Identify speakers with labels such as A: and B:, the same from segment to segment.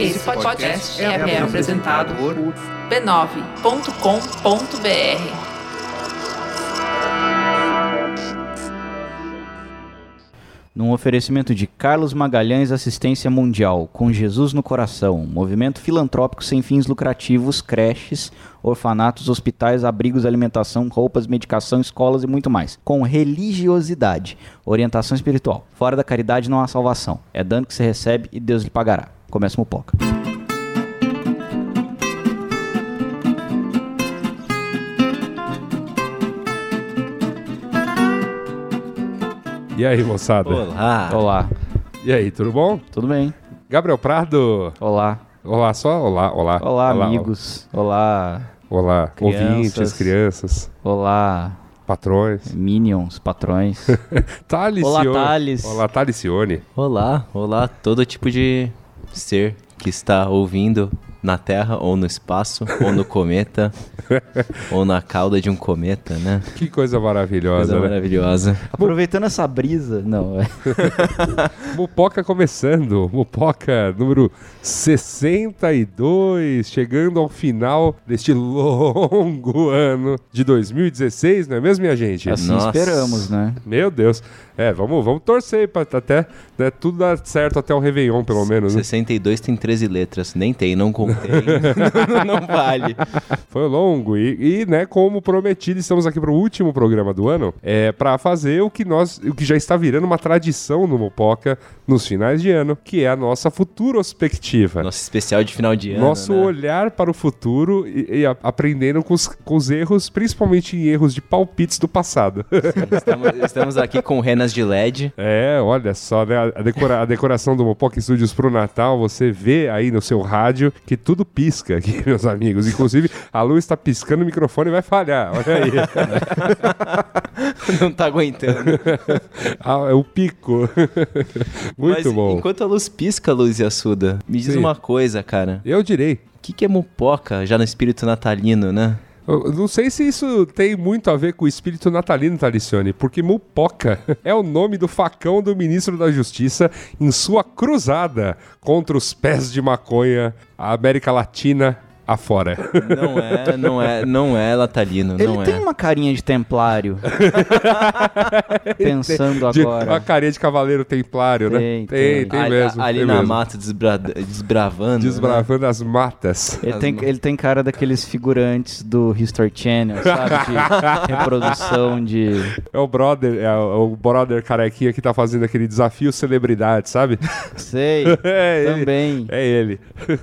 A: Esse podcast é apresentado por b9.com.br.
B: Num oferecimento de Carlos Magalhães Assistência Mundial, com Jesus no coração, movimento filantrópico sem fins lucrativos, creches, orfanatos, hospitais, abrigos, alimentação, roupas, medicação, escolas e muito mais. Com religiosidade, orientação espiritual. Fora da caridade não há salvação. É dano que você recebe e Deus lhe pagará. Começa o Mupoca.
C: E aí, moçada?
B: Olá. Olá.
C: E aí, tudo bom?
B: Tudo bem?
C: Gabriel Prado.
B: Olá.
C: Olá só? Olá, olá.
B: Olá, amigos. Olá.
C: Olá,
B: Crianças.
C: ouvintes, crianças,
B: Olá,
C: patrões.
B: minions, patrões.
C: Talicione.
B: Olá, Thales.
C: Olá, Talicione.
D: Olá, olá, todo tipo de ser que está ouvindo na Terra, ou no espaço, ou no cometa, ou na cauda de um cometa, né?
C: Que coisa maravilhosa,
D: Coisa
C: né?
D: maravilhosa.
B: Aproveitando essa brisa. Não, é.
C: Mupoca começando, Mupoca número 62, chegando ao final deste longo ano de 2016, não é mesmo, minha gente?
B: assim
D: Nossa.
B: esperamos, né?
C: Meu Deus. É, vamos, vamos torcer pra até né, tudo dar certo até o Réveillon, pelo menos. Né?
D: 62 tem 13 letras. Nem tem, não contém. não vale.
C: Foi longo e, e, né, como prometido, estamos aqui pro último programa do ano, é para fazer o que nós, o que já está virando uma tradição no Mupoca nos finais de ano, que é a nossa futurospectiva.
D: Nosso especial de final de ano.
C: Nosso
D: né?
C: olhar para o futuro e, e a- aprendendo com os, com os erros, principalmente em erros de palpites do passado.
D: Estamos, estamos aqui com renas de LED.
C: é, olha só, né? A, decora- a decoração do Mopoca Studios pro Natal, você vê aí no seu rádio que tudo pisca aqui, meus amigos. Inclusive, a luz está piscando, o microfone vai falhar. Olha aí.
D: Não tá aguentando.
C: Ah, é o pico. Muito
D: Mas
C: bom.
D: Enquanto a luz pisca, Luz e Assuda, me diz
C: Sim.
D: uma coisa, cara.
C: Eu direi.
D: O que, que é mupoca já no espírito natalino, né?
C: Eu eu não sei se isso tem muito a ver com o espírito natalino, Talicione, porque Mupoca é o nome do facão do ministro da Justiça em sua cruzada contra os pés de maconha, a América Latina afora.
D: Não é, não é, não é natalino,
B: Ele
D: não
B: tem
D: é.
B: uma carinha de templário. Pensando
C: De,
B: agora.
C: a carinha de cavaleiro templário,
B: Tem,
C: né? Tem,
B: tem.
C: tem
D: ali
C: mesmo.
D: ali
C: tem
D: na
C: mesmo.
D: mata né? desbra- desbravando.
C: Desbravando as matas.
B: Ele tem, ele tem cara daqueles figurantes do History Channel, sabe? De reprodução de.
C: É o brother, é o o brother carequinha que tá fazendo aquele desafio celebridade, sabe?
B: Sei.
C: É, ele.
B: também.
C: É ele.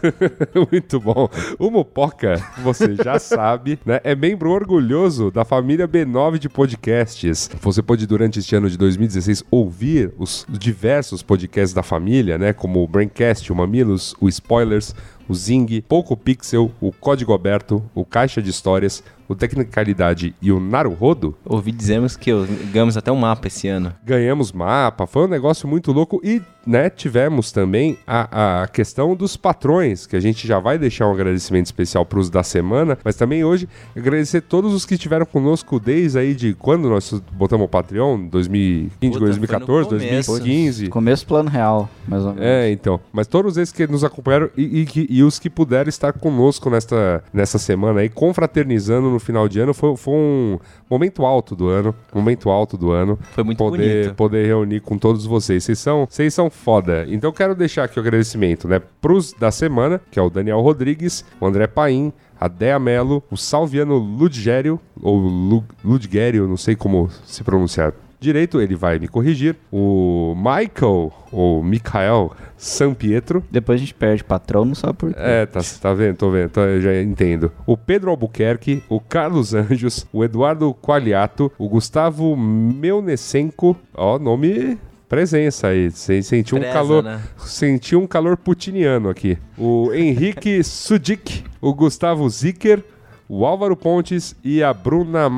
C: Muito bom. O Mupoca, você já sabe, né? É membro orgulhoso da família B9 de podcasts. Você pode, durante este ano de 2016, ouvir os diversos podcasts da família, né? Como o Braincast, o Mamilos, o Spoilers, o Zing, Poco Pixel, o Código Aberto, o Caixa de Histórias, o Tecnicalidade e o Naruhodo.
D: Ouvi dizermos que eu- ganhamos até um mapa esse ano.
C: ganhamos mapa, foi um negócio muito louco e, né, tivemos também a, a questão dos patrões, que a gente já vai deixar um agradecimento especial para os da semana, mas também hoje agradecer todos os que tiveram conosco desde aí de quando nós botamos o Patreon, 2015,
D: Puta, foi no
C: 2014,
D: começo.
C: 2015.
B: Começo plano real, mais ou menos.
C: É, então. Mas todos esses que nos acompanharam e, e que- e os que puderam estar conosco nesta, nessa semana aí, confraternizando no final de ano, foi, foi um momento alto do ano. Momento alto do ano.
D: Foi muito
C: poder,
D: bonito.
C: Poder reunir com todos vocês. Vocês são, vocês são foda. Então quero deixar aqui o agradecimento, né? Pros da semana, que é o Daniel Rodrigues, o André Paim, a Dea Mello, o Salviano Ludgério, ou Lu, Ludgério, não sei como se pronunciar direito, ele vai me corrigir. O Michael, ou Michael Sampietro.
B: Depois a gente perde patrão, não sabe por quê.
C: É, tá, tá vendo, tô vendo, tá, eu já entendo. O Pedro Albuquerque, o Carlos Anjos, o Eduardo Qualiato, o Gustavo Meunesenko, ó, nome Presença aí. Sen- Senti um
D: Preza,
C: calor.
D: né?
C: Senti um calor putiniano aqui. O Henrique Sudik, o Gustavo Zicker, o Álvaro Pontes e a Bruna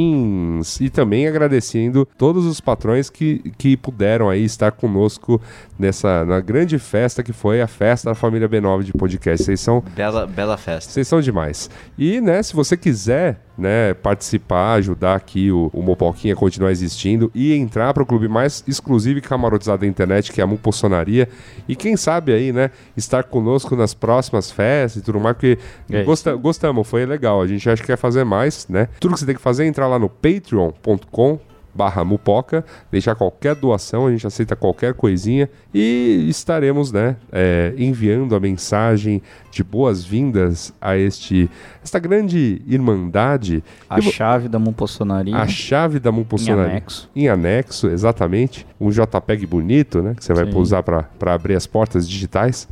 C: Martins. E também agradecendo todos os patrões que, que puderam aí estar conosco nessa na grande festa que foi a festa da família B9 de podcast. Vocês são
D: Bela, bela festa.
C: vocês são demais. E, né, se você quiser, né, participar, ajudar aqui o, o Mopoquinha a continuar existindo e entrar para o clube mais exclusivo e camarotizado da internet, que é a Mupoçonaria. E quem sabe aí, né, estar conosco nas próximas festas e tudo mais, porque
B: É
C: gosta- gostamos, foi legal. A gente acha que quer fazer mais, né? Tudo que você tem que fazer é entrar lá no patreon.com barra mupoca, deixar qualquer doação, a gente aceita qualquer coisinha e estaremos, né, é, enviando a mensagem de boas-vindas a este, esta grande irmandade,
B: A chave da Mupossonaria.
C: a chave da Mupocionaria.
B: anexo.
C: Em anexo, exatamente. Um JPEG bonito, né, que você vai usar para abrir as portas digitais.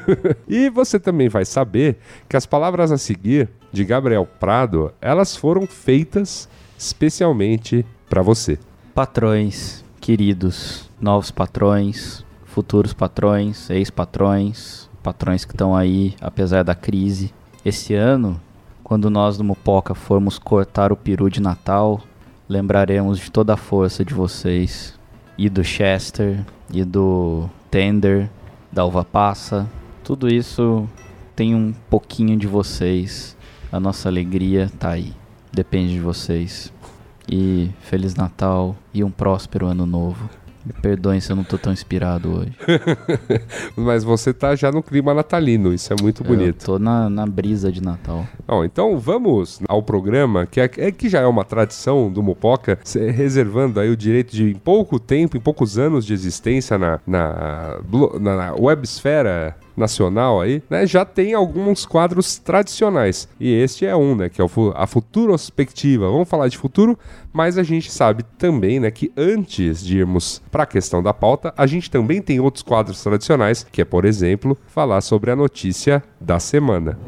C: E você também vai saber que as palavras a seguir de Gabriel Prado, elas foram feitas especialmente para você.
B: Patrões, queridos, novos patrões, futuros patrões, ex-patrões, patrões que estão aí apesar da crise. Esse ano, quando nós do Mupoca formos cortar o peru de Natal, lembraremos de toda a força de vocês e do Chester e do Tender, da Uva Passa. Tudo isso tem um pouquinho de vocês. A nossa alegria tá aí. Depende de vocês. E Feliz Natal e um próspero ano novo. Me perdoem se eu não tô tão inspirado hoje.
C: Mas você tá já no clima natalino, isso é muito bonito.
B: Eu tô na, na brisa de Natal.
C: Bom, então vamos ao programa, que, é, é que já é uma tradição do Mupoca, se- reservando aí o direito de, em pouco tempo, em poucos anos de existência na, na, blo- na, na websfera nacional aí, né, já tem alguns quadros tradicionais. E este é um, né, que é o fu- a futurospectiva. Vamos falar de futuro, mas a gente sabe também, né, que antes de irmos para a questão da pauta, a gente também tem outros quadros tradicionais, que é, por exemplo, falar sobre a notícia da semana.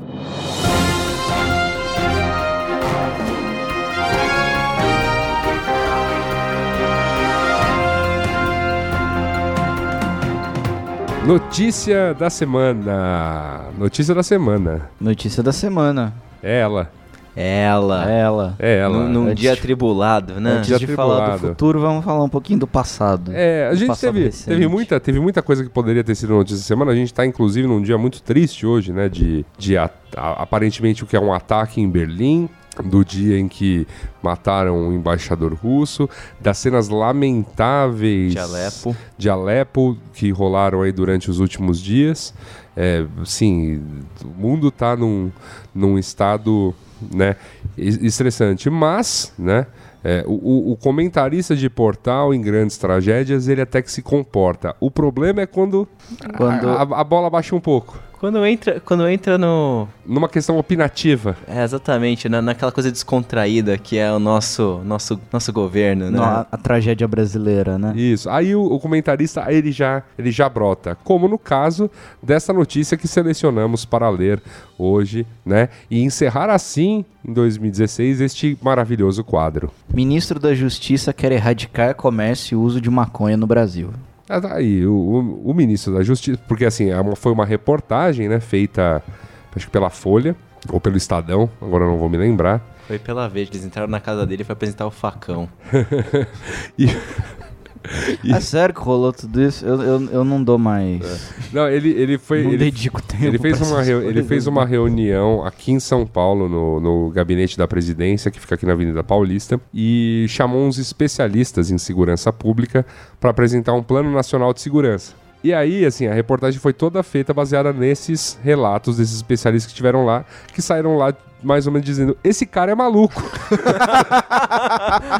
C: Notícia da semana. Notícia da semana.
B: Notícia da semana.
C: É ela.
D: Ela.
B: Ela.
C: É ela.
D: Num, num
B: Antes-
D: dia atribulado, né?
C: Antes-
B: Antes de falar
C: atribulado.
B: do futuro, vamos falar um pouquinho do passado.
C: É, a
B: Do
C: gente
B: passado
C: teve,
B: recente.
C: teve, muita, teve muita coisa que poderia ter sido notícia da semana. A gente tá, inclusive, num dia muito triste hoje, né? De, de a- a- aparentemente o que é um ataque em Berlim, do dia em que mataram um embaixador russo, das cenas lamentáveis
D: De Alepo.
C: de Alepo que rolaram aí durante os últimos dias. É, sim, o mundo está num, num estado né, es- estressante, mas né, é, o- o, o comentarista de portal em grandes tragédias ele até que se comporta. O problema é quando,
B: Quando-
C: a, a- a bola baixa um pouco.
D: Quando entra, quando entra no.
C: Numa questão opinativa.
D: É, exatamente, na, naquela coisa descontraída que é o nosso, nosso, nosso governo, né?
B: Não, a, a tragédia brasileira, né?
C: Isso. Aí o, o comentarista aí ele já, ele já brota. Como no caso dessa notícia que selecionamos para ler hoje, né? E encerrar assim, em 2016, este maravilhoso quadro.
B: Ministro da Justiça quer erradicar comércio e uso de maconha no Brasil.
C: Ah, tá Aí o, o- o ministro da Justiça, porque assim, é uma- foi uma reportagem, né? Feita, acho que pela Folha ou pelo Estadão, agora não vou me lembrar.
D: Foi pela vez, eles entraram na casa dele e foi apresentar o facão.
C: E-
B: É sério que rolou tudo isso? Eu, eu, eu não dou mais.
C: não, ele, ele É. foi.
B: Não
C: ele-
B: dedico tempo.
C: Ele fez,
B: pra
C: uma
B: essas
C: reu- ele
B: coisas.
C: fez uma reunião aqui em São Paulo, no, no gabinete da presidência, que fica aqui na Avenida Paulista, e chamou uns especialistas em segurança pública para apresentar um plano nacional de segurança. E aí, assim, a reportagem foi toda feita baseada nesses relatos desses especialistas que estiveram lá, que saíram lá mais ou menos dizendo: esse cara é maluco.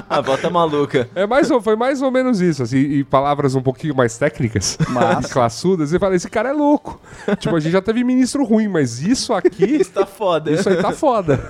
D: A bota Ah, maluca.
C: É mais ou, foi mais ou menos isso, assim, e palavras um pouquinho mais técnicas, e classudas, e fala, esse cara é louco. tipo, a gente já teve ministro ruim, mas isso aqui,
D: Isso tá foda.
C: isso
D: Isso,
C: aí tá foda.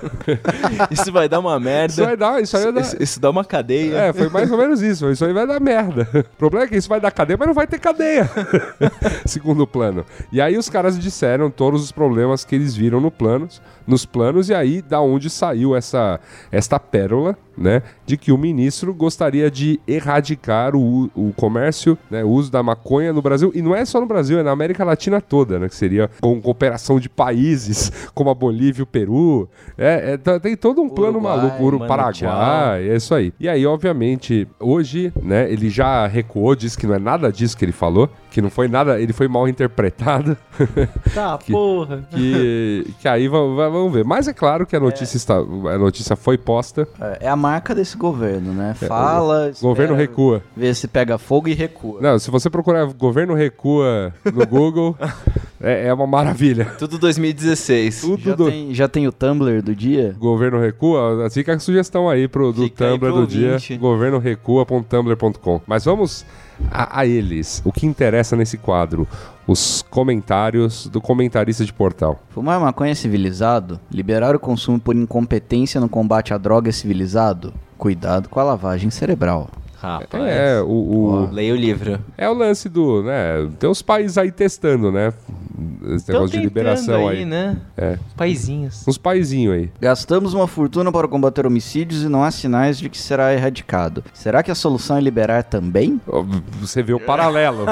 D: vai dar uma merda.
C: Isso vai dar, isso aí vai dar.
D: Isso- isso dá uma cadeia.
C: É, foi mais ou menos isso. Isso aí vai dar merda. O problema é que isso vai dar cadeia, mas não vai ter cadeia. Segundo plano. E aí os caras disseram todos os problemas que eles viram no planos, nos planos, e aí da onde saiu essa esta pérola, né, de que o ministro gostaria de erradicar o, o comércio, né, o uso da maconha no Brasil. E não é só no Brasil, é na América Latina toda, né, que seria com cooperação de países como a Bolívia e o Peru. É, é, tá- tem todo um plano
D: Uruguai,
C: maluco, Uru,
D: Mano,
C: Paraguai,
D: tchau.
C: é isso aí. E aí, obviamente, hoje, né, ele já recuou, disse que não é nada disso que ele falou, que não foi nada, ele foi mal interpretado.
D: Tá, porra.
C: que, que aí va- va- vamos ver. Mas é claro que a notícia, está, a notícia foi posta.
B: É a marca desse governo, né? Fala.
C: É,
B: é,
C: O governo
B: espera,
C: recua.
B: Vê se pega fogo e recua.
C: Não, se você procurar governo recua no Google, é, é uma maravilha.
D: Tudo 2016.
C: Tudo
B: já,
C: do
B: tem, já tem o Tumblr do dia?
C: governo recua, fica a sugestão aí pro, do
D: Fica aí
C: Tumblr
D: pro
C: do dia,
D: ouvinte.
C: governorecua.tumblr.com. Mas vamos a, a eles, o que interessa nesse quadro, os comentários do comentarista de portal.
B: Fumar maconha é civilizado? Liberar o consumo por incompetência no combate à droga é civilizado? Cuidado com a lavagem cerebral.
D: Rapaz.
C: É, o- o,
D: Leia o livro.
C: É o lance do, né? Tem uns países aí testando, né? Esse
D: Tão
C: negócio de
D: tentando
C: liberação aí.
D: né?
C: É.
D: Paizinhos.
C: Uns paizinhos aí.
B: Gastamos uma fortuna para combater homicídios e não há sinais de que será erradicado. Será que a solução é liberar também?
C: Ó, Você vê o paralelo.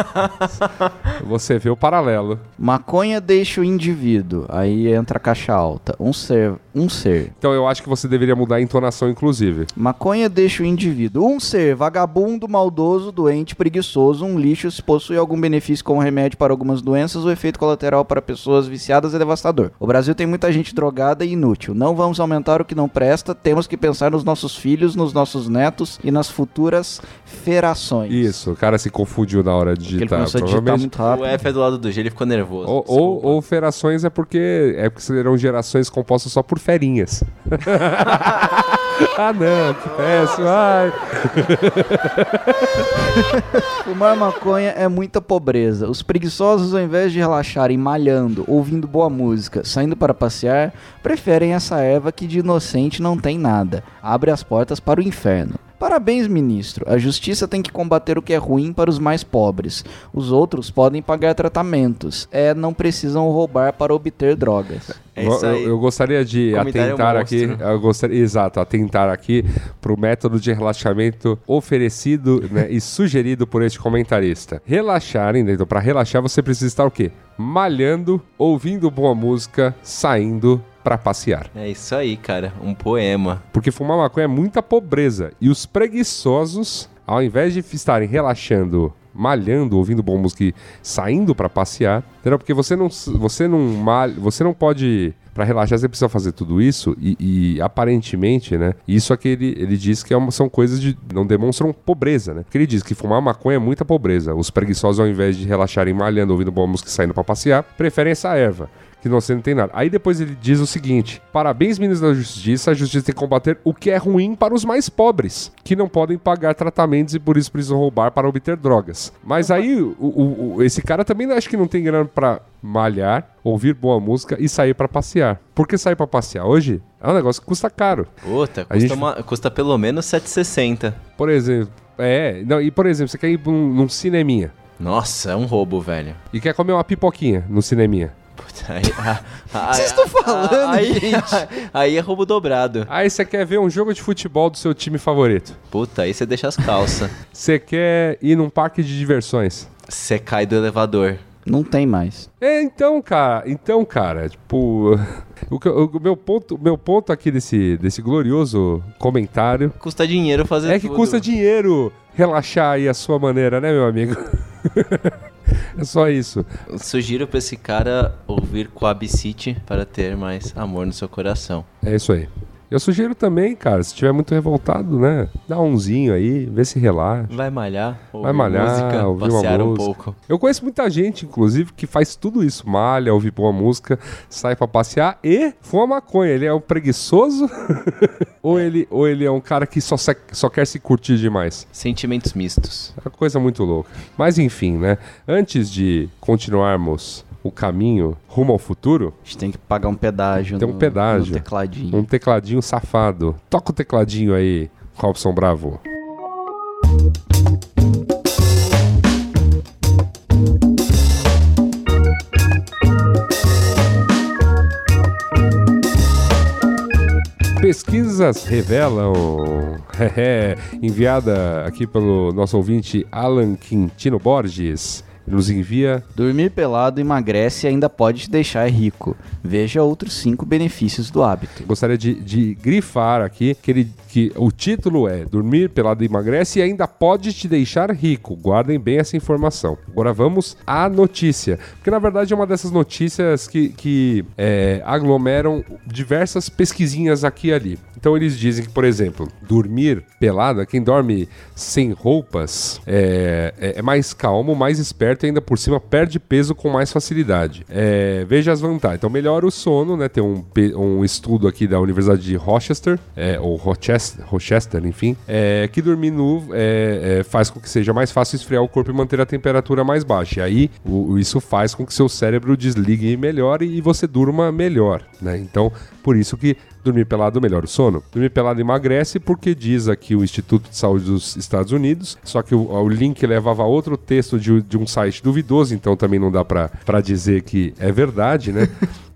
C: Você vê o paralelo.
B: Maconha deixa o indivíduo. Aí entra a caixa alta. Um ser. Um ser.
C: Então eu acho que você deveria mudar a entonação, inclusive.
B: Maconha deixa o indivíduo. Um ser, vagabundo, maldoso, doente, preguiçoso, um lixo, se possui algum benefício como remédio para algumas doenças, o efeito colateral para pessoas viciadas é devastador. O Brasil tem muita gente drogada e inútil. Não vamos aumentar o que não presta, temos que pensar nos nossos filhos, nos nossos netos e nas futuras
D: É
B: ferações.
C: Isso, o cara se confundiu na hora
B: Porque
C: de
B: ele
C: digitar.
B: começou a digitar
C: provavelmente.
B: muito rápido.
D: O F é do lado do G, ele ficou nervoso.
C: Ou, ou,
D: desculpa.
C: ou ferações é porque é porque serão gerações compostas só por ferinhas. ah não, que péssimo. Ai.
B: Fumar maconha é muita pobreza. Os preguiçosos, ao invés de relaxarem malhando, ouvindo boa música, saindo para passear, preferem essa erva que de inocente não tem nada. Abre as portas para o inferno. Parabéns, ministro. A justiça tem que combater o que é ruim para os mais pobres. Os outros podem pagar tratamentos. É, não precisam roubar para obter drogas.
D: É isso
C: Eu-
D: aí.
C: Eu, eu gostaria de
D: Comentário
C: atentar aqui,
D: um monstro.
C: eu gostaria, exato, atentar aqui para o método de relaxamento oferecido né, e sugerido por este comentarista. Relaxar, ainda, então, para relaxar você precisa estar o quê? Malhando, ouvindo boa música, saindo para passear.
D: É isso aí, cara. Um poema.
C: Porque fumar maconha é muita pobreza e os preguiçosos, ao invés de estarem relaxando, malhando, ouvindo boa música e saindo para passear, entendeu? Porque você não s- você não mal, você não pode para relaxar você precisa fazer tudo isso e, e, aparentemente, né? Isso aqui ele, ele diz que é uma- são coisas de não demonstram pobreza, né? Porque ele diz que fumar maconha é muita pobreza. Os preguiçosos ao invés de relaxarem malhando, ouvindo boa música e saindo para passear, preferem essa erva que não, você não tem nada. Aí depois ele diz o seguinte: Parabéns, ministro da Justiça. A justiça tem que combater o que é ruim para os mais pobres, que não podem pagar tratamentos e por isso precisam roubar para obter drogas. Mas aí o- o- o- esse cara também acho que não tem grana para malhar, ouvir boa música e sair para passear. Porque sair para passear hoje é um negócio que custa caro.
D: Puta,
C: A
D: custa,
C: gente-
D: uma- custa pelo menos 7,60.
C: Por exemplo, é, não, e por exemplo, você quer ir pra um- num cineminha
D: Nossa, é um roubo, velho.
C: e quer comer uma pipoquinha no cineminha.
D: Puta, aí, Vocês estão falando, aí, Aí é roubo dobrado.
C: Aí você quer ver um jogo de futebol do seu time favorito.
D: Puta, aí você deixa as calças.
C: Você quer ir num parque de diversões.
D: Você cai do elevador.
B: Não tem mais.
C: É, então, cara, então, cara, tipo, o, que- o meu ponto, o meu ponto aqui desse, desse glorioso comentário
D: Custa dinheiro fazer
C: é que
D: tudo.
C: custa dinheiro relaxar aí a sua maneira, né, meu amigo? é só isso.
D: Sugiro pra esse cara ouvir Coab City para ter mais amor no seu coração.
C: É isso aí. Eu sugiro também, cara, se tiver muito revoltado, né, dá umzinho aí, vê se relaxa.
D: Vai malhar, ouvir
C: Vai malhar,
D: música,
C: ouvir uma
D: passear um
C: música.
D: pouco.
C: Eu conheço muita gente, inclusive, que faz tudo isso. Malha, ouve boa música, sai pra passear e fuma maconha. Ele é um preguiçoso ou, ele, ou ele é um cara que só, se- só quer se curtir demais?
D: Sentimentos mistos.
C: É uma coisa muito louca. Mas enfim, né? Antes de continuarmos o caminho rumo ao futuro,
B: A gente tem que pagar um pedágio.
C: Tem um
B: no-
C: pedágio.
B: No tecladinho.
C: um tecladinho safado. Toca o tecladinho aí, Robson Bravo. Pesquisas revelam, enviada aqui pelo nosso ouvinte Alan Quintino Borges, Ele nos envia
B: Dormir pelado emagrece e ainda pode te deixar rico. Veja outros cinco benefícios do hábito.
C: Gostaria de, de grifar aqui que, ele, que o título é Dormir pelado emagrece e ainda pode te deixar rico. Guardem bem essa informação. Agora vamos à notícia. Porque na verdade é uma dessas notícias que, que é, aglomeram diversas pesquisinhas aqui e ali. Então eles dizem que, por exemplo, dormir pelada, quem dorme sem roupas é, é- é mais calmo, mais esperto e ainda por cima perde peso com mais facilidade. É, veja as vantagens. Então melhora o sono, né? Tem um, pe- um estudo aqui da Universidade de Rochester, é, ou Rochester, Rochester enfim, é, que dormir nu é, é, faz com que seja mais fácil esfriar o corpo e manter a temperatura mais baixa. E aí o- o- isso faz com que seu cérebro desligue melhor e você durma melhor, né? Então por isso que Dormir pelado melhora o sono. Dormir pelado emagrece porque diz aqui o Instituto de Saúde dos Estados Unidos. Só que o, o link é levava a outro texto de, de um site duvidoso, então também não dá pra pra dizer que é verdade, né?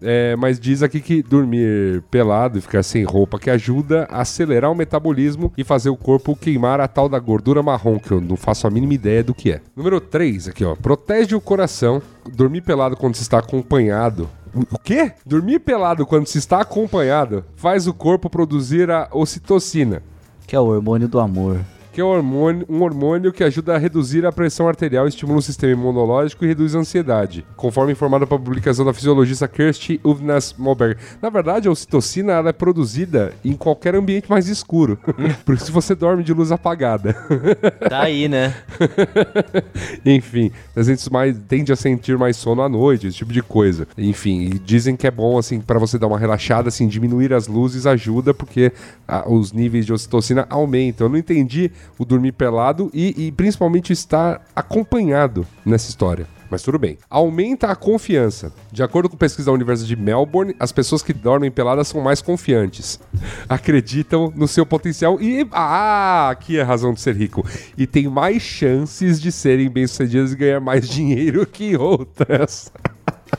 C: É, mas diz aqui que dormir pelado e ficar sem roupa que ajuda a acelerar o metabolismo e fazer o corpo queimar a tal da gordura marrom, que eu não faço a mínima ideia do que é. Número 3 aqui, ó. Protege o coração. Dormir pelado quando se está acompanhado o quê? Dormir pelado quando se está acompanhado faz o corpo produzir a ocitocina,
B: Que é o hormônio do amor.
C: que é um hormônio, um hormônio que ajuda a reduzir a pressão arterial, estimula o sistema imunológico e reduz a ansiedade, conforme informado pela publicação da fisiologista Kirsty Uvnas Moberg. Na verdade, a ocitocina ela é produzida em qualquer ambiente mais escuro, por isso você dorme de luz apagada.
D: Tá aí, né?
C: Enfim, a gente mais, tende a sentir mais sono à noite, esse tipo de coisa. Enfim, e dizem que é bom, assim, pra você dar uma relaxada, assim, diminuir as luzes ajuda, porque ah, os níveis de ocitocina aumentam. Eu não entendi o dormir pelado e, e principalmente estar acompanhado nessa história. Mas tudo bem. Aumenta a confiança. De acordo com pesquisa da Universidade de Melbourne, as pessoas que dormem peladas são mais confiantes. Acreditam no seu potencial e. Ah, aqui é a razão de ser rico. E tem mais chances de serem bem-sucedidas e ganhar mais dinheiro que outras.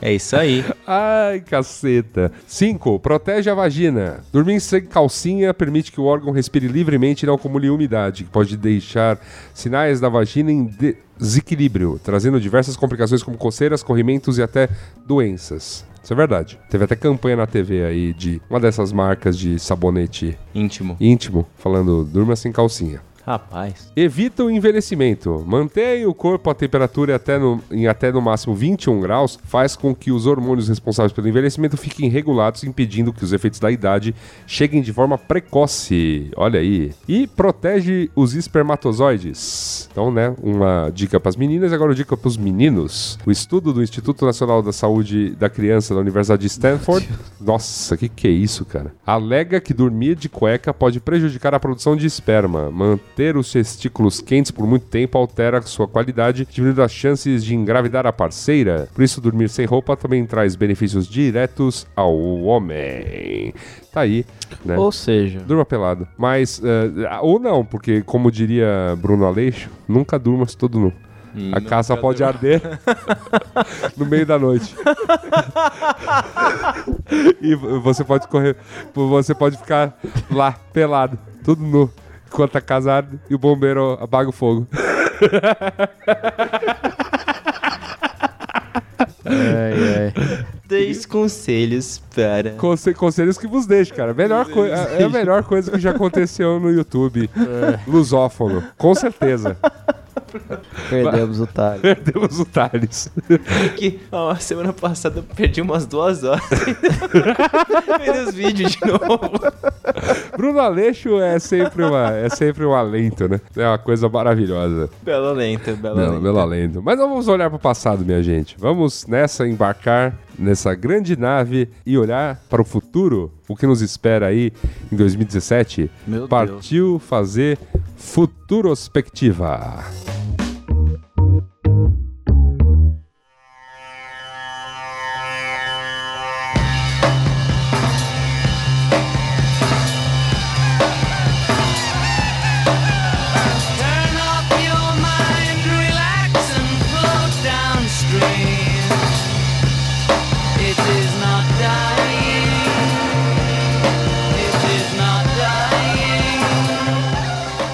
D: É isso aí.
C: Ai, caceta. 5. Protege a vagina. Dormir sem calcinha permite que o órgão respire livremente e não acumule umidade, que pode deixar sinais da vagina em de- desequilíbrio, trazendo diversas complicações como coceiras, corrimentos e até doenças. Isso é verdade. Teve até campanha na TV aí de uma dessas marcas de sabonete
D: Íntimo.
C: íntimo, falando durma sem calcinha.
D: Rapaz.
C: Evita o envelhecimento. Mantenha o corpo à temperatura até no, em até no máximo 21 graus faz com que os hormônios responsáveis pelo envelhecimento fiquem regulados, impedindo que os efeitos da idade cheguem de forma precoce. Olha aí. E protege os espermatozoides. Então, né, uma dica para as meninas, agora uma dica para os meninos. O estudo do Instituto Nacional da Saúde da Criança da Universidade de Stanford. Nossa, que que é isso, cara? Alega que dormir de cueca pode prejudicar a produção de esperma. Manter os testículos quentes por muito tempo altera sua qualidade, diminuindo as chances de engravidar a parceira. Por isso, dormir sem roupa também traz benefícios diretos ao homem. Tá aí, né?
B: Ou seja,
C: Durma pelado. Mas, eh, ou não, porque, como diria Bruno Aleixo, nunca durmas todo nu. a caça pode arder no meio da noite. e vo- você pode correr, você pode ficar lá, pelado, tudo nu, enquanto a casa arde e o bombeiro apaga o fogo. É,
D: Três conselhos para.
C: Conse- Conselhos que vos deixo, cara. Melhor coi- é a melhor coisa que já aconteceu no YouTube. É. Lusófono, com certeza.
B: perdemos o talho.
C: Perdemos o Thales.
D: Que, ó, semana passada eu perdi umas duas horas. Vendo os vídeos de novo.
C: Bruno Aleixo é sempre, uma, é sempre um alento, né? É uma coisa maravilhosa.
D: Belo lento, belo
C: Belo,
D: lento.
C: belo alento. Mas não vamos olhar para o passado, minha gente. Vamos nessa embarcar nessa grande nave e olhar para o futuro. O que nos espera aí em 2017?
B: Meu
C: Partiu fazer Futurospectiva.
E: Turn off your mind, relax and float downstream. It is not dying. It is not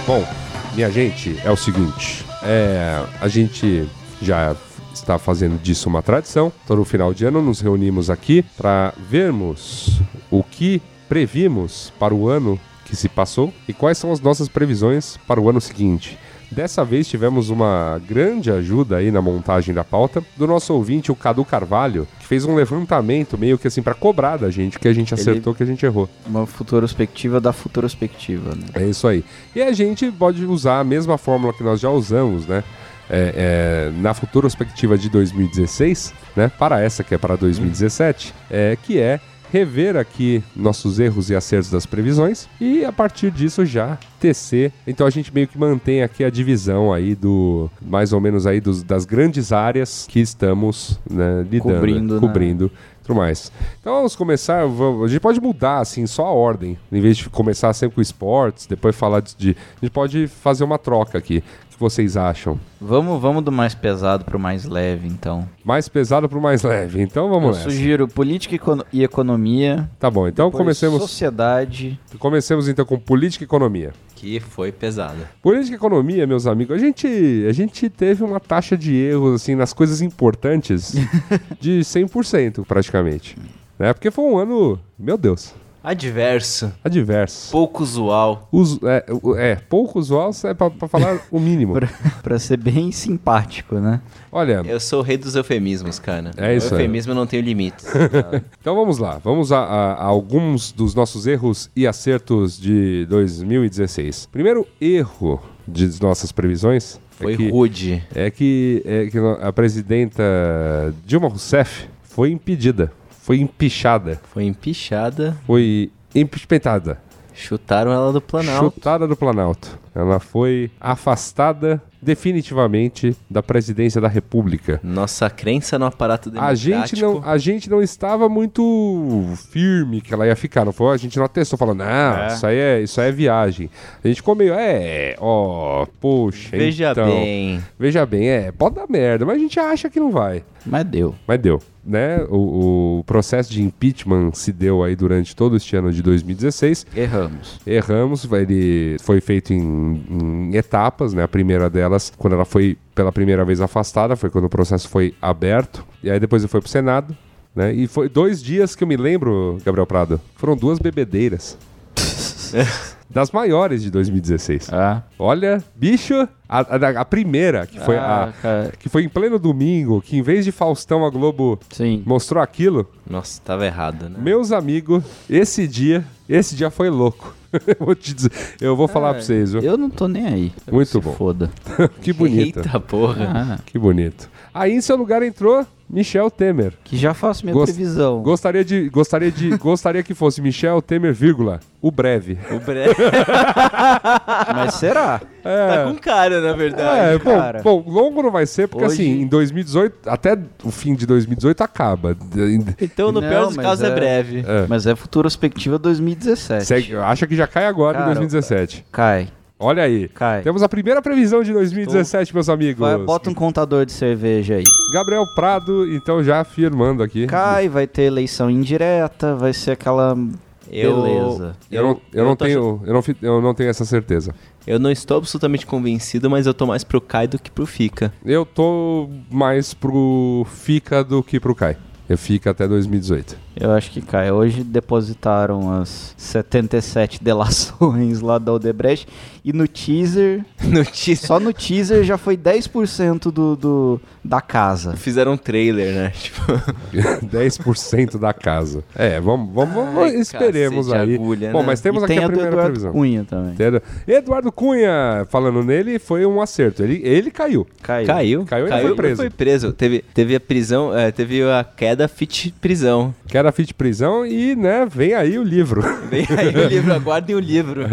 C: Bom, minha gente, é o seguinte. É, a gente já está fazendo disso uma tradição. Todo final de ano nos reunimos aqui para vermos o que previmos para o ano que se passou e quais são as nossas previsões para o ano seguinte. Dessa vez tivemos uma grande ajuda aí na montagem da pauta do nosso ouvinte, o Cadu Carvalho, que fez um levantamento meio que assim para cobrar da gente o que a gente
B: Ele-
C: acertou, o que a gente errou.
B: Uma futurospectiva da futurospectiva, né?
C: É isso aí. E a gente pode usar a mesma fórmula que nós já usamos, né? É, é, na futurospectiva de 2016, né? Para essa que é para 2017, é, que é rever aqui nossos erros e acertos das previsões e a partir disso já tecer. Então a gente meio que mantém aqui a divisão aí do mais ou menos aí dos- das grandes áreas que estamos né, lidando,
B: Cobrindo, né?
C: cobrindo tudo mais. Então vamos começar, vamos- a gente pode mudar assim só a ordem, em vez de começar sempre com esportes, depois falar de, de- a gente pode fazer uma troca aqui. O que vocês acham?
B: Vamos, vamos do mais pesado pro mais leve, então.
C: Mais pesado pro mais leve. Então
B: Eu
C: vamos nessa.
B: sugiro política econo- e economia.
C: Tá bom. Então
B: depois
C: comecemos,
B: Sociedade.
C: comecemos então com política e economia.
D: Que foi pesado.
C: Política e economia, meus amigos, a gente, a gente teve uma taxa de erros assim nas coisas importantes de 100% praticamente. Né? Porque foi um ano, meu Deus,
D: Adverso.
C: adverso.
D: Pouco usual.
C: Usu- é, o- é, pouco usual é pra, pra falar o mínimo.
B: Pra, pra ser bem simpático, né?
C: Olha,
D: Eu sou o rei dos eufemismos, cara.
C: É isso
D: O
C: aí.
D: eufemismo não tem limites.
C: então vamos lá. Vamos a, a- a alguns dos nossos erros e acertos de 2016. Primeiro erro de nossas previsões
D: Foi
C: é que,
D: rude.
C: é que, é que a presidenta Dilma Rousseff foi impedida, foi empichada,
D: Foi empichada.
C: foi empichpentada,
D: Chutaram ela do Planalto.
C: chutada do Planalto. Ela foi afastada definitivamente da presidência da República.
D: Nossa crença no aparato
C: A
D: democrático.
C: gente, não, a gente não estava muito firme que ela ia ficar, não foi? A gente não atestou, falou, não, isso, aí é, isso aí é viagem. A gente ficou meio, é, ó, poxa,
D: Veja
C: então,
D: bem.
C: Veja bem, é, pode dar merda, mas a gente acha que não vai.
B: Mas deu.
C: Mas deu, né? O, o processo de impeachment se deu aí durante todo este ano de 2016.
B: Erramos.
C: Erramos, ele foi feito em, em etapas, né? A primeira delas, quando ela foi pela primeira vez afastada, foi quando o processo foi aberto. E aí depois ele foi pro Senado, né? E foi dois dias que eu me lembro, Gabriel Prado. Foram duas bebedeiras. das maiores de 2016.
B: Ah.
C: Olha, bicho, a, a- a primeira, que foi,
B: Ah,
C: a-
B: cara.
C: que foi em pleno domingo, que em vez de Faustão, a Globo
B: Sim.
C: mostrou aquilo.
D: Nossa, tava errado, né?
C: Meus amigos, esse dia, esse dia foi louco. eu vou te dizer, eu vou falar pra vocês, viu?
B: É, Eu não tô nem aí.
C: Muito
B: Se
C: bom.
B: Foda.
C: Que bonito,
D: Eita porra.
B: Ah,
C: que bonito. Aí em seu lugar entrou Michel Temer.
B: que já faço minha
C: Gost-
B: previsão.
C: Gostaria de, gostaria de, gostaria que fosse Michel Temer, vírgula, o breve.
D: O Breno
B: Mas será?
D: tá com cara, na verdade.
C: É,
B: cara.
C: bom, bom, longo não vai ser, porque
B: Hoje-
C: assim, em 2018, até o fim de 2018 acaba. De-
D: Então, no
B: Não,
D: pior dos
B: mas
D: casos, é,
B: é-
D: breve.
C: É.
B: Mas é futurospectiva 2017.
C: Segue, acha que já cai agora em
B: Cara,
C: 2017.
B: Cai.
C: Olha aí.
B: Cai.
C: Temos a primeira previsão de 2017, meus amigos.
B: Vai, bota um contador de cerveja aí.
C: Gabriel Prado, então já afirmando aqui.
B: Cai, vai ter eleição indireta, vai ser aquela.
D: Eu,
B: Beleza.
C: Eu, não, eu, não
D: tô
C: tenho, eu, não, fi- eu não tenho essa certeza.
D: achando- eu não estou absolutamente convencido, mas eu tô mais pro Kai do que pro Fica.
C: Eu tô mais pro fica do que pro cai. Eu fica até 2018.
B: Eu acho que cai. Hoje depositaram as 77 delações lá da Odebrecht. E no teaser,
D: Notícia.
B: só no teaser já foi 10% do, do, da casa.
D: Fizeram um trailer, né? Tipo,
C: 10% da casa. É, vamos, vamos, vamos-
D: Ai,
C: esperemos
D: cacete,
C: aí.
D: agulha,
C: Bom,
D: né?
C: mas temos
B: e
C: aqui
B: tem do
C: a primeira
B: Eduardo
C: previsão.
B: Cunha também.
C: Entendeu? Eduardo Cunha, falando nele, foi um acerto. Ele, ele caiu.
B: Caiu.
D: caiu.
C: Caiu e não foi preso.
D: preso. Teve, teve a prisão, é, teve a queda fit prisão.
C: Que era fit prisão e, né, vem aí o livro.
D: Vem aí o livro, aguardem o livro.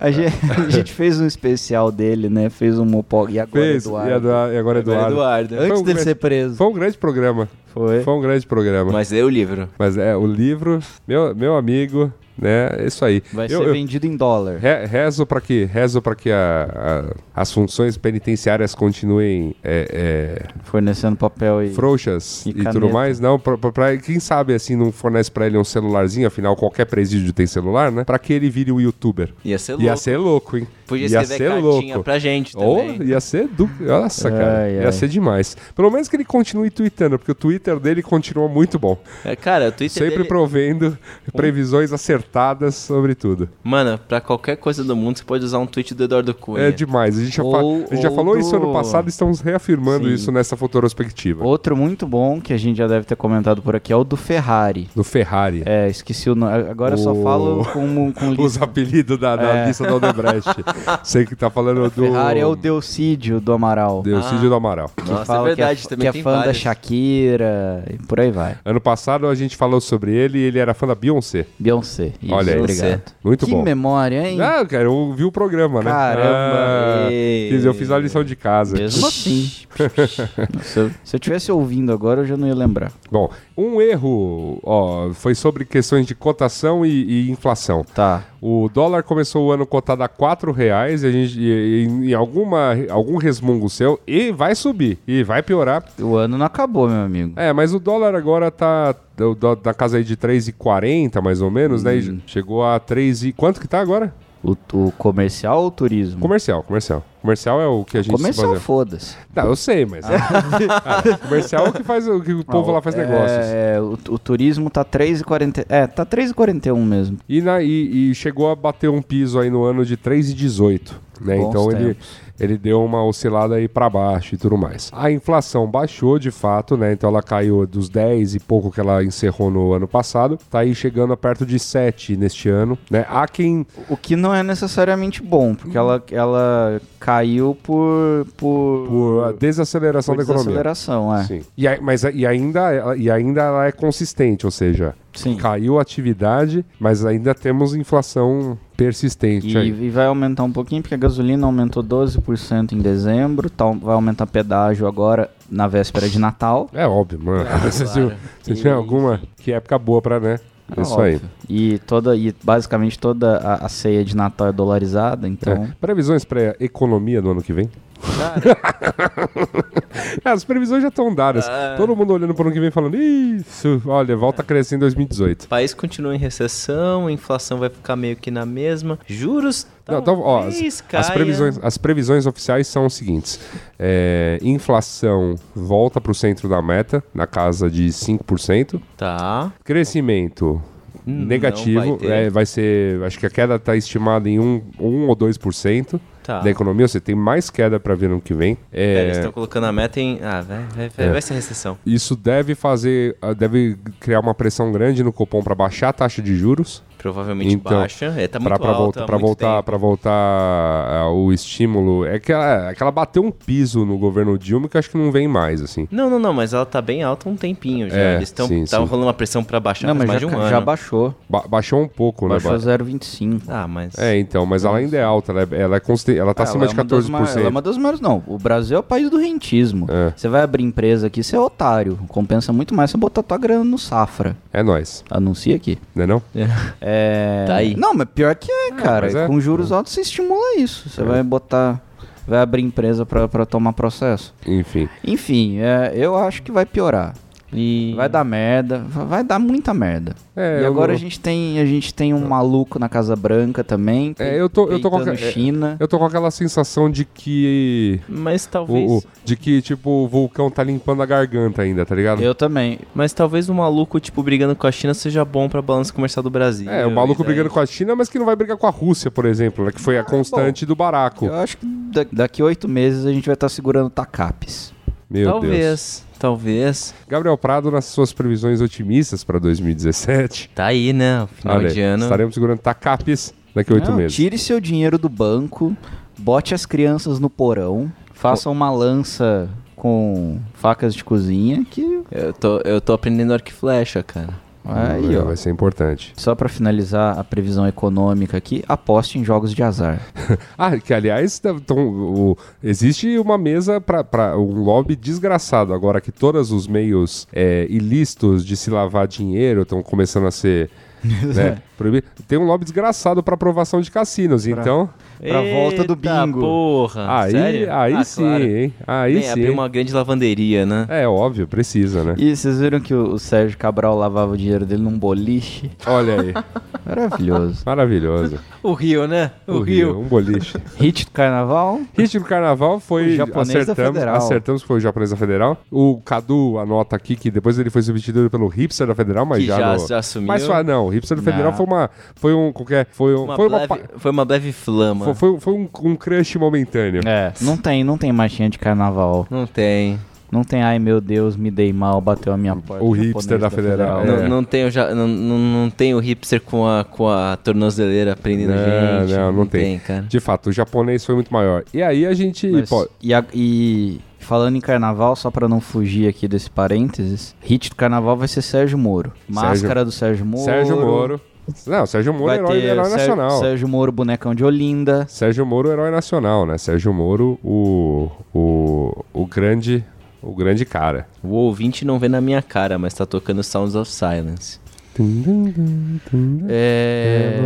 B: A gente, a gente fez um especial dele, né? Fez um Mopog e agora
C: Fez.
B: Eduardo.
C: E Edu- e agora Eduardo.
D: Eduardo.
C: Foi
B: Antes
C: um
B: dele
C: grande-
B: ser preso.
C: Foi um grande programa.
B: Foi.
C: Foi um grande programa. Mas,
D: Mas é o livro.
C: é, o livro, meu, meu amigo, né? É isso aí.
B: Vai
C: Eu-
B: ser
C: eu
B: vendido em dólar.
C: re- rezo para que, rezo pra que a- a- as funções penitenciárias continuem é, é,
B: Fornecendo papel e.
C: frouxas
B: E
C: e,
B: caneta.
C: tudo mais. Não, pra, pra- pra- quem sabe assim não fornece para ele um celularzinho, afinal qualquer presídio tem celular, né? Para que ele vire um youtuber.
D: Ia ser louco.
C: Ia ser louco, hein?
D: Podia
C: Ia
D: escrever
C: ser
D: cartinha
C: louco.
D: pra gente
C: Ou
D: também.
C: ia ser do. Nossa, cara.
B: Ai,
C: ia
B: ai.
C: ser demais. Pelo menos que ele continue tweetando, porque o Twitter dele continua muito bom.
D: É, Cara, o Twitter
C: Sempre
D: dele-
C: provendo
B: Um
C: previsões acertadas sobre tudo.
D: Mano, pra qualquer coisa do mundo, você pode usar um tweet do Eduardo Cunha.
C: É demais. A gente já, fa-
B: Ou-
C: a gente já
B: ou
C: falou
B: do-
C: isso ano passado e estamos reafirmando
B: Sim.
C: isso nessa futurospectiva.
B: Outro muito bom que a gente já deve ter comentado por aqui é o do Ferrari.
C: Do Ferrari.
B: É, esqueci o nome. Agora eu só
C: O-
B: falo com, com lista.
C: Os apelidos da, da
B: É.
C: lista da Odebrecht. Sei que tá falando do.
B: Ferrari é o Ah. Delcídio do Amaral.
C: Delcídio do Amaral.
D: Nossa,
B: Fala
D: é verdade,
B: que é,
D: também
B: que é
D: tem
B: fã da
D: várias.
B: Shakira e por aí vai.
C: Ano passado a gente falou sobre ele e ele era fã da Beyoncé.
B: Beyoncé. Isso,
C: Olha aí.
B: obrigado.
C: Muito
B: que
C: bom.
B: memória, hein?
C: Ah, cara, eu vi o programa, né?
B: Caramba.
C: Ah,
B: Ei.
C: fiz- eu fiz a lição de casa.
B: Mesmo assim. se, eu, se eu tivesse ouvindo agora, eu já não ia lembrar.
C: Bom, um erro ó, foi sobre questões de cotação e, e inflação.
B: Tá.
C: O dólar começou o ano cotado a R$ 4 reais e a gente, e- e- em alguma, algum resmungo seu, e vai subir, e vai piorar.
B: O ano não acabou, meu amigo.
C: É, mas o dólar agora tá do- do- da casa aí de 3,40 mais ou menos, né?
B: Hum.
C: E Chegou a 3 e... Quanto que tá agora?
B: O, o comercial ou o turismo?
C: Comercial, comercial. Comercial é o que a gente... se
B: Hum. comercial,
C: baseia.
B: foda-se.
C: Não, eu sei, mas... Ah, comercial é o que, faz, o que o povo lá faz negócios.
B: Ah, É, o, o turismo tá 3,40. É, tá 3,41 mesmo.
C: E, na- e- e chegou a bater um piso aí no ano de 3,18. Né?
B: Bons
C: Então ele,
B: tempos.
C: ele deu uma oscilada aí para baixo e tudo mais. A inflação baixou de fato, né? Então ela caiu dos 10 e pouco que ela encerrou no ano passado. Tá aí chegando a perto de 7 neste ano. Né? Há quem.
B: O que não é necessariamente bom, porque
C: Uhum.
B: ela, ela caiu por. Por,
C: Por a desaceleração
B: por
C: da economia.
B: desaceleração, é.
C: Sim. E, aí- mas, a- e, ainda, ela- e ainda ela é consistente, ou seja,
B: Sim.
C: caiu a atividade, mas ainda temos inflação persistente.
B: E,
C: aí.
B: e vai aumentar um pouquinho, porque a gasolina aumentou 12% em dezembro, tá- vai aumentar pedágio agora na véspera de Natal.
C: É óbvio, mano. se você tiver alguma que época boa pra, né?
B: É
C: Isso
B: óbvio.
C: aí.
B: E, toda, e basicamente toda a, a ceia de Natal é dolarizada, então.
C: É. Previsões pra economia do ano que vem? É, as previsões já estão dadas. Todo mundo olhando pro ano que vem falando, isso, olha, volta a crescer em 2018.
D: O país continua em recessão, a inflação vai ficar meio que na mesma. Juros.
C: Não, então, ó, as,
D: talvez
C: as
D: caia.
C: previsões, as previsões oficiais são as seguintes: É, inflação volta pro centro da meta, na casa de 5%.
D: Tá.
C: Crescimento
D: Hum, não
C: negativo,
D: vai ter.
C: é, vai ser. Acho que a queda está estimada em 1 um, ou 2%
D: Tá.
C: da economia. Você tem mais queda para vir no que vem. É,
D: Pera, eles estão colocando a meta em. Ah, vai, vai, vai, vai ser recessão.
C: Isso deve fazer. ah, Deve criar uma pressão grande no Copom para baixar a taxa de juros.
D: Provavelmente baixa. É, tá muito
C: Então, pra, pra
D: alta
C: voltar
D: há
C: para
D: muito
C: voltar
D: tempo.
C: para voltar ah, o estímulo é que ela, é que ela bateu um piso no governo Dilma que eu acho que não vem mais assim
D: Não, não, não, mas ela tá bem alta há um tempinho já.
C: É,
D: Eles estão.
C: sim,
D: Tava
C: sim.
D: rolando uma pressão pra baixar
B: Não, mas
D: faz mais
B: já,
D: de um
B: ca-
D: ano.
B: já baixou.
C: Ba- baixou um pouco né
B: Baixou
C: ba-
B: 0,25.
D: Ah, mas.
C: é então mas ela ainda é alta ela é, ela é conste- ela tá
B: Ah,
C: acima
B: ela
C: de
B: é uma das
C: 14%
B: ma- Ela é uma das maiores, não. O Brasil é o país do rentismo.
C: É.
B: Você vai abrir empresa aqui, você é otário. Compensa muito mais você botar tua grana no Safra.
C: é nós
B: Anuncia aqui.
C: né não
B: É...
D: Tá aí.
B: Não, mas pior que é, cara.
C: mas é.
B: Com juros altos você estimula isso. Você vai botar. Vai abrir empresa pra, pra tomar processo.
C: enfim
B: Enfim, é, eu acho que vai piorar.
D: E...
B: Vai dar merda, va- vai dar muita merda.
C: É,
B: e
C: eu
B: agora
C: não-
B: a gente tem a gente tem um maluco na Casa Branca também.
C: É, eu tô- eu tô com a
B: peitando
C: ca- é,
B: China.
C: Eu tô com aquela sensação de que.
D: Mas talvez.
C: O, o- de que, tipo, o vulcão tá limpando a garganta ainda, tá ligado?
B: eu também.
D: Mas talvez um maluco, tipo, brigando com a China seja bom pra balanço comercial do Brasil.
C: É, o maluco brigando com a China, mas que não vai brigar com a Rússia, por exemplo, né, que foi a constante do baraco.
B: Eu acho que da- daqui oito meses a gente vai estar segurando tacapes.
C: Meu Deus.
D: Talvez, talvez.
C: Gabriel Prado, nas suas previsões otimistas pra 2017,
D: Tá aí, né? Final
C: olha,
D: de ano.
C: estaremos segurando tacapes daqui a oito
B: Não,
C: meses.
B: Tire seu dinheiro do banco, bote as crianças no porão, faça uma lança com facas de cozinha que
D: Eu tô, eu tô aprendendo arco e flecha, cara.
B: aí,
C: É,
B: ó.
C: Vai ser importante.
B: Só pra finalizar a previsão econômica aqui, aposte em jogos de azar.
C: Ah, que aliás, tá- tão- o- existe uma mesa para um lobby desgraçado agora que todos os meios é, ilícitos de se lavar dinheiro estão começando a ser né, Proibir. Tem um lobby desgraçado pra aprovação de cassinos, então.
B: Pra volta do
D: Eita
B: bingo.
D: porra.
C: Aí,
D: sério?
C: aí
D: Ah,
C: sim,
D: claro.
C: hein? Aí
D: Bem,
C: sim.
D: abriu uma grande lavanderia, né?
C: É óbvio, precisa, né?
B: E vocês viram que o o Sérgio Cabral lavava o dinheiro dele num boliche?
C: Olha aí,
B: Maravilhoso.
C: maravilhoso.
D: O Rio, né?
C: O Rio, um boliche.
B: Hit do carnaval?
C: Hit do carnaval
B: O
C: foi.
B: japonês da
C: acertamos,
B: Federal.
C: acertamos que foi o japonês da Federal. O Cadu anota aqui que depois ele foi substituído pelo hipster da Federal, mas
D: Que
C: já.
D: já-
C: no-
D: já assumiu.
C: Mas foi- ah, não, o hipster da Federal
B: Não.
C: foi uma. Foi um. Qualquer, foi um.
D: Uma
C: foi, uma,
D: breve, foi uma breve flama.
C: pa- foi, foi- foi um, um crush momentâneo.
B: É. Não tem, não tem marchinha de carnaval.
D: Não tem.
B: Não tem, ai meu Deus, me dei mal, bateu a minha porta.
C: O
B: japonês
C: hipster da Federal.
B: Federal.
C: É.
D: Não, não tem o ja- não, não, não tem o hipster com a, com a tornozeleira prendendo a
C: Não,
D: É, gente.
C: não, não tem.
D: cara.
C: De fato, o japonês foi muito maior. E aí a gente.
B: Mas-
C: pô,
B: e, a- e falando em carnaval, só pra não fugir aqui desse parênteses, hit do carnaval vai ser Sérgio Moro. Máscara do Sérgio Moro.
C: Sérgio Moro. Não, Sérgio Moro é
B: Vai
C: herói,
B: ter
C: herói
B: Sér-
C: nacional.
B: Sérgio Moro, bonecão de Olinda.
C: Sérgio Moro, herói nacional, né? Sérgio Moro, o, o, o grande o grande cara.
D: O ouvinte não vê na minha cara, mas tá tocando Sounds of Silence.
B: É...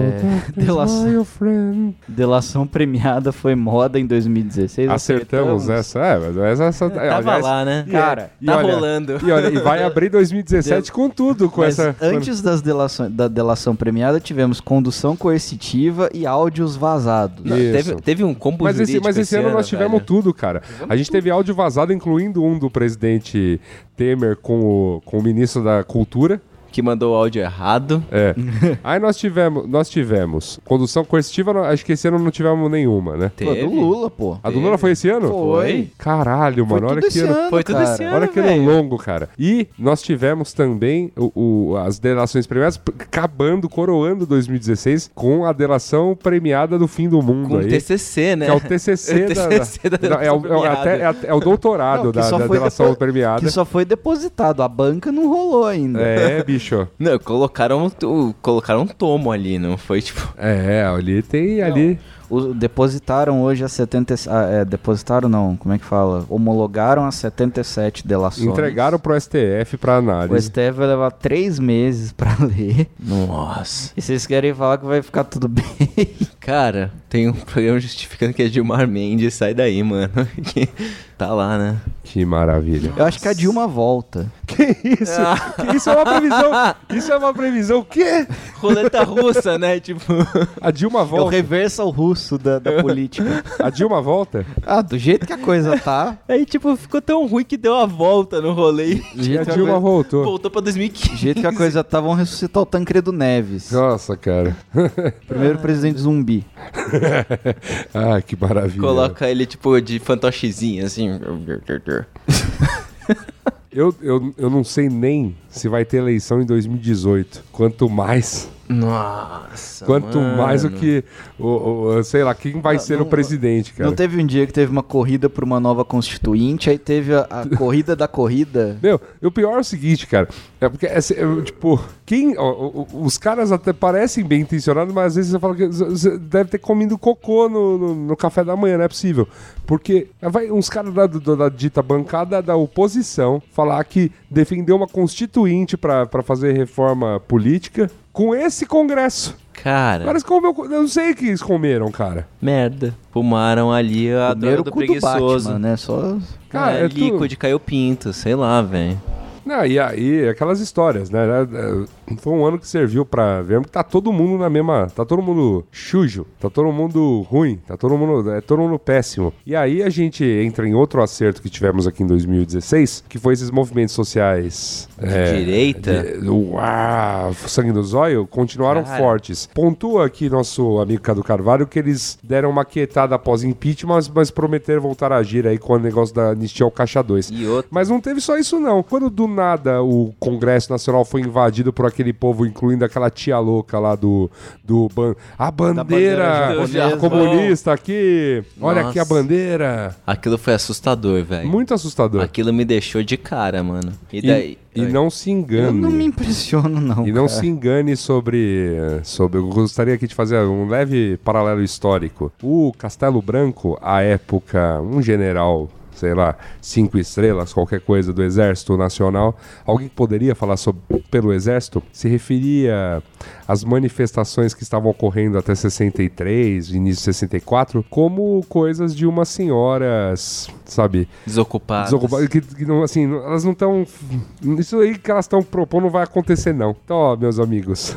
B: Delação,
C: friend.
B: delação premiada foi moda em 2016.
C: Acertamos essa, é, mas essa, essa
D: Tava
C: aliás,
D: lá, né?
C: e é-
B: Cara,
C: e
D: tá
C: olha,
D: rolando.
C: E, olha, e vai abrir 2017 com tudo, com
B: Mas
C: essa.
B: antes das delações, da delação premiada, tivemos condução coercitiva e áudios vazados.
C: Não, isso.
D: Teve, teve um combo
C: Mas esse,
D: jurídico
C: mas esse ano nós tivemos
D: velho.
C: tudo, cara. A gente teve áudio vazado, incluindo um do presidente Temer com o, com o ministro da Cultura.
D: Que mandou o áudio errado.
C: É. Aí nós tivemos, nós tivemos condução coercitiva, nós- acho que esse ano não tivemos nenhuma, né?
B: Pô,
D: Teve.
B: do Lula, pô.
C: A do Lula foi esse ano?
B: Foi.
C: Caralho,
B: Foi
C: mano, olha
B: tudo
C: que
B: esse
C: ano.
B: ano,
D: Foi tudo
B: cara.
D: esse ano.
C: Olha que ano longo, cara. E nós tivemos também o, o- as delações premiadas p- acabando, coroando 2016 com a delação premiada do fim do mundo
D: Com o
C: aí.
D: TCC, né?
C: Que é o TCC, da-
D: TCC da
C: da, é, o, é o-
D: premiada.
C: até- é até- é o doutorado
B: Não, que
C: da,
B: só
C: da
B: foi
C: delação
B: depo-
C: premiada.
B: Que só foi depositado, a banca não rolou ainda.
C: É, bicho.
D: Não, colocaram, o- colocaram um tomo ali, não foi tipo.
C: É, ali tem ali.
B: O- depositaram hoje as 70. e- ah, é, depositaram não, como é que fala? Homologaram as 77 delações.
C: Entregaram pro STF pra
B: O
C: análise.
B: STF vai levar três meses pra ler.
D: Nossa.
B: E vocês querem falar que vai ficar tudo bem.
D: Cara, tem um programa justificando que é Gilmar Mendes, sai daí, mano. Que tá lá, né?
C: Que maravilha.
B: Eu acho que a Dilma volta.
C: Que isso? Que isso é uma previsão. Isso é uma previsão. O quê?
D: Roleta russa, né? Tipo.
C: A Dilma
B: É o
C: volta.
B: reverso ao russo da, da política.
C: A Dilma volta?
B: Ah, do jeito que a coisa tá.
D: Aí, tipo, ficou tão ruim que deu a volta no rolê.
B: Do
C: E a
B: jeito, que a
C: Dilma
B: coisa,
C: voltou.
D: Voltou pra 2015.
B: do jeito que a coisa tá, vão ressuscitar o Tancredo Neves.
C: Nossa, cara.
B: Primeiro presidente zumbi.
C: Ah, que maravilha.
D: Coloca ele, tipo, de fantochezinho, assim.
C: Eu, eu, eu não sei nem se vai ter eleição em 2018. Quanto mais.
D: Nossa.
C: Quanto
D: Tá mano.
C: mais o que. O, o- sei lá, quem vai ser o presidente, cara.
B: Não teve um dia que teve uma corrida pra uma nova constituinte, aí teve a, a corrida da corrida.
C: Meu, e o pior é o seguinte, cara. É porque, é, se- é, tipo, quem. ó, o- o- os caras até parecem bem intencionados, mas às vezes você fala que z- z- deve ter comido cocô no, no, no café da manhã, não é possível. Porque vai uns caras da, do- da dita bancada da oposição falar que defendeu uma constituinte pra pra fazer reforma política com esse congresso.
D: Cara,
C: Parece que comeu. co- Eu não sei o que eles comeram, cara.
D: merda. Fumaram ali a droga
B: Primeiro
D: do
B: cu do
D: preguiçoso.
B: Batman, né? Só
C: Cara,
D: é,
C: é tudo-
D: líquido, caiu pinto, sei lá, velho.
C: Não, e aí, aquelas histórias, né? É, é, Foi um ano que serviu pra vermos que tá todo mundo na mesma. Tá todo mundo chujo, tá todo mundo ruim, tá todo mundo. É todo mundo péssimo. E aí a gente entra em outro acerto que tivemos aqui em 2016, que foi esses movimentos sociais. é,
D: direita?
C: de- o ah, o sangue do zóio continuaram
D: Cara.
C: fortes. Pontua aqui nosso amigo Cadu Carvalho que eles deram uma quietada após impeachment, mas, mas prometeram voltar a agir aí com o negócio da anistia ao Caixa 2.
D: E outra.
C: Mas não teve só isso, não. Quando do nada o Congresso Nacional foi invadido por aquele povo, incluindo aquela tia louca lá do. do ban a bandeira,
D: japonesa.
C: comunista aqui. Olha
D: Nossa.
C: aqui a bandeira.
D: Aquilo foi assustador, velho.
C: Muito assustador.
D: Aquilo me deixou de cara, mano. E daí?
C: E, e não se engane.
B: eu não me impressiono, não.
C: É, E não
B: cara.
C: se engane sobre, sobre. Eu gostaria aqui de fazer um leve paralelo histórico. O Castelo Branco, à época, um general sei lá, cinco estrelas, qualquer coisa do Exército Nacional, alguém que poderia falar sobre, pelo Exército se referia às manifestações que estavam ocorrendo até 63, início de 64, como coisas de umas senhoras, sabe,
D: Desocupados.
C: Desocupadas, que, que não, assim, não- elas não estão. Isso aí que elas estão propondo não vai acontecer, não. Então, ó, meus amigos.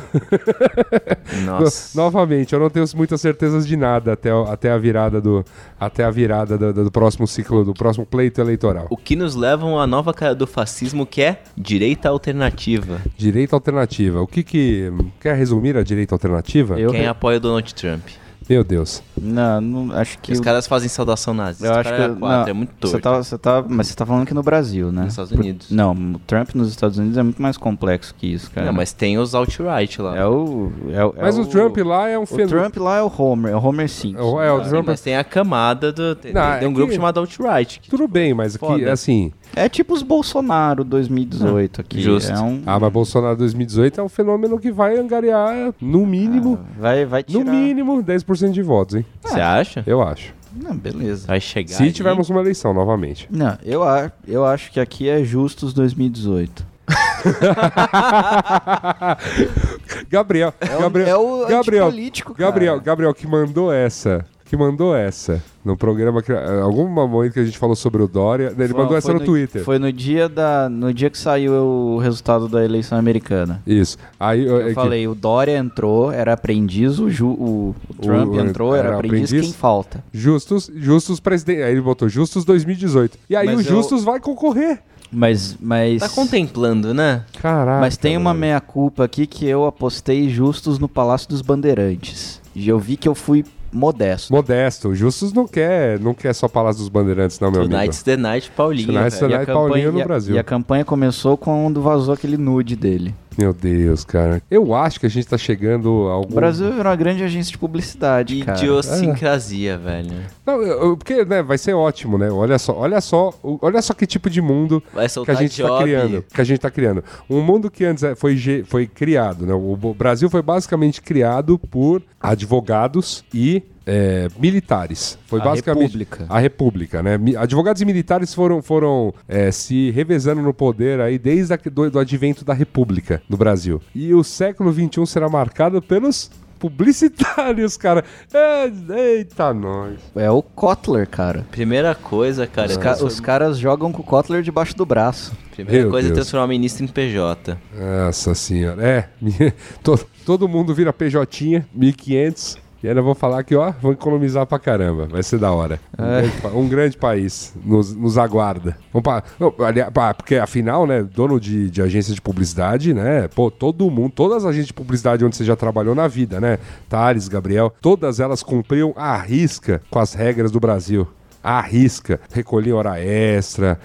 D: Nossa.
C: No- novamente, eu não tenho muitas certezas de nada até, o- até a virada do. Até a virada do, do- do próximo ciclo, do próximo pleito eleitoral.
D: O que nos leva à nova cara do fascismo que é direita alternativa.
C: Direita alternativa. O que que. Quer resumir a direita alternativa?
B: Eu-
D: Quem apoia o Donald Trump.
C: Meu Deus.
B: Não, não- acho que.
D: Os caras fazem saudação nazista.
B: Eu acho que.
D: Cara, quatro,
B: não,
D: é muito
B: Você
D: torto.
B: tá, você tá, mas você tá falando que no Brasil, né?
D: Nos Estados Unidos.
B: Não, o Trump nos Estados Unidos é muito mais complexo que isso, cara.
D: Não, mas tem os alt-right lá.
B: É o. é o- é
C: Mas o Trump lá é um
B: O
C: fenômeno.
B: Trump lá é o Homer, é o Homer Simpson.
C: É o- é o
D: Sim,
C: Trump-
D: mas tem a camada do. Tem,
C: Não,
D: tem
C: é
D: um grupo
C: que-
D: chamado alt-right. que-
C: Tudo bem, mas aqui,
D: Foda.
C: assim.
B: É tipo os Bolsonaro 2018 aqui.
D: Justo.
B: É um,
C: Ah, mas Bolsonaro 2018 é um fenômeno que vai angariar, no mínimo,
B: vai, vai Ah, tirar.
C: no mínimo, 10% de votos, hein?
D: Você acha?
C: Eu acho.
B: Não, beleza.
D: Vai chegar.
C: Ah. Se
D: ali?
C: tivermos uma eleição novamente.
B: Não, eu, a- eu acho que aqui é justos 2018.
C: Gabriel, Gabriel,
B: é o
C: Gabriel,
B: antipolítico, cara.
C: Gabriel, Gabriel, que mandou essa, que mandou essa no programa que eh, algum momento que a gente falou sobre o Dória, ele
B: Foi-
C: mandou essa
B: foi
C: tá no, Twitter.
B: Foi no dia, da, no dia que saiu o resultado da eleição americana.
C: Isso. Aí eu, é
B: Eu
C: que-
B: falei, o Dória entrou, era aprendiz, o, Ju- o- o Trump
C: O-
B: entrou, era,
C: era
B: aprendiz,
C: aprendiz?
B: quem falta.
C: Justus, Justus presidente. Aí ele botou Justus 2018. E aí
B: Mas
C: o
B: eu-
C: Justus vai concorrer.
B: Mas, mas,
D: Tá contemplando, né?
C: Caraca.
B: mas tem uma
C: mano.
B: meia-culpa aqui que eu apostei justos no Palácio dos Bandeirantes. E eu vi que eu fui modesto.
C: Modesto, o Justus não quer, não quer só Palácio dos Bandeirantes, não, meu
D: Tonight's the Night Paulinho.
C: Tonight's the
D: velho.
C: Night. Paulinho é no
B: e a-
C: Brasil.
B: e a campanha começou quando vazou aquele nude dele.
C: amigo. Meu Deus, cara. Eu acho que a gente tá chegando a algum.
B: O Brasil virou uma grande agência de publicidade, cara.
D: Idiosincrasia,
C: É.
D: velho.
C: Não, eu- eu- porque né, vai ser ótimo, né? Olha só, olha só, o- olha só que tipo de mundo
D: Vai
C: que a
D: soltar
C: gente
D: job.
C: tá criando, que a gente tá criando. Um mundo que antes é, foi ge- foi criado, né? O Bo- Brasil foi basicamente criado por advogados e é, militares. Foi
B: A
C: basicamente
B: República.
C: a República, né? Mi- Advogados e militares foram, foram é, se revezando no poder aí desde a, do, do advento da República no Brasil. E o século XXI será marcado pelos publicitários, cara. É, eita, nós.
B: É o Kotler, cara.
D: Primeira coisa, cara.
B: Os,
D: é
B: ca-
D: transform-
B: os caras jogam com o Kotler debaixo do braço.
D: Primeira
C: Meu
D: coisa
C: Deus.
D: é transformar ministro em PJ.
C: Nossa senhora. É, to- todo mundo vira PJ, 1500. E ainda vou falar que, ó, vão economizar pra caramba. Vai ser da hora. Um, grande, pa- um grande país nos, nos aguarda. Vamos pa- não, aliás, pa- porque, afinal, né, dono de, de agência de publicidade, né, pô, todo mundo, todas as agências de publicidade onde você já trabalhou na vida, né, Thales, Gabriel, todas elas cumpriam à risca com as regras do Brasil. À risca. Recolhiam hora extra,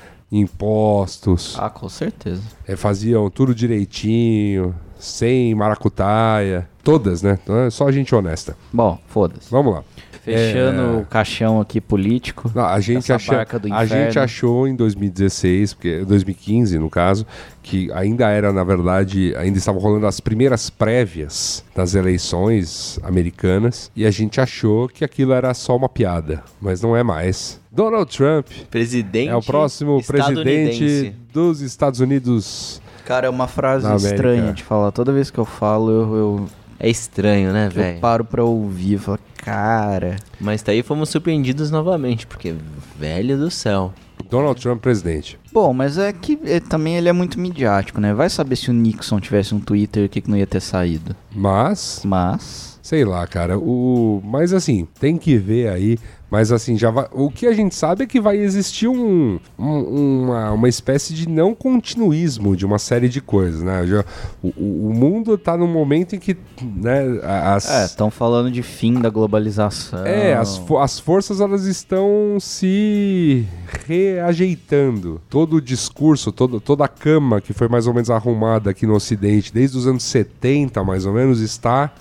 C: impostos.
B: Ah, com certeza.
C: É, faziam tudo direitinho, sem maracutaia. Todas, né? Então é Só gente honesta.
B: Bom, foda-se.
C: Vamos lá.
B: Fechando o caixão aqui político.
C: É. Não, a gente,
B: Essa
C: acha-
B: barca do
C: a gente
B: inferno.
C: achou em 2016, porque 2015 no caso, que ainda era, na verdade, ainda estavam rolando as primeiras prévias das eleições americanas, e a gente achou que aquilo era só uma piada, mas não é mais. Donald Trump
D: Presidente.
C: é o próximo presidente
D: estadunidense.
C: dos Estados Unidos.
B: Cara, é uma frase
C: Na América.
B: estranha de falar. Toda vez que eu falo, eu, eu-
D: É estranho, né,
B: eu,
D: velho?
B: paro pra ouvir. Falo, cara.
D: Mas daí fomos surpreendidos novamente, porque, velho do céu.
C: Donald Trump presidente.
B: Bom, mas é que é, também ele é muito midiático, né? Vai saber se o Nixon tivesse um Twitter, o que, que não ia ter saído.
C: Mas
B: Mas.
C: Sei lá, cara. O... Mas assim, tem que ver aí. Mas assim, já vai- o que a gente sabe é que vai existir um, um- uma, uma espécie de não continuismo de uma série de coisas, né? Já- o, o- o mundo tá num momento em que, né, a-
B: É,
C: as...
B: estão falando de fim da globalização.
C: É, as, fo- as forças elas estão se reajeitando. Todo o discurso, todo, toda a cama que foi mais ou menos arrumada aqui no Ocidente, desde os anos 70 mais ou menos, está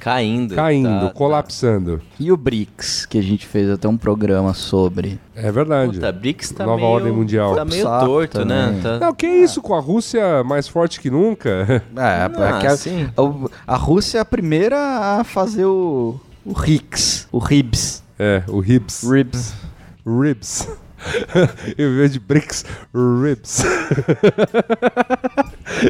D: Caindo.
C: caindo,
D: tá-
C: colapsando.
B: E o BRICS, que a gente fez até um programa sobre.
C: É verdade.
D: Puta, BRICS tá
C: Nova
D: meio-
C: ordem mundial.
D: Tá meio
B: Saco
D: torto, né?
B: também.
D: Tá-
C: Não, que isso com a Rússia mais forte que nunca?
B: É,
D: Ah,
B: que a,
D: sim.
B: a, a Rússia é a primeira a fazer o, o RICS, o RIBS.
C: É, o Ribs.
B: RIBS.
C: Ribs. Em vez de bricks, ribs.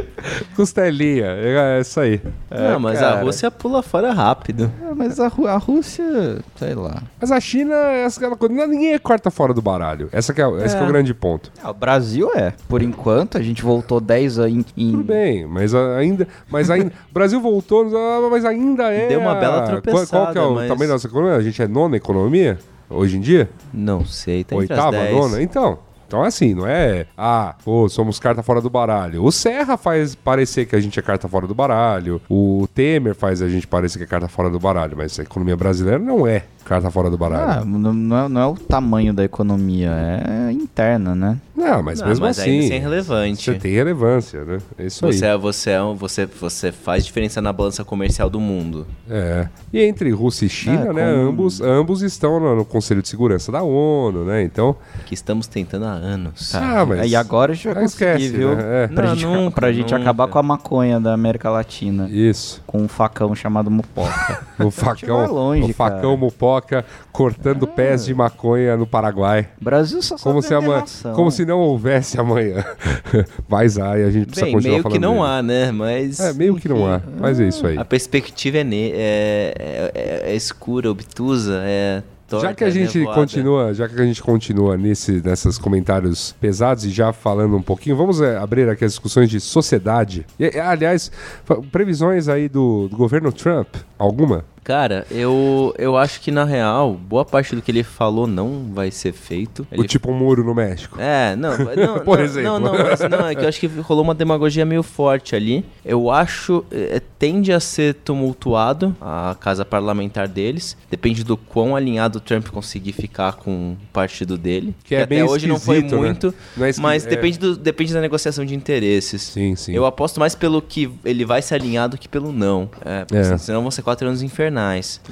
C: Costelinha. É isso aí.
D: Não, mas a
B: cara.
D: Rússia pula fora rápido.
B: É, mas a, Ru- a Rússia, sei lá.
C: Mas a China é aquela coisa. não, Ninguém é corta fora do baralho. Essa que é, Esse que é o grande ponto.
B: Ah, o Brasil é. Por enquanto, a gente voltou 10 a- em. em-
C: Tudo bem, mas a- ainda. Mas ainda. o Brasil voltou, ah, mas ainda é.
D: Deu uma bela
C: a- qual- Qual, que é
D: tropeçada,
C: o
D: mas-
C: tamanho da nossa economia? A gente é nona economia hoje em dia?
D: Não sei, tá entre as
C: Oitava,
D: 10.
C: nona? Então. Então, assim, não é. Ah, pô, somos carta fora do baralho. O Serra faz parecer que a gente é carta fora do baralho. O Temer faz a gente parecer que é carta fora do baralho. Mas a economia brasileira não é carta fora do baralho.
B: Ah, não, não é, não é o tamanho da economia, é interna, né?
C: não, mas
D: Não,
C: mesmo
D: mas
C: assim.
D: ainda isso é irrelevante.
C: Você tem relevância, né? É isso aí.
D: Você, é- você, é um- você, você faz diferença na balança comercial do mundo.
C: É. E entre Rússia e China,
D: Ah,
B: É,
C: né?
B: com-
C: Ambos, ambos estão no, no Conselho de Segurança da ONU, né? Então.
D: Que estamos tentando há anos.
C: Ah, mas.
B: E agora a gente vai
C: Ah,
B: conseguir,
C: esquece,
B: viu?
C: né? É.
B: Pra,
D: Não,
B: gente,
D: nunca,
B: pra gente
D: nunca.
B: acabar com a maconha da América Latina.
C: Isso.
B: Com um facão chamado mupoca. vai
C: O facão,
B: longe,
C: o facão
B: cara.
C: mupoca
D: Ah.
C: cortando pés de maconha no Paraguai.
B: O Brasil só sabe
C: Como
B: né?
C: se,
B: vender
C: amanhã,
B: maçã.
C: como se não houvesse amanhã. Mas aí a gente precisa
D: Bem,
C: continuar
D: meio
C: falando.
D: que não
C: dele.
D: há, né? Mas.
C: É, meio que não há. Mas é isso aí.
D: A perspectiva é, ne- é- é- é- é escura, obtusa, é torta,
C: Já que a
D: é
C: gente
D: nevoada.
C: continua, já que a gente continua nesse, nesses comentários pesados e já falando um pouquinho, vamos é, abrir aqui as discussões de sociedade. E, é, aliás, fa- previsões aí do, do governo Trump, alguma?
D: Cara, eu, eu acho que na real, boa parte do que ele falou não vai ser feito.
C: O
D: Ele-
C: tipo um muro no México.
D: É, não, não,
C: Por
D: não,
C: exemplo.
D: não, não, mas não, é que eu acho que rolou uma demagogia meio forte ali. Eu acho, eh, tende a ser tumultuado a casa parlamentar deles, depende do quão alinhado o Trump conseguir ficar com o partido dele.
C: Que é
D: até
C: bem
D: hoje não foi
C: esquisito, né?
D: muito,
C: Não é esqui-
D: mas
C: é.
D: depende, do- depende da negociação de interesses.
C: Sim, sim.
D: Eu aposto mais pelo que ele vai se alinhar do que pelo não. É, porque
C: É.
D: senão vão ser quatro anos infernais.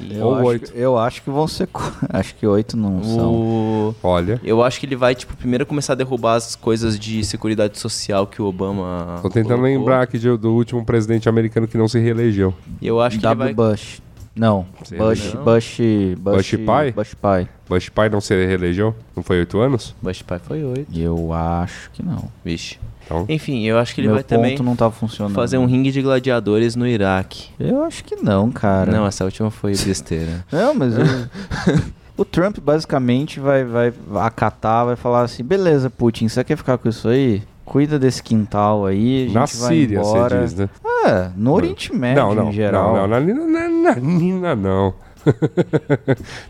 D: E
B: Eu
C: Ou
B: acho,
C: oito.
B: Eu acho que vão ser. qu- Acho que oito não são.
D: o...
C: Olha,
D: Eu acho que ele vai, tipo, primeiro começar a derrubar as coisas de seguridade social que o Obama.
C: tô tentando
D: colocou.
C: lembrar aqui de- do último presidente americano que não se reelegeu.
D: E eu acho que
B: W.
D: ele vai.
B: Bush. Não.
C: Sei
B: Bush,
D: não.
B: Bush. Bush.
C: Bush pai?
B: Bush pai.
C: Bush pai não se reelegeu? Não foi oito anos?
D: Bush pai foi oito.
B: Eu acho que não.
D: Vixe.
C: Então,
D: Enfim, eu acho que ele
B: Meu
D: vai
B: ponto
D: também
B: não tá funcionando.
D: fazer um ringue de gladiadores no Iraque.
B: Eu acho que não, cara.
D: Não, essa última foi besteira.
B: Não, mas o, o Trump basicamente vai, vai acatar, vai falar assim: beleza, Putin, você quer ficar com isso aí? Cuida desse quintal aí, a gente
C: na
B: vai
C: Síria,
B: embora.
C: você diz, né?
B: É, no Oriente Médio
C: não, não,
B: em geral.
C: Não, é não, na Nina, na, na Nina não.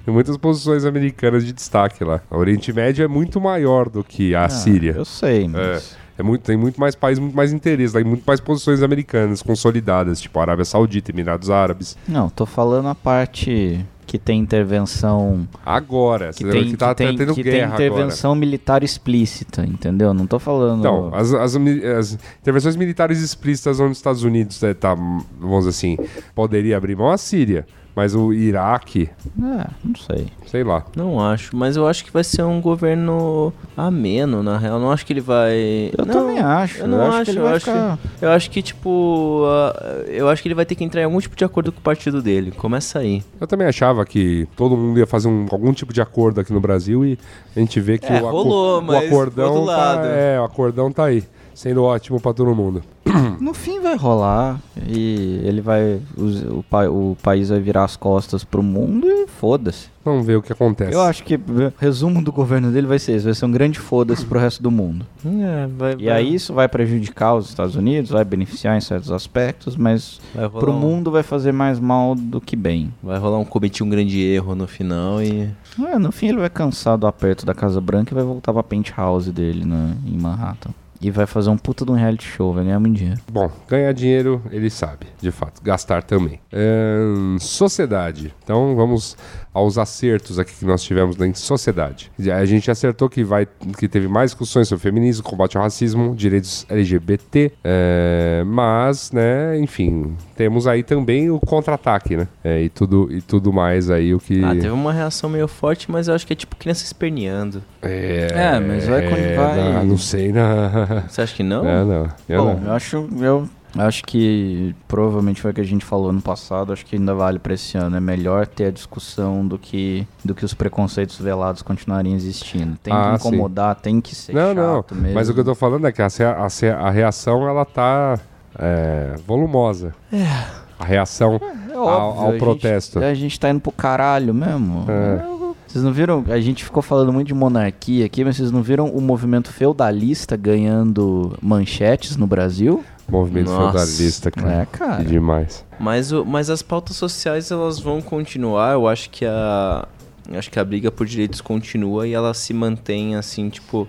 C: Tem muitas posições americanas de destaque lá. O Oriente Médio é muito maior do que a
B: Ah,
C: Síria.
B: Eu sei,
C: É,
B: mas.
C: é muito, tem muito mais países, muito mais interesse, tem muito mais posições americanas consolidadas, tipo Arábia Saudita, Emirados Árabes.
B: Não, tô falando a parte que tem intervenção.
C: Agora,
B: Que
C: você lembra
B: tem,
C: que tá
B: que tem,
C: tá tendo
B: que tem
C: guerra agora.
B: intervenção militar explícita, entendeu? Não tô falando.
C: Então, as, as mi- as intervenções militares explícitas onde os Estados Unidos, né, tá, vamos dizer assim, poderia abrir mão à Síria, mas o Iraque,
B: É, não sei.
C: sei lá.
D: Não acho, mas eu acho que vai ser um governo ameno, na real. Eu não acho que ele vai.
B: Eu
D: Não,
B: também acho.
D: Eu não
B: Eu acho
D: acho,
B: que ele
D: eu,
B: vai
D: acho
B: ficar-
D: que, eu acho que, tipo. ah, eu acho que ele vai ter que entrar em algum tipo de acordo com o partido dele. Começa aí.
C: Eu também achava que todo mundo ia fazer um- algum tipo de acordo aqui no Brasil e a gente vê que
D: É,
C: o, aco-
D: rolou,
C: o
D: mas
C: acordão
D: do outro lado.
C: Tá, é, o acordão tá aí, sendo ótimo pra todo mundo.
B: No fim vai rolar e ele vai. os- O, pa- o país vai virar as costas pro mundo e foda-se.
C: Vamos ver o que acontece.
B: Eu acho que o resumo do governo dele vai ser isso: vai ser um grande foda-se pro resto do mundo.
D: É, vai,
B: E aí isso vai prejudicar os Estados Unidos, vai beneficiar em certos aspectos, mas
D: Vai rolar
B: pro
D: um-
B: mundo vai fazer mais mal do que bem.
D: Vai rolar um cometi um grande erro no final e.
B: É, no fim ele vai cansar do aperto da Casa Branca e vai voltar pra penthouse dele na- em Manhattan. E vai fazer um puta de um reality show, vai ganhar muito dinheiro.
C: Bom, ganhar dinheiro ele sabe, de fato. Gastar também. Ahn, sociedade. Então vamos aos acertos aqui que nós tivemos em sociedade. Já- A gente acertou que vai, que teve mais discussões sobre feminismo, combate ao racismo, direitos LGBT, eh, mas, né, enfim, temos aí também o contra-ataque, né? É, e tudo e tudo mais aí o que
D: Ah, teve uma reação meio forte, mas eu acho que é tipo criança esperneando.
B: É, mas vai quando vai-
C: não, não sei, não.
D: Você acha que não?
C: É. Não, não. Eu
B: Bom,
C: não.
B: eu acho. Eu Acho que provavelmente foi o que a gente falou no passado, acho que ainda vale pra esse ano. É melhor ter a discussão do que, do que os preconceitos velados continuarem existindo. Tem
C: Ah,
B: que incomodar, tem que ser
C: não,
B: chato
C: não.
B: mesmo.
C: Mas o que eu tô falando é que a, se- a, se- a reação, ela tá é, volumosa. A reação
B: É
C: ao,
B: óbvio,
C: ao
B: a
C: protesto. É.
B: Gente, a gente tá indo pro caralho mesmo. Vocês não viram? A gente ficou falando muito de monarquia aqui, mas vocês não viram o movimento feudalista ganhando manchetes no Brasil?
C: Movimento
D: Nossa.
C: feudalista, cara.
B: É, cara.
C: Que demais.
D: Mas, o, mas as pautas sociais elas vão continuar. Eu acho que a eu acho que a briga por direitos continua e ela se mantém assim, tipo,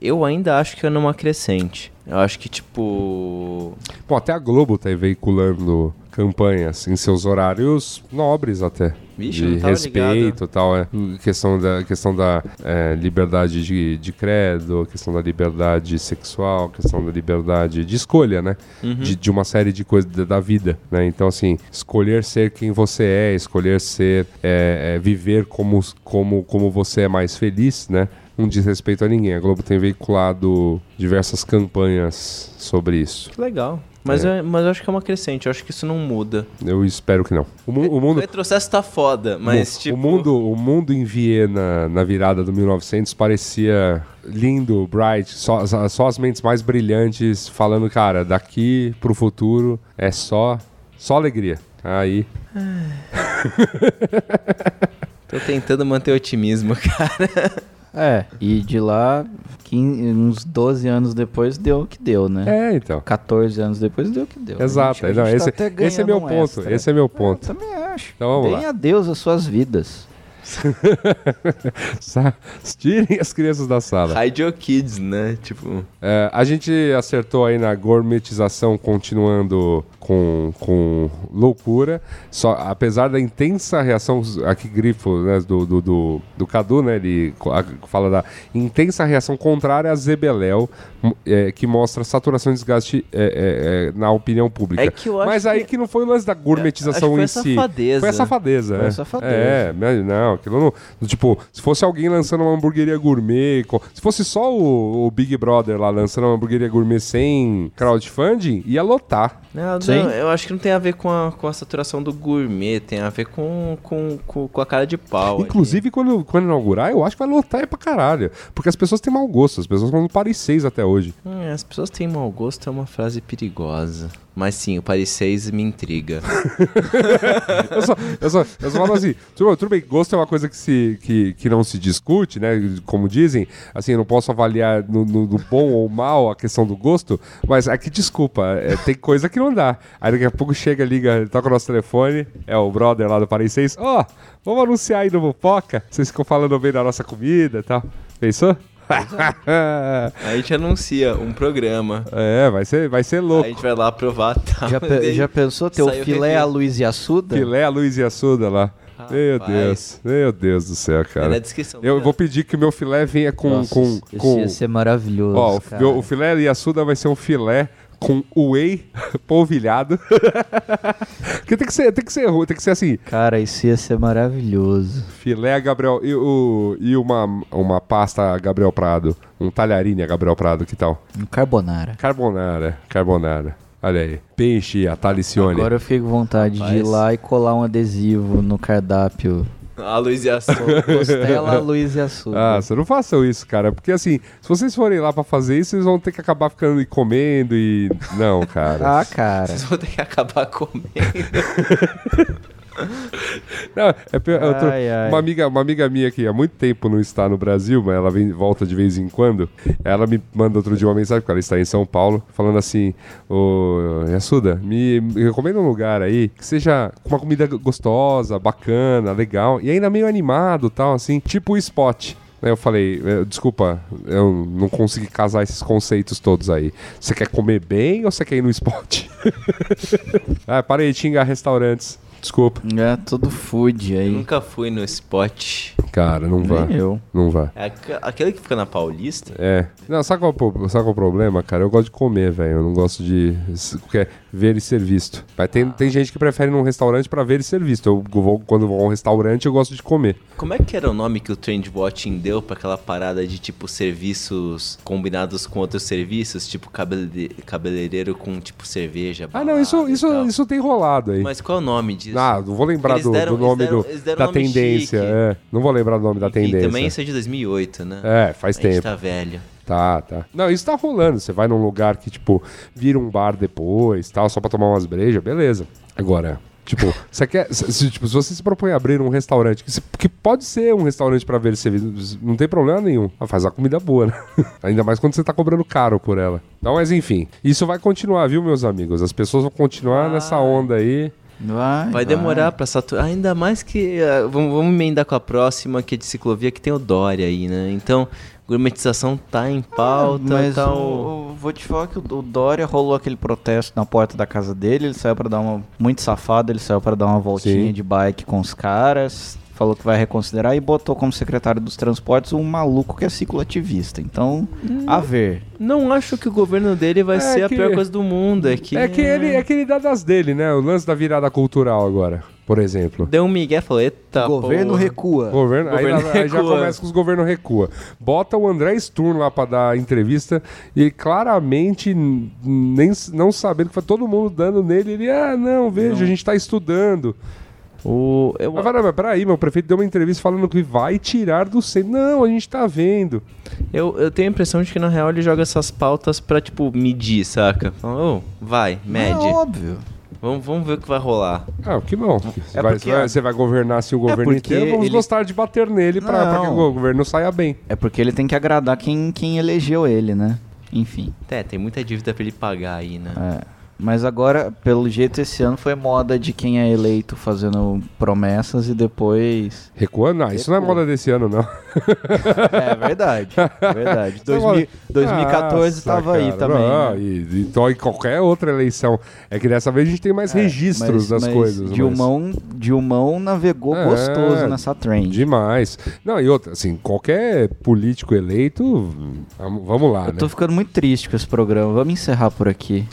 D: eu ainda acho que é numa crescente. Eu acho que tipo,
C: Bom, até a Globo tá aí veiculando campanhas em seus horários nobres até.
D: Vixe, eu
C: de
D: não tava
C: respeito
D: ligado. Hum.
C: e tal. É. Questão da, questão da é, liberdade de, de credo, questão da liberdade sexual, questão da liberdade de escolha, né?
D: Uhum.
C: De, de uma série de coisas da, da vida, né? Então, assim, escolher ser quem você é, escolher ser, é, é, viver como, como, como você é mais feliz, né? Não diz respeito a ninguém. A Globo tem veiculado diversas campanhas sobre isso.
D: que legal. Mas, eu, mas eu acho que é uma crescente, eu acho que isso não muda.
C: Eu espero que não. O,
B: É,
C: mu- o
D: O
C: mundo.
D: retrocesso tá foda, mas
C: o,
D: tipo.
C: o mundo, o mundo em Viena na virada do 1900 parecia lindo, bright, só, só- só as mentes mais brilhantes falando, cara, daqui pro futuro é só só alegria. Aí,
D: Tô tentando manter o otimismo, cara.
B: É, e de lá, quin- uns 12 anos depois, deu o que deu, né?
C: é então.
B: 14 anos depois, deu o que deu.
C: Exato.
B: A gente- a
C: Não,
B: gente tá
C: esse,
B: até
C: esse é
B: ganhando
C: meu
B: um
C: ponto.
B: extra.
C: Esse é meu
B: Eu
C: ponto.
B: também acho.
C: Então vamos lá.
B: Deem a Deus as suas vidas.
C: Sa- Tirem as crianças da sala.
D: Radio Kids, né? Tipo.
C: É, a gente acertou aí na gourmetização, continuando com, com loucura. Só, apesar da intensa reação, aqui grifo né, do, do, do, do Cadu, né? Ele co- a- fala da intensa reação contrária a Zebeléu, m- é, que mostra saturação e desgaste é, é, é, na opinião pública.
D: É que eu acho
C: Mas aí que...
D: que- É,
C: não foi o lance da
D: acho que
C: gourmetização
D: foi
C: em si.
D: safadeza.
C: Foi a safadeza.
B: Foi
C: né?
B: safadeza.
C: É, mas não, aquilo não. do Tipo, se fosse alguém lançando uma hamburgueria gourmet, co- se fosse só o, o Big Brother lá lançando uma hamburgueria gourmet sem crowdfunding, ia lotar.
D: Né? Não,
B: Sim.
D: não, eu acho que não tem a ver com a, com a saturação do gourmet, tem a ver com, com, com, com a cara de pau. ali.
C: Inclusive, quando, quando inaugurar, eu acho que vai lotar é pra caralho. Porque as pessoas têm mau gosto, as pessoas não Paris 6 até hoje.
D: Hum, as pessoas têm mau gosto, é uma frase perigosa. Mas sim, o Paris 6 me intriga.
C: Eu só, eu só, eu só falo assim, tudo, tudo bem, gosto é uma coisa que, se, que, que não se discute, né? Como dizem, assim, eu não posso avaliar no, no- no bom ou mal a questão do gosto, mas aqui, desculpa, é, tem coisa que não dá. Aí daqui a pouco chega, liga, toca o nosso telefone, é o brother lá do Paris 6, ó, vamos anunciar aí no Mupoca, vocês ficam falando bem da nossa comida e tal. Pensou?
D: Aí a gente anuncia um programa.
C: é, vai ser, vai ser
D: Aí a
C: louco.
D: gente vai lá provar tal.
B: Já, pe- já pensou ter o
D: saiu
B: filé
D: review.
B: à luz e açuda?
C: Filé, a Luiz e a Suda lá. Meu Deus, meu Deus do céu, cara.
D: É na descrição,
C: Eu
D: né?
C: vou pedir que o meu filé venha com.
B: Nossa,
C: com,
B: isso
C: com
B: ia ser maravilhoso,
C: ó, o
B: cara.
C: meu- o filé e a Suda vai ser um filé com whey polvilhado. Porque tem que ser, tem que ser, tem que ser assim,
B: Cara, isso ia ser maravilhoso.
C: filé Gabriel e, o, e uma, uma pasta Gabriel Prado, um talharine Gabriel Prado, que tal?
B: Um carbonara.
C: Carbonara, carbonara. Olha aí, peixe a talicione.
B: Agora eu fico com vontade de ir
D: Rapaz.
B: lá e colar um adesivo no cardápio.
D: A luz e a som.
B: Costela, luz e açúcar.
C: Ah, você não façam isso, cara. Porque assim, se vocês forem lá pra fazer isso, vocês vão ter que acabar ficando e comendo e. Não, cara.
B: Ah, cara.
D: Vocês vão ter que acabar comendo.
C: Não, é pior- eu tô-
B: Ai, ai.
C: Uma, amiga, uma amiga minha que há muito tempo não está no Brasil, mas ela vem, volta de vez em quando. Ela me manda outro dia uma mensagem, porque ela está em São Paulo, falando assim: Ô, Yasuda, me, me recomenda um lugar aí que seja com uma comida gostosa, bacana, legal, e ainda meio animado tal, assim, tipo o spot. Aí Eu falei, eh, desculpa, eu não consegui casar esses conceitos todos aí. Você quer comer bem ou você quer ir no spot? ah, parei de xingar restaurantes. Desculpa.
B: É tudo food
D: Eu
B: aí.
D: nunca fui no spot.
C: Cara, não vá.
B: Nem eu.
C: Não vá.
D: É aqu- aquele que fica na Paulista?
C: É. Não, sabe qual, é o pro- sabe qual é o problema, cara? Eu gosto de comer, velho. Eu não gosto de. s- Qualquer, ver ele ser visto. Mas tem, tem gente que prefere ir num restaurante pra ver ele ser visto. Eu vou, quando vou a um restaurante, eu gosto de comer.
D: Como é que era o nome que o Trendwatching deu pra aquela parada de tipo serviços combinados com outros serviços, tipo cabele- cabeleireiro com tipo cerveja?
C: Ah, não,
D: balada
C: isso,
D: e
C: isso,
D: tal?
C: isso tem rolado aí.
D: então. Mas qual é o nome disso?
C: Ah, não vou lembrar
D: Eles
C: do, do
D: deram- eles
C: nome
D: deram-
C: do-
D: eles deram
C: da
D: nome
C: tendência.
D: chique.
C: é. não vou lembrar do nome da
D: Enfim,
C: tendência.
D: também isso é de 2008, né?
C: É, faz
D: A gente
C: tempo.
D: tá velho.
C: Tá, tá. Não, isso tá rolando. Você vai num lugar que, tipo, vira um bar depois, tal, só pra tomar umas brejas, beleza. Agora, tipo, você quer. Se, se, tipo, se você se propõe a abrir um restaurante, que, se- que pode ser um restaurante pra ver serviço, não tem problema nenhum. Ah, Faz a comida boa, né? Ainda mais quando você tá cobrando caro por ela. Então, mas enfim, isso vai continuar, viu, meus amigos? As pessoas vão continuar nessa onda aí.
B: Vai,
C: Ah.
D: Vai demorar pra saturar. Ainda mais que. ah, vamos, vamos emendar com a próxima, que é de ciclovia, que tem o Dória aí, né? Então, gourmetização tá em
C: Ah,
D: pauta.
B: Mas
D: tá o-
B: o, o- vou te falar que o, o Dória rolou aquele protesto na porta da casa dele, ele saiu pra dar uma muito safado, ele saiu pra dar uma voltinha
C: Sim.
B: de bike com os caras, falou que vai reconsiderar e botou como secretário dos transportes um maluco que é cicloativista. Então, a ver.
D: Não acho que o governo dele vai
C: É
D: ser a
C: que-
D: pior coisa do mundo. É que.
C: É que ele, é que ele dá das dele, né? O lance da virada cultural agora, por exemplo.
D: Deu um migué e falou: eita.
B: Governo
D: porra.
B: recua.
C: Governo, aí,
D: Governo
C: lá- aí já
D: recua.
C: começa com os governos recua. Bota o André Sturm lá pra dar entrevista e claramente n- nem s- não sabendo que foi todo mundo dando nele, ele ah, não, veja, a gente tá estudando.
D: O, eu,
C: Mas, mas, mas peraí, meu prefeito deu uma entrevista falando que vai tirar do centro. Não, a gente tá vendo.
D: eu, eu tenho a impressão de que na real ele joga essas pautas pra, tipo, medir, saca? Fala, Ô, vai,
B: É
D: mede.
B: óbvio.
D: Vamos, vamos ver o que vai rolar.
C: Ah, que bom. Você, vai,
B: É porque- É
C: você vai- você vai governar assim o governo
B: porque
C: inteiro. Vamos
B: ele-
C: gostar de bater nele pra, pra que
B: Não.
C: o governo saia bem.
B: É porque ele tem que agradar quem, quem elegeu ele, né? Enfim.
D: É, tem muita dívida pra ele pagar aí, né?
B: É. Mas agora, pelo jeito, esse ano foi moda de quem é eleito fazendo promessas e depois.
C: Recuando? Ah, isso não é moda desse ano, não.
B: É verdade, verdade.
C: Então,
B: 2000
C: olha-
B: 2014
C: Nossa,
B: tava aí
C: cara,
B: também.
C: não,
B: né?
C: e, e to- e qualquer outra eleição. É que dessa vez a gente tem mais registros
B: Mas-
C: das
B: mas um
C: coisas. mas-
B: Dilmão, Dilmão navegou
C: É,
B: gostoso nessa trend.
C: Demais. Não, e outra, assim, qualquer político eleito, hum, vamo- vamos lá,
B: Eu
C: né?
B: tô ficando muito triste com esse programa. Vamos encerrar por aqui.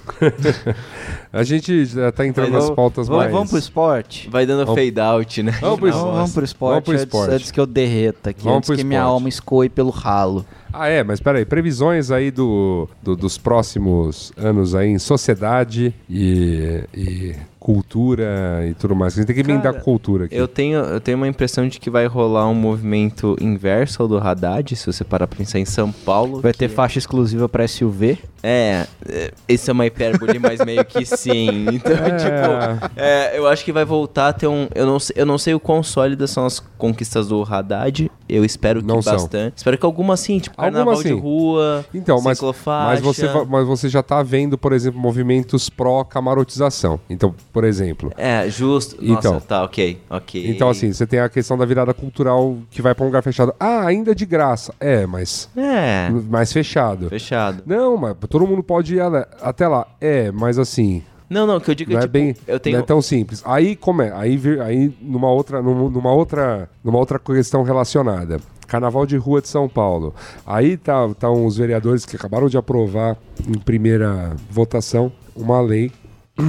C: A gente já tá entrando nas
B: Vamos-
C: pautas
B: vamos,
C: mais...
B: Vamos pro esporte?
D: Vai dando fade out, né?
C: Vamos pro
B: Vamos,
C: esporte.
B: vamos pro esporte,
C: Vamos pro
B: antes-
C: esporte.
B: Antes, que eu derreta aqui,
C: Vamos
B: antes
C: pro
B: que minha
C: esporte.
B: alma escoe pelo ralo.
C: Ah, é, mas peraí, previsões aí do, do- dos próximos anos aí em sociedade e, e cultura e tudo mais. A gente tem que emendar
D: Cara,
C: com cultura aqui.
D: Eu tenho, eu tenho uma impressão de que vai rolar um movimento inverso ao do Haddad, se você parar pra pensar em São Paulo.
B: Vai ter faixa exclusiva pra SUV?
D: É, é, esse é uma hipérbole, mas meio que sim. Então, tipo, é, eu acho que vai voltar a ter um. Eu não, sei- eu não sei o quão sólidas são as conquistas do Haddad. Eu espero que
C: Não são.
D: bastante. Espero que algumas sim, tipo,
C: Algumas
D: carnaval de
C: sim.
D: rua,
C: Então, mas,
D: ciclofaixa.
C: mas, você, va- mas você já tá vendo, por exemplo, movimentos pró-camarotização. Então, por exemplo.
D: É, justo. Nossa,
C: Então.
D: tá, ok, ok.
C: Então, assim, você tem a questão da virada cultural que vai pra um lugar fechado. Ah, ainda de graça. É, mas
D: É,
C: mais fechado.
D: fechado.
C: Não, mas todo mundo pode ir ale- até lá. É, mas assim,
D: Não, não, o que eu digo é,
C: não é
D: tipo,
C: bem,
D: eu tenho
C: não é tão simples. Aí como é? Aí vir- aí numa outra num- numa outra numa outra questão relacionada. Carnaval de rua de São Paulo. Aí tá estão os vereadores que acabaram de aprovar em primeira votação uma lei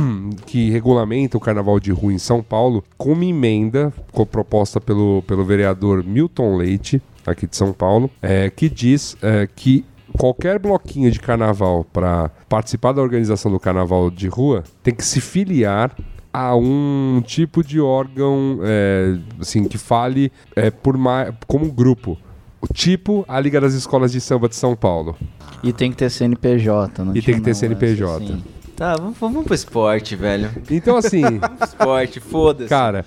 C: que regulamenta o carnaval de rua em São Paulo, com uma emenda co- proposta pelo, pelo vereador Milton Leite, aqui de São Paulo, é, que diz é, que qualquer bloquinho de carnaval para participar da organização do carnaval de rua tem que se filiar a um tipo de órgão é, assim que fale é, por ma- como grupo. O tipo a Liga das Escolas de Samba de São Paulo.
B: E tem que ter CNPJ, não
C: E tem que ter
B: tinha um lance
C: CNPJ.
B: assim.
D: Tá, vamos, vamos pro esporte, velho.
C: Então assim,
D: Esporte, foda-se.
C: Cara,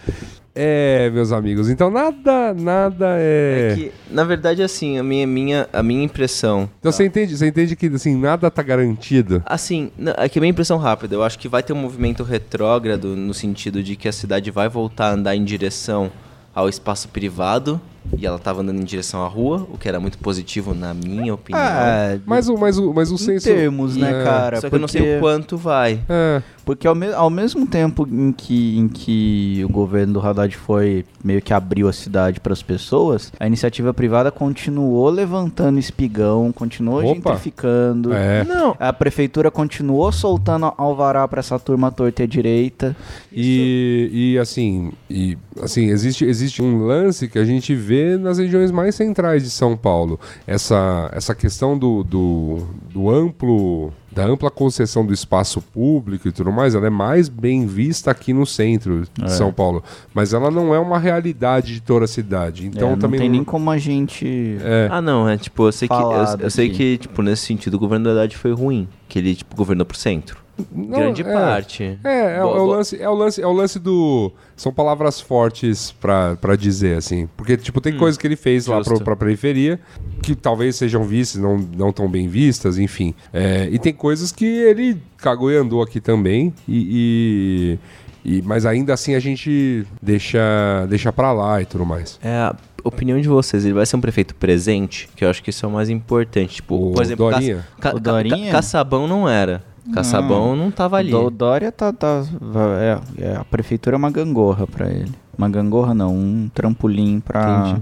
C: é, meus amigos, então nada, nada é.
D: É que, na verdade, assim, a minha, minha, a minha impressão.
C: Então você entende, você entende que assim, nada tá garantido.
D: Assim, n- aqui é minha impressão rápida. Eu acho que vai ter um movimento retrógrado no sentido de que a cidade vai voltar a andar em direção ao espaço privado. e ela tava andando em direção à rua, o que era muito positivo na minha opinião.
B: Ah,
C: Mas o, mas o, mas o
B: em
C: senso.
B: termos, né,
C: É.
B: cara?
D: Só que eu não sei o quanto vai.
C: É.
B: Porque ao, me- ao mesmo tempo em que, em que o governo do Haddad foi meio que abriu a cidade para as pessoas, a iniciativa privada continuou levantando espigão, continuou
C: Opa.
B: gentrificando.
C: É.
D: Não,
B: A prefeitura continuou soltando alvará para essa turma torta e direita.
C: E, e, assim, e, assim existe, existe um lance que a gente vê nas regiões mais centrais de São Paulo. Essa, essa questão do, do, do amplo da ampla concessão do espaço público e tudo mais, ela é mais bem vista aqui no centro
B: É.
C: de São Paulo. Mas ela não é uma realidade de toda a cidade. Então
B: É, não
C: também
B: tem nem como a gente.
D: Ah, não, é tipo, eu sei que, eu,
B: Falado
D: eu sei
B: aqui.
D: que tipo, nesse sentido, o governo da Haddad foi ruim. Que ele, tipo, governou pro centro.
C: Não,
D: Grande
C: é.
D: parte.
C: É, é, o-
D: Boa-
C: é o
D: boa-
C: lance, é o lance, é o lance do. São palavras fortes pra, pra dizer, assim. Porque, tipo, tem coisas que ele fez lá pro,
D: Hum, justo.
C: pra periferia que talvez sejam vistas, não, não tão bem vistas, enfim. É, e tem coisas que ele cagou e andou aqui também. E. e- e- mas ainda assim a gente deixa, deixa pra lá e tudo mais.
D: É a opinião de vocês. Ele vai ser um prefeito presente? Que eu acho que isso é o mais importante. Tipo,
C: O
D: por exemplo,
C: Dorinha?
D: Ca
B: O Dorinha?
D: Caçabão não era. Caçabão não tava ali.
B: O Dória tá. tá- é, é, a prefeitura é uma gangorra pra ele. Uma gangorra não, um trampolim pra,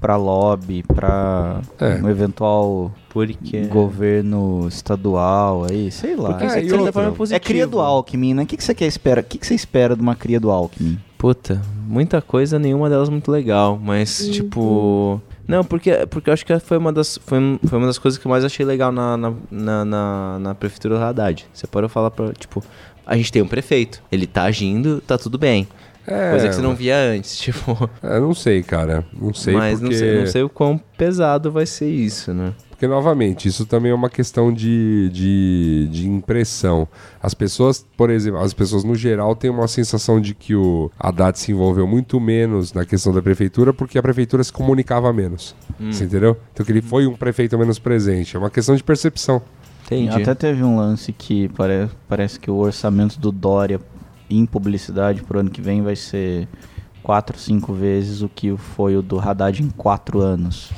B: pra lobby, pra
C: É.
B: um eventual
D: Porque...
B: governo estadual aí, sei lá.
C: Porque isso
B: é,
C: aqui Ah, outra.
B: é cria do Alckmin, né? O que, que você quer espera? O que, que você espera de uma cria do Alckmin?
D: Puta, muita coisa, nenhuma delas muito legal, mas tipo. Não, porque, porque eu acho que foi uma, das, foi, um- foi uma das coisas que eu mais achei legal na, na, na, na- na prefeitura do Haddad. Você pode falar pra, tipo, a gente tem um prefeito, ele tá agindo, tá tudo bem.
C: É,
D: Coisa que você não via antes, tipo.
C: é, não sei, cara. Não sei
D: mas
C: porque...
D: não, sei, não sei o quão pesado vai ser isso, né?
C: Porque, novamente, isso também é uma questão de, de, de impressão. As pessoas, por exemplo, as pessoas no geral têm uma sensação de que o Haddad se envolveu muito menos na questão da prefeitura porque a prefeitura se comunicava menos. Você entendeu? Então que ele foi um prefeito menos presente. É uma questão de percepção.
D: Entendi.
B: Até teve um lance que pare- parece que o orçamento do Dória em publicidade pro ano que vem vai ser 4, 5 vezes o que foi o do Haddad em 4 anos.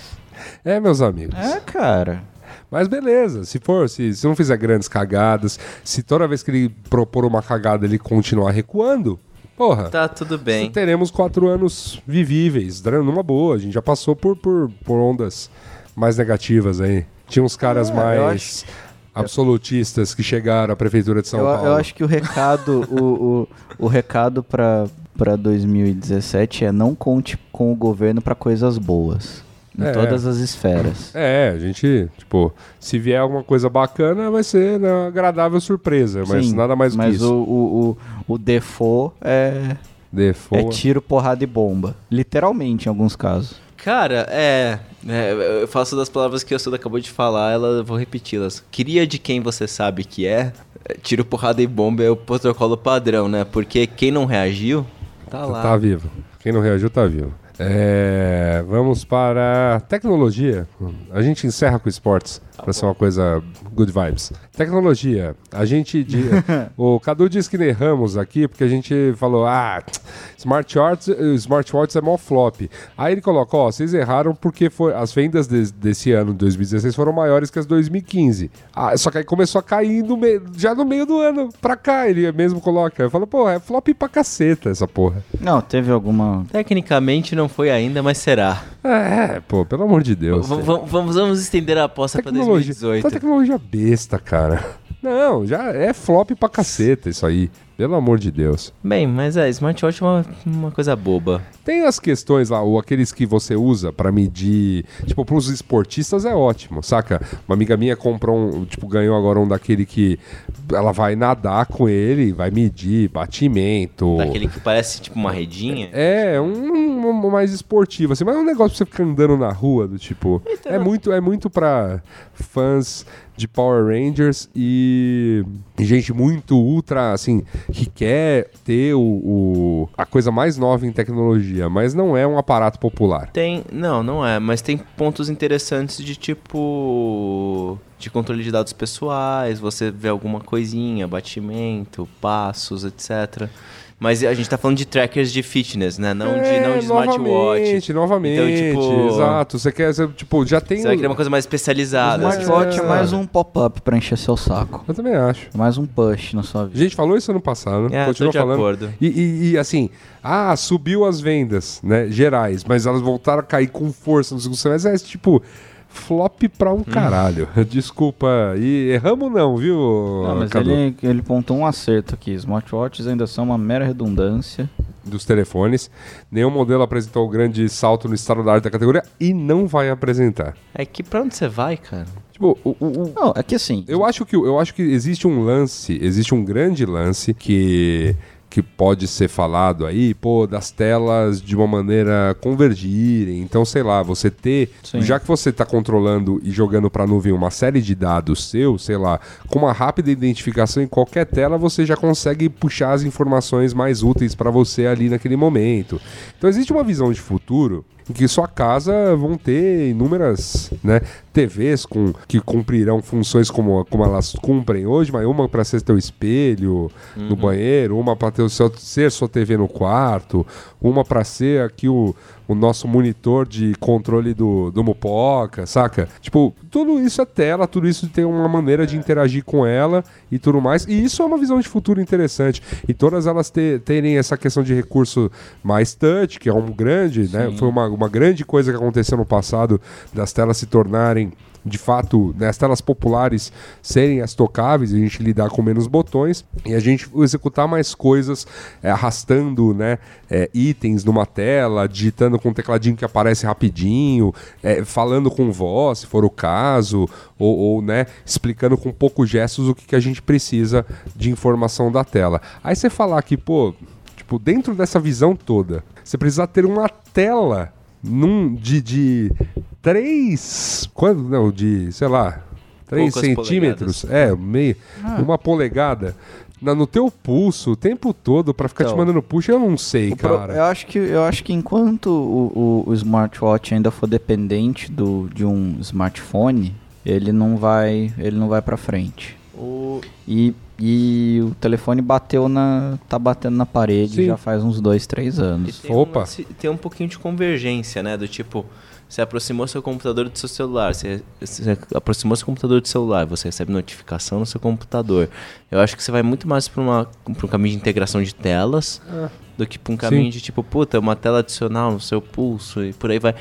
C: É, meus amigos.
B: É, cara.
C: Mas beleza, se for, se, se não fizer grandes cagadas, se toda vez que ele propor uma cagada ele continuar recuando, porra.
D: Tá tudo bem.
C: teremos quatro anos vivíveis, dra- numa boa. A gente já passou por, por, por ondas mais negativas aí. Tinha uns caras mais
B: É, eu
C: absolutistas que chegaram à prefeitura de São
B: Eu,
C: Paulo.
B: eu acho que o recado, o, o, o recado pra, pra 2017 é não conte com o governo pra coisas boas. Em
C: É.
B: todas as esferas.
C: É, a gente, tipo, se vier alguma coisa bacana, vai ser né, uma agradável surpresa, mas
B: Sim,
C: nada mais do
B: mas
C: que isso.
B: o, o, o, o default é, é
C: Defoa.
B: tiro, porrada e bomba. Literalmente, em alguns casos.
D: Cara, é, é, Eu faço das palavras que a Suda acabou de falar, ela, eu vou repeti-las. Queria de quem você sabe que é. é, Tiro, porrada e bomba é o protocolo padrão, né? Porque quem não reagiu, tá lá.
C: Tá vivo. Quem não reagiu tá vivo. É, vamos para tecnologia. A gente encerra com esportes
D: Tá
C: para ser uma coisa good vibes. Tecnologia. A gente di- o Cadu disse que erramos aqui porque a gente falou ah tch, smartwatch, eh, smartwatch é mó flop. Aí ele coloca ó, vocês erraram porque foi as vendas des- desse ano 2016 foram maiores que as 2015. Ah, só que aí começou a cair no meio- já no meio do ano pra cá ele mesmo coloca. Fala pô é flop pra caceta essa porra.
B: Não, teve alguma.
D: Tecnicamente não foi ainda, mas será.
C: É, pô, pelo amor de Deus.
D: V- v- vamos, vamos estender a aposta pra
C: Tecnologia. Tá
D: 2018.
C: tecnologia besta, cara. Não, já é flop pra caceta isso aí. Pelo amor de Deus.
D: Bem, mas é, smartwatch é uma, uma coisa boba.
C: Tem as questões lá, ou aqueles que você usa pra medir. Tipo, pros esportistas é ótimo, saca? Uma amiga minha comprou um, tipo, ganhou agora um daquele que ela vai nadar com ele, vai medir batimento.
D: Daquele que parece tipo uma redinha.
C: É, um, um- um mais esportivo, assim, mas é um negócio pra você ficar andando na rua, do tipo. É muito, é muito pra fãs de Power Rangers e gente muito ultra, assim, que quer ter o, o- a coisa mais nova em tecnologia, mas não é um aparato popular.
D: Tem. Não, não é, mas tem pontos interessantes de tipo. De controle de dados pessoais, você vê alguma coisinha, batimento, passos, etc. Mas a gente tá falando de trackers de fitness, né? Não de,
C: É,
D: não de
C: novamente,
D: smartwatch.
C: novamente.
D: Então, tipo,
C: exato. Você quer, você, tipo, já tem.
D: Você vai querer uma coisa mais
B: O
D: especializada. assim.
B: smartwatch é mais um pop-up pra encher seu saco.
C: Eu também acho.
B: Mais um push na sua
C: A
B: vida.
C: gente falou isso ano passado,
D: É,
C: um- continua
D: tô de
C: falando.
D: acordo.
C: E, e- e, assim, ah, subiu as vendas, né, gerais, mas elas voltaram a cair com força no segundo semestre. É tipo, flop pra
B: Hum.
C: um caralho. Desculpa. E erramos não, viu,
B: Não, Ah, mas
C: Cadu?
B: ele, ele pontou um acerto aqui. Smartwatches ainda são uma mera redundância.
C: Dos telefones. Nenhum modelo apresentou o grande salto no estado da arte da categoria e não vai apresentar.
D: É que pra onde você vai, cara?
C: Tipo, o- o- o,
B: Não, é que assim.
C: Eu acho que eu acho que existe um lance, existe um grande lance que que pode ser falado aí, pô, das telas de uma maneira convergirem. Então, sei lá, você ter,
B: Sim.
C: já que você tá controlando e jogando pra nuvem uma série de dados seus, sei lá, com uma rápida identificação em qualquer tela, você já consegue puxar as informações mais úteis pra você ali naquele momento. Então, existe uma visão de futuro em que sua casa vão ter inúmeras né, TVs com, que cumprirão funções como, como elas cumprem hoje, mas uma para ser teu espelho no banheiro, uma para ter o seu, ser sua TV no quarto, uma para ser aqui o, o nosso monitor de controle do, do Mupoca, saca? Tipo, tudo isso é tela, tudo isso tem uma maneira de interagir com ela e tudo mais. E isso é uma visão de futuro interessante. E todas elas te- terem essa questão de recurso mais touch, que é um grande, né? Foi uma, uma grande coisa que aconteceu no passado das telas se tornarem. De fato, né, as telas populares serem as tocáveis, a gente lidar com menos botões e a gente executar mais coisas é, arrastando né, é, itens numa tela, digitando com um tecladinho que aparece rapidinho, é, falando com voz, se for o caso, ou, ou, né, explicando com poucos gestos o que, que a gente precisa de informação da tela. Aí você falar que, pô, tipo, dentro dessa visão toda, você precisa ter uma tela num de, de três. Quando? Não, de, sei lá. 3
D: Poucas
C: centímetros, é, meio, uma polegada na- no teu pulso o tempo todo pra ficar te
D: Então.
C: mandando push, eu não sei,
B: O pro- é,
C: cara.
B: Eu acho que, eu acho que enquanto o, o- o smartwatch ainda for dependente do, de um smartphone, ele não vai, ele não vai para frente. E, e o telefone bateu na, tá batendo na parede
C: Sim.
B: já faz uns dois, três
D: E
B: anos.
D: tem um
C: Opa.
D: lance- tem um pouquinho de convergência, né? Do tipo, você aproximou seu computador do seu celular, você, você aproximou seu computador do celular, você recebe notificação no seu computador. Eu acho que você vai muito mais pra, uma, pra um caminho de integração de telas do que pra um caminho de tipo, puta, uma tela adicional no seu pulso e por aí vai.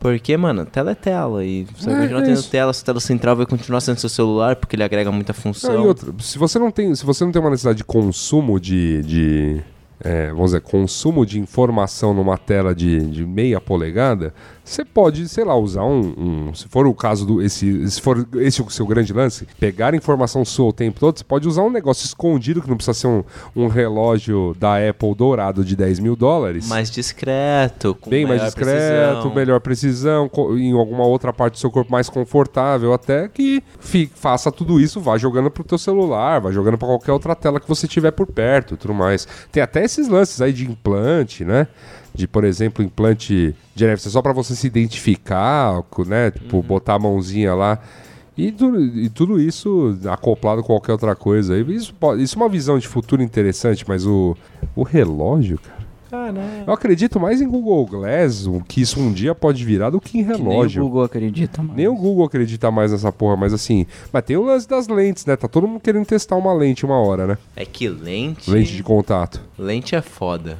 D: Porque, mano, tela é tela e você vai continuar
C: é
D: tendo
C: isso.
D: tela, sua tela central vai continuar sendo seu celular porque ele agrega muita função.
C: Não, e outra, se você não tem, se você não tem uma necessidade de consumo de, de, é, vamos dizer, consumo de informação numa tela de, de meia polegada, você pode, sei lá, usar um, um- se for o caso do esse, se for esse o seu grande lance, pegar informação sua o tempo todo, você pode usar um negócio escondido que não precisa ser um, um relógio da Apple dourado de 10 mil dólares.
D: Mais discreto, com
C: Bem mais
D: maior
C: discreto,
D: precisão.
C: melhor precisão, co- em alguma outra parte do seu corpo mais confortável, até que fi- faça tudo isso, vá jogando pro teu celular, vá jogando pra qualquer outra tela que você tiver por perto, e tudo mais. Tem até esses lances aí de implante, né? De, por exemplo, implante de NFC só pra você se identificar, co- né? Tipo,
D: Uhum.
C: botar a mãozinha lá. E, tu- e tudo isso acoplado com qualquer outra coisa. aí. Isso, po- isso é uma visão de futuro interessante, mas o, o relógio, cara. Eu acredito mais em Google Glass, o que isso um dia pode virar, do que em
B: Que nem
C: relógio.
B: o Google acredita mais.
C: é Nem o Google acredita mais nessa porra, mas assim. Mas tem o lance das lentes, né? Tá todo mundo querendo testar uma lente uma hora, né?
D: É que lente.
C: Lente de contato.
D: Lente é foda.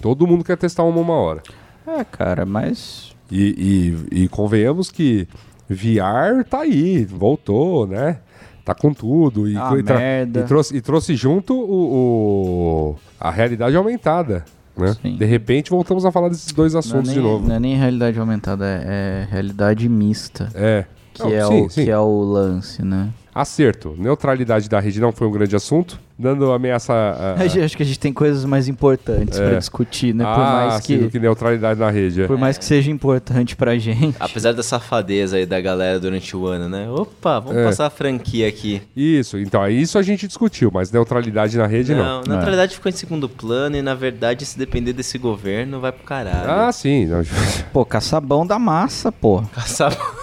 C: Todo mundo quer testar uma uma hora.
B: É, cara, mas
C: E, e- e convenhamos que VR tá aí, voltou, né? Tá com tudo. E,
B: Ah,
C: co- e tra-
B: merda.
C: e trouxe, e trouxe junto o, o- a realidade aumentada. Né?
B: Sim.
C: De repente voltamos a falar desses dois
B: não é,
C: assuntos
B: nem,
C: de novo.
B: não é nem realidade aumentada, é, é realidade mista.
C: É.
B: Que,
C: Não,
B: é
C: sim,
B: o,
C: sim.
B: que é o lance, né?
C: Acerto. Neutralidade da rede não foi um grande assunto, dando ameaça. A...
B: A gente- Acho que a gente tem coisas mais importantes pra discutir, né? Por
C: É. Ah,
B: mais
C: sim, do
B: que,
C: que neutralidade na rede. é.
B: por mais que seja importante pra gente.
D: Apesar da safadeza aí da galera durante o ano, né? Opa, vamos
B: É.
D: passar a franquia aqui.
C: Isso, então, isso a gente discutiu, mas neutralidade na rede não.
D: Não,
B: Ah.
D: na realidade ficou em segundo plano e na verdade se depender desse governo vai pro caralho.
C: Ah, sim. não.
B: Pô, caçabão da massa, pô.
D: Caçabão,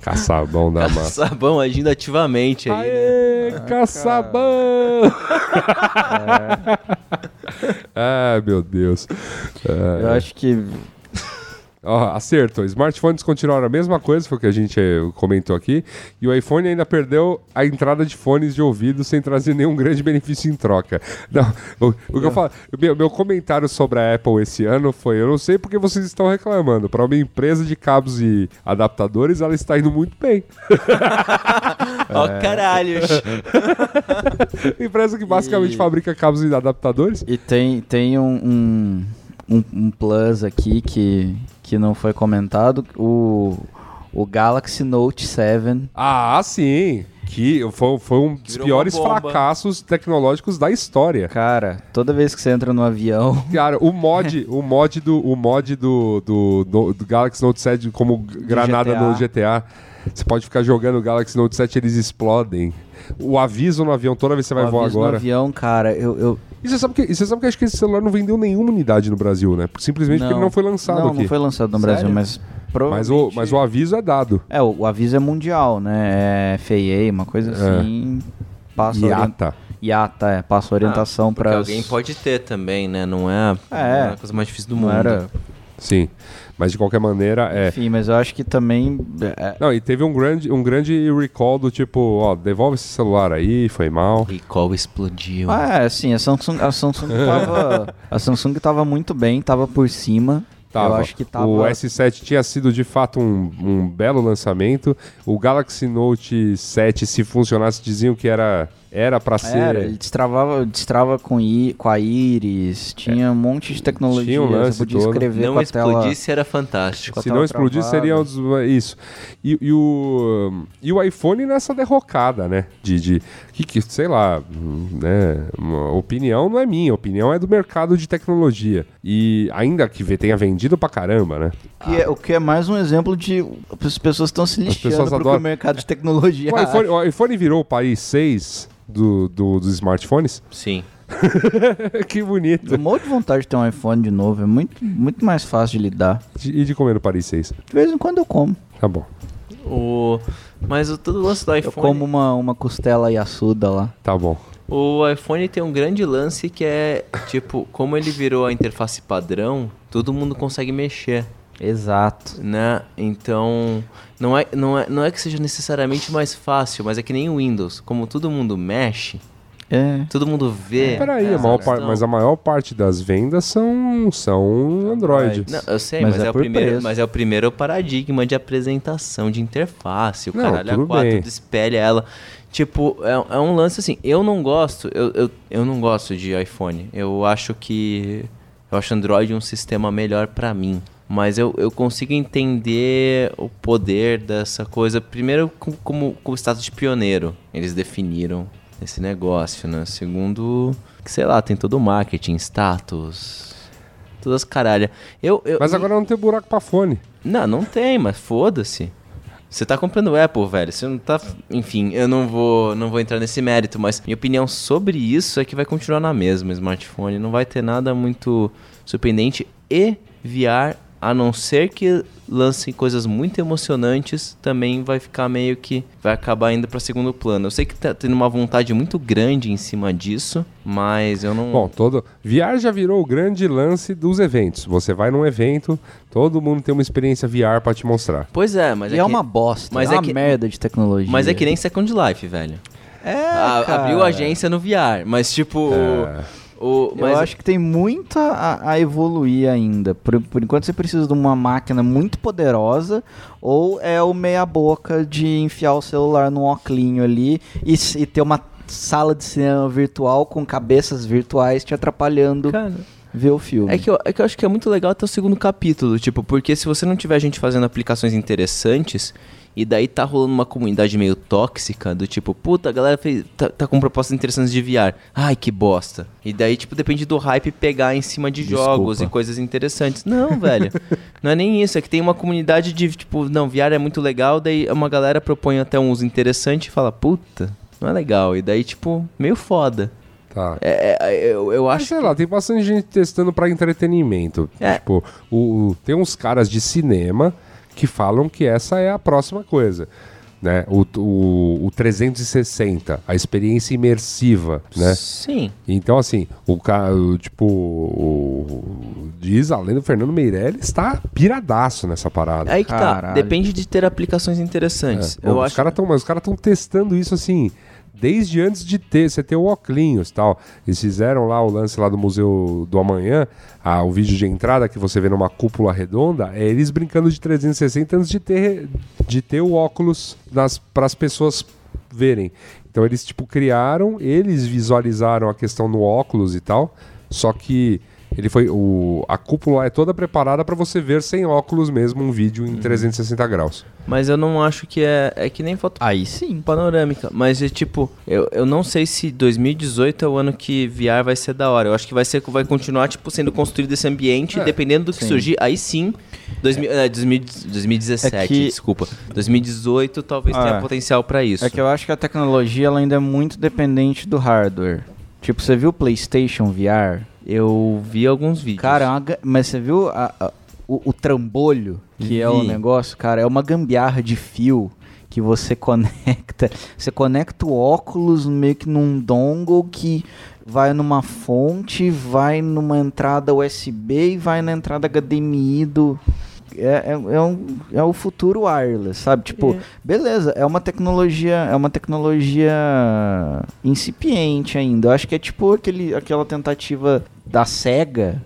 C: Caçabão da massa.
D: caçabão agindo ativamente aí, né?
C: Aê, caçabão!
B: É.
C: Ah, meu Deus. Ah,
B: Eu acho que.
C: Ó, acerto. Smartphones continuaram a mesma coisa, foi o que a gente eh, comentou aqui. E o iPhone ainda perdeu a entrada de fones de ouvido sem trazer nenhum grande benefício em troca. Não, o, o que
D: É.
C: eu falo, meu, meu comentário sobre a Apple esse ano foi: eu não sei porque vocês estão reclamando. Para uma empresa de cabos e adaptadores, ela está indo muito bem.
D: Ó,
B: é.
D: caralho.
C: empresa que basicamente fabrica cabos e adaptadores.
B: E tem, tem um, um, um- um plus aqui que, que não foi comentado. O, o Galaxy Note 7.
C: Ah, sim. Que foi, foi um dos
D: Virou
C: piores
D: uma bomba.
C: fracassos tecnológicos da história.
B: Cara, toda vez que você entra no avião.
C: Cara, o mod, o mod do, o mod do, do, do- do Galaxy Note 7 como granada
B: GTA.
C: no GTA. Você pode ficar jogando o Galaxy Note 7 eles explodem. O aviso no avião toda vez que você vai
B: eu
C: voar
B: aviso
C: agora.
B: no avião, cara, eu. eu
C: E você sabe que, e você sabe que eu acho que esse celular não vendeu nenhuma unidade no Brasil, né? Simplesmente porque ele não foi lançado
B: não,
C: aqui.
B: Não foi lançado no Brasil, mas.
C: mas, o,
B: Provavelmente...
C: mas o aviso é dado.
B: É, o, o aviso é mundial, né? É FAA, uma coisa
C: É.
B: assim. Passa ori-
C: IATA.
B: IATA, é.
C: Ah,
B: Passa orientação
D: Porque
B: pra.
D: alguém pode ter também, né? Não é,
B: É.
D: não é a coisa mais difícil do
B: Não
D: mundo.
B: era.
C: Sim. Mas de qualquer maneira, é.
B: Enfim, mas eu acho que também. é,
C: Não, e teve um grande, um grande recall do tipo, ó, devolve esse celular aí, foi mal.
D: E qual explodiu.
B: Ah, é, sim, a Samsung, a Samsung tava. a Samsung tava muito bem, tava por cima. Eu
C: Tava.
B: acho que tava.
C: O S7 tinha sido de fato um, um belo lançamento. O Galaxy Note 7, se funcionasse, diziam que era era para ser.
B: é, Era, ele destravava, destrava com, i, com a Iris, tinha um monte de tecnologia,
C: Tinha um
B: você
C: lance
B: podia
C: todo.
B: escrever é, com
D: não
B: a tela.
D: explodisse era fantástico.
B: com a
C: se
B: tela
C: não explodisse,
B: travada.
C: seria um dos- isso. E, e o, e o iPhone nessa derrocada, né? De, de que, que, sei lá, hum, né? Uma opinião não é minha, opinião é do mercado de tecnologia. E ainda que ve- tenha vendido pra caramba, né?
B: O que é- o que é mais um exemplo de as pessoas estão se lixando
C: pessoas
B: pro que o
C: adoram.
B: mercado de tecnologia.
C: O iPhone, o iPhone virou o país 6 do, do- dos smartphones.
D: Sim.
C: que bonito.
B: Um monte de vontade de ter um iPhone de novo, é muito, muito mais fácil de lidar.
C: De- E de comer no Paris 6.
B: De vez em quando eu como.
C: Tá bom.
D: O... Mas o todo o lance do iPhone.
B: Eu como uma, uma costela assuda lá.
C: Tá bom.
D: O iPhone tem um grande lance que é, tipo, como ele virou a interface padrão, todo mundo consegue mexer,
B: Exato.
D: né? Então, não é, não é, não é que seja necessariamente mais fácil, mas é que nem o Windows. Como todo mundo mexe,
B: É.
D: todo mundo vê.
C: Peraí, a
D: essa
C: maior par-
D: questão.
C: mas a maior parte das vendas são, são Android.
D: Não, eu sei,
B: Mas
D: mas,
B: é
D: é o
B: por
D: primeiro,
B: preço.
D: mas é o primeiro paradigma de apresentação de interface. O
C: Não,
D: caralho é
C: tudo
D: a 4
C: bem.
D: tudo espelha ela. Tipo, é, é um lance assim, eu não gosto, eu, eu, eu não gosto de iPhone. Eu acho que. Eu acho Android um sistema melhor pra mim. Mas eu, eu consigo entender o poder dessa coisa. Primeiro, com- como, como status de pioneiro. Eles definiram esse negócio, né? Segundo, que sei lá, tem todo o marketing, status. Todas as caralhas. Eu, eu,
C: Mas agora não tem buraco pra fone.
D: não, não tem, mas foda-se. Você tá comprando Apple, velho. Você não tá. Enfim, eu não vou, não vou entrar nesse mérito, mas minha opinião sobre isso é que vai continuar na mesma smartphone. Não vai ter nada muito surpreendente e VR, a não ser que lancem coisas muito emocionantes, também vai ficar meio que. Vai acabar indo pra segundo plano. Eu sei que tá tendo uma vontade muito grande em cima disso, mas eu não.
C: Bom, todo. VR já virou o grande lance dos eventos. Você vai num evento, todo mundo tem uma experiência VR pra te mostrar.
D: pois é, mas
B: E
D: é,
B: é
D: que-
B: uma bosta,
D: mas
B: é,
D: é
B: uma
D: que-
B: merda de tecnologia.
D: Mas é que nem Second Life, velho.
B: É,
D: A-
B: cara.
D: Ah, abriu agência no VR, mas tipo. O, o- mas é-
B: Eu acho que tem muito a, a evoluir ainda. Por, por enquanto você precisa de uma máquina muito poderosa ou é o meia boca de enfiar o celular num oclinho ali e, s- e ter uma sala de cinema virtual com cabeças virtuais te atrapalhando
D: Cara,
B: ver o filme.
D: é que, eu, é que eu acho que é muito legal até o segundo capítulo, tipo, porque se você não tiver gente fazendo aplicações interessantes, e daí tá rolando uma comunidade meio tóxica, do tipo, puta, a galera fez, tá, tá com propostas interessantes de VR. Ai, que bosta. E daí, tipo, depende do hype pegar em cima de jogos e coisas interessantes. Não, velho. não é nem isso, é que tem uma comunidade de, tipo, não, VR é muito legal, daí uma galera propõe até um uso interessante e fala, puta, não é legal. E daí, tipo, meio foda.
C: Tá.
D: É, é, eu, eu
C: Mas
D: acho
C: sei lá, tem bastante gente testando pra entretenimento.
D: É.
C: Tipo, o, o- tem uns caras de cinema que falam que essa é a próxima coisa. né? O, o, o 360, a experiência imersiva, né?
D: Sim.
C: Então, assim, o cara, tipo, o, diz além do Fernando Meirelles, tá piradaço nessa parada.
D: Aí que tá.
B: Caralho.
D: Depende de ter aplicações interessantes.
C: É. Pô,
D: Eu
C: os
D: acho.
C: caras estão cara tão testando isso assim. Desde antes de ter, você ter o Oclinhos e tal. Eles fizeram lá o lance lá do Museu do Amanhã, ah, o vídeo de entrada que você vê numa cúpula redonda, é eles brincando de 360 antes de ter, de ter o óculos para as pessoas verem. Então eles, tipo, criaram, eles visualizaram a questão no óculos e tal, só que ele foi. O, a cúpula é toda preparada para você ver sem óculos mesmo um vídeo
D: Uhum.
C: em 360 graus.
D: Mas eu não acho que é. É que nem foto
B: Aí sim.
D: panorâmica. Mas é tipo, eu, eu não sei se 2018 é o ano que VR vai ser da hora. Eu acho que vai ser vai continuar, tipo, sendo construído esse ambiente, dependendo do que
B: sim.
D: surgir. Aí sim. 2000, é, 2000 2017,
B: É que-
D: desculpa. 2018 talvez
B: Ah,
D: tenha potencial pra isso.
B: É que eu acho que a tecnologia ela ainda é muito dependente do hardware. Tipo, você viu o PlayStation VR?
D: Eu vi alguns vídeos.
B: Cara, é uma ga- mas você viu a- a- o, o trambolho que é o
D: Vi.
B: negócio? Cara, é uma gambiarra de fio que você conecta. Você conecta o óculos meio que num dongle que vai numa fonte, vai numa entrada USB e vai na entrada HDMI do. É, é, é um- é o futuro wireless, sabe? Tipo, beleza, é uma tecnologia, é uma tecnologia incipiente ainda. Eu acho que é tipo aquele, aquela tentativa da SEGA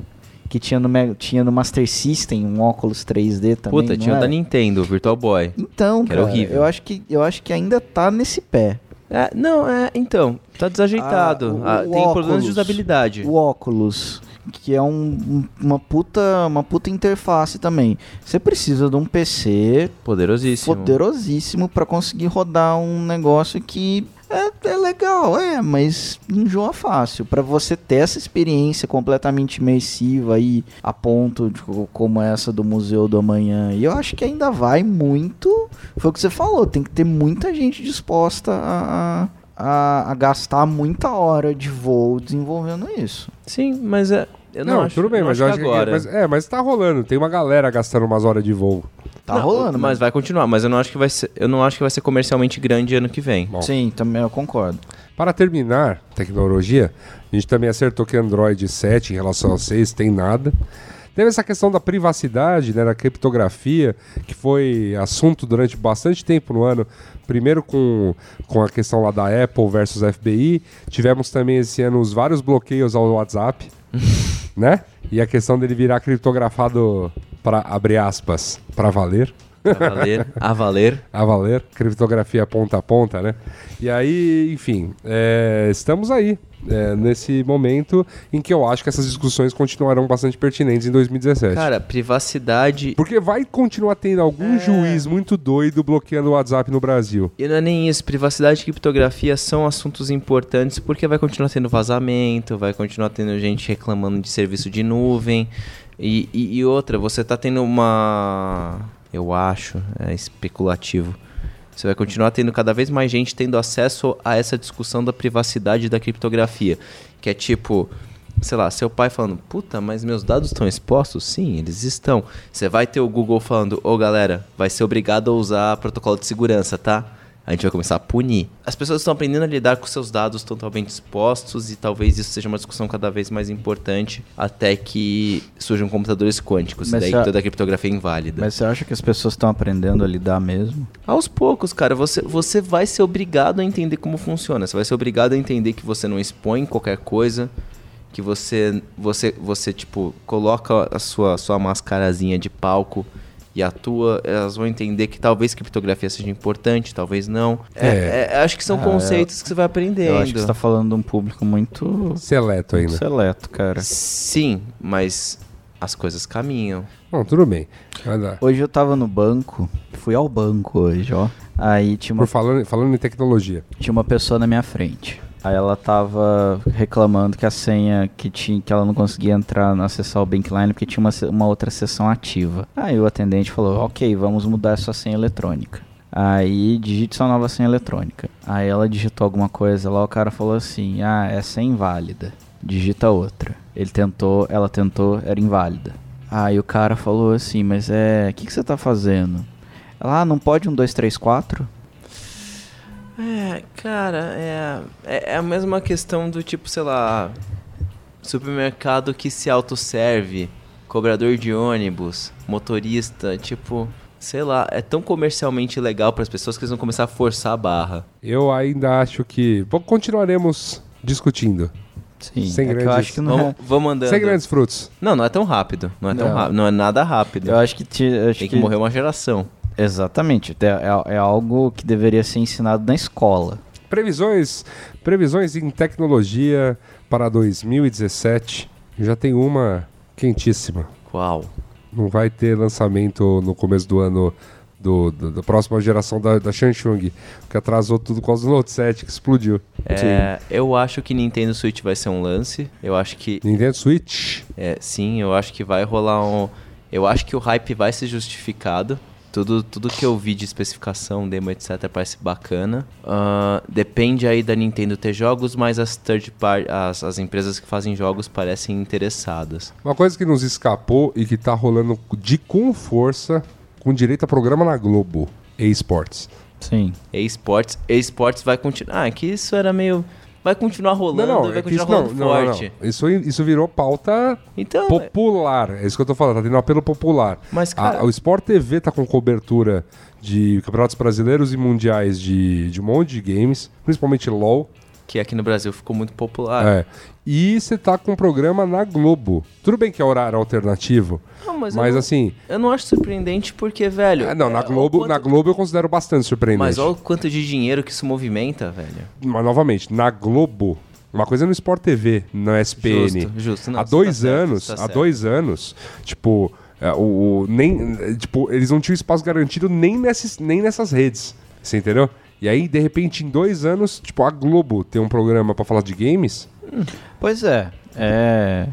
B: que tinha no, Mega- tinha no Master System, um óculos 3D também. né?
D: Puta,
B: não
D: tinha o da
B: era?
D: Nintendo, Virtual Boy.
B: Então,
D: Que era
B: cara,
D: horrível.
B: eu acho que eu acho que ainda tá nesse pé.
D: É, não, é, então, tá desajeitado.
B: Ah,
D: Ah,
B: o- o
D: tem problemas de
B: óculos.
D: usabilidade.
B: O óculos, que é um- um- uma puta, uma puta interface também. Você precisa de um PC
D: Poderosíssimo.
B: poderosíssimo pra conseguir rodar um negócio que é, é legal, é, mas enjoa fácil. Pra você ter essa experiência completamente imersiva aí, a ponto de co- como essa do Museu do Amanhã. E eu acho que ainda vai muito. Foi o que você falou, tem que ter muita gente disposta a. a a- a gastar muita hora de voo desenvolvendo isso.
D: Sim, mas é. Eu não, acho,
C: tudo bem,
D: não
C: mas
D: acho
C: eu
D: que
C: acho que
D: agora.
C: mas, é, mas tá rolando. Tem uma galera gastando umas horas de voo.
B: Tá rolando,
D: mas
B: mas.
D: vai continuar, mas eu não acho que vai ser, eu não acho que vai ser comercialmente grande ano que vem.
C: Bom.
B: Sim, também eu concordo.
C: Para terminar, tecnologia, a gente também acertou que Android 7 em relação ao 6 tem nada. Teve essa questão da privacidade, né, da criptografia, que foi assunto durante bastante tempo no ano. Primeiro com, com a questão lá da Apple versus FBI. Tivemos também esse ano os vários bloqueios ao WhatsApp, né? E a questão dele virar criptografado para abre aspas, para valer.
D: A valer, a valer.
C: a valer, criptografia ponta a ponta, né? E aí, enfim, é, estamos aí, é, nesse momento em que eu acho que essas discussões continuarão bastante pertinentes em 2017.
D: Cara, É. privacidade
C: Porque vai continuar tendo algum juiz muito doido bloqueando o WhatsApp no Brasil.
D: E não é nem isso, privacidade e criptografia são assuntos importantes porque vai continuar tendo vazamento, vai continuar tendo gente reclamando de serviço de nuvem. E, e- e outra, você tá tendo uma. Eu acho, é especulativo. Você vai continuar tendo cada vez mais gente tendo acesso a essa discussão da privacidade e da criptografia. Que é tipo, sei lá, seu pai falando, puta, mas meus dados estão expostos? Sim, eles estão. Você vai ter o Google falando, ô galera, vai ser obrigado a usar protocolo de segurança, tá? A gente vai começar a punir. As pessoas estão aprendendo a lidar com seus dados totalmente expostos e talvez isso seja uma discussão cada vez mais importante até que surjam computadores quânticos.
B: Mas
D: e daí
B: se a-
D: toda a criptografia é inválida.
B: Mas você acha que as pessoas estão aprendendo a lidar mesmo?
D: Aos poucos, cara, você, você vai ser obrigado a entender como funciona. Você vai ser obrigado a entender que você não expõe qualquer coisa, que você, você, você tipo, coloca a sua, sua mascarazinha de palco e atua. Elas vão entender que talvez criptografia seja importante, talvez não. É,
C: É.
D: é, acho que são conceitos que você vai
B: Ah, Eu acho que você
D: aprendendo.
B: tá falando de um público muito
C: Seleto ainda.
D: é-
B: seleto, cara.
D: Sim, mas as coisas caminham.
C: Bom, tudo bem. ah, Vai dar.
B: Hoje eu tava no banco, fui ao banco hoje, ó. Aí tinha uma,
C: Por falando, falando em tecnologia.
B: tinha uma pessoa na minha frente. Aí ela tava reclamando que a senha que tinha, que ela não conseguia entrar, no- acessar o Bankline porque tinha uma, se- uma outra sessão ativa. Aí o atendente falou: "OK, vamos mudar essa senha eletrônica." Aí digite sua nova senha eletrônica. Aí ela digitou alguma coisa lá, o cara falou assim: "Ah, essa é inválida. Digita outra." Ele tentou, ela tentou, era inválida. Aí o cara falou assim: "Mas é, o que que você tá fazendo?" Ela, ah, não pode um, dois, três, quatro?
D: É, cara, é, é, é a mesma questão do tipo, sei lá, supermercado que se autosserve, cobrador de ônibus, motorista, tipo, sei lá, é tão comercialmente legal para as pessoas que eles vão começar a forçar a barra.
C: Eu ainda acho que. Bom, continuaremos discutindo.
B: Sim,
C: Sem
B: é que eu
C: grandes-
B: acho que não
D: Vamos,
B: é.
D: vamos andando.
C: Sem grandes frutos.
D: Não, não é tão rápido. Não é tão
B: Não.
D: rápido. Não é nada rápido.
B: Eu acho que, te, acho
D: Tem que morrer uma geração.
B: Exatamente. É, é- é algo que deveria ser ensinado na escola.
C: Previsões, previsões em tecnologia para 2017. Já tem uma quentíssima.
D: Qual?
C: Não vai ter lançamento no começo do ano do, do- da próxima geração da, da Samsung, que atrasou tudo por causa do Note 7, que explodiu.
D: É, eu acho que Nintendo Switch vai ser um lance. Eu acho que
C: Nintendo Switch.
D: É, sim, eu acho que vai rolar um. Eu acho que o hype vai ser justificado. Tudo, tudo que eu vi de especificação, demo, etc., parece bacana. Ah, depende aí da Nintendo ter jogos, mas as third party, as, as empresas que fazem jogos parecem interessadas.
C: Uma coisa que nos escapou e que tá rolando de com força, com direito a programa na Globo, eSports.
B: Sim.
D: E-Sports, esportes vai continuar. Ah, é que isso era meio. Vai continuar rolando,
C: é
D: vai
C: que
D: continuar rolando forte.
C: Isso, isso virou pauta
D: Então,
C: popular. É isso que eu tô falando, tá tendo um apelo popular.
D: Mas, cara-
C: A- o Sport TV tá com cobertura de campeonatos brasileiros e mundiais de, de um monte de games, principalmente LOL.
D: que aqui no Brasil ficou muito popular.
C: É. E você tá com um programa na Globo. Tudo bem que é horário alternativo,
D: Não, mas
C: mas,
D: eu não-
C: assim.
D: Eu não acho surpreendente porque, velho.
C: é, não, na
D: é,
C: Globo,
D: o
C: na
D: quanto-
C: Globo eu considero bastante surpreendente.
D: Mas olha o quanto de dinheiro que isso movimenta, velho.
C: Mas novamente, na Globo, uma coisa é no Sport TV, na SPN.
D: Justo, justo, não,
C: há
D: você
C: dois
D: tá certo,
C: anos,
D: você tá
C: há
D: certo.
C: dois anos, tipo, é, o, o- nem, é, tipo, eles não tinham espaço garantido nem, nesses, nem nessas redes. Você entendeu? E aí, de repente, em dois anos, tipo, a Globo tem um programa pra falar de games,
B: Pois é. É.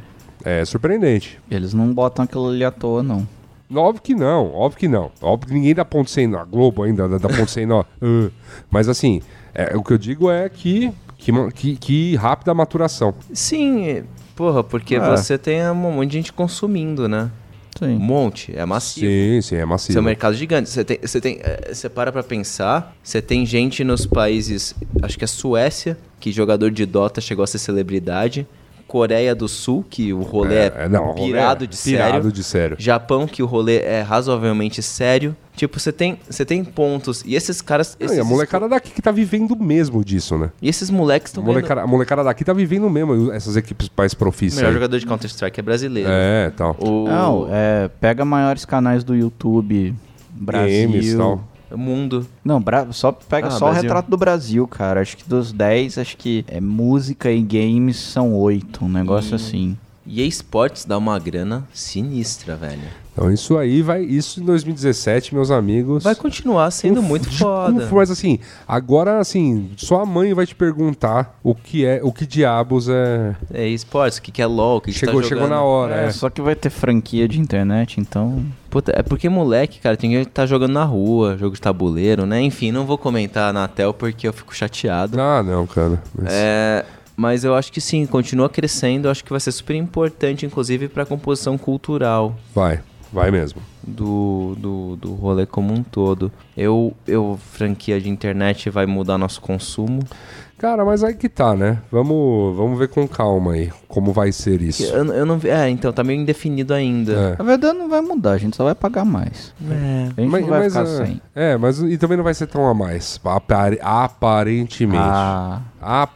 C: é surpreendente.
B: Eles não botam aquilo ali à toa, não.
C: Óbvio que não, óbvio que não. Óbvio que ninguém dá ponto sem nó. A Globo ainda dá, dá ponto sem nó. Uh. Mas assim, é, o que eu digo é que, que, ma- que, que rápida maturação.
D: Sim, e- porra, porque
B: Ah.
D: você tem um monte de gente consumindo, né? Um
B: Sim.
D: monte, é massivo.
C: Sim, sim, é
D: Isso é
C: massivo.
D: um mercado gigante. Você tem, você tem, eh, você para pra pensar, você tem gente nos países, acho que é Suécia, que jogador de Dota chegou a ser celebridade, Coreia do Sul, que o rolê é,
C: É, é, não, o rolê
D: pirado
C: é
D: de
C: pirado
D: sério.
C: de sério.
D: Japão, que o rolê é razoavelmente sério. Tipo, você tem, você tem pontos. E esses caras.
C: Não,
D: Esses,
C: e a molecada daqui que tá vivendo mesmo disso, né?
D: E esses moleques
C: A
D: estão ganhando.
C: molecada, a molecada daqui tá vivendo mesmo essas equipes mais
D: O
C: profícias.
D: melhor
C: aí.
D: jogador de Counter-Strike é brasileiro.
C: É, tal.
D: O
B: Não, é, pega maiores canais do YouTube, Brasil.
C: Games, tal.
D: mundo.
B: Não, bra- só pega
D: Ah,
B: só o
D: Brasil.
B: retrato do Brasil, cara. Acho que dos 10, acho que é, música e games são 8, um negócio assim.
D: E esportes dá uma grana sinistra, velho.
C: Então isso aí vai. Isso em 2017, meus amigos.
D: Vai continuar sendo
C: Com-
D: muito
C: de-
D: foda.
C: com- Mas assim, agora assim, sua mãe vai te perguntar o que é, o que diabos é.
D: É esportes, o que, que é LOL, o que, que tá
C: chegou,
D: jogando.
C: chegou na hora.
B: É,
C: é.
B: só que vai ter franquia de internet, então.
D: Puta, é porque moleque, cara, tem gente que tá jogando na rua, jogo de tabuleiro, né? Enfim, não vou comentar na tel porque eu fico chateado.
C: Ah, não, cara. Mas-
D: É, mas eu acho que sim, continua crescendo. Eu acho que vai ser super importante, inclusive, pra composição cultural.
C: Vai, vai mesmo.
D: do, do, do rolê como um todo. Eu, eu, franquia de internet vai mudar nosso consumo.
C: Cara, mas aí que tá, né? Vamos, vamos ver com calma aí como vai ser isso.
D: Eu, eu não vi. É, então, tá meio indefinido ainda.
C: É.
B: Na verdade, não vai mudar, a gente só vai pagar mais.
D: É.
B: A gente não vai ficar
C: é,
B: sem.
C: É, mas e também não vai ser tão a mais. apare- aparentemente.
B: Ah,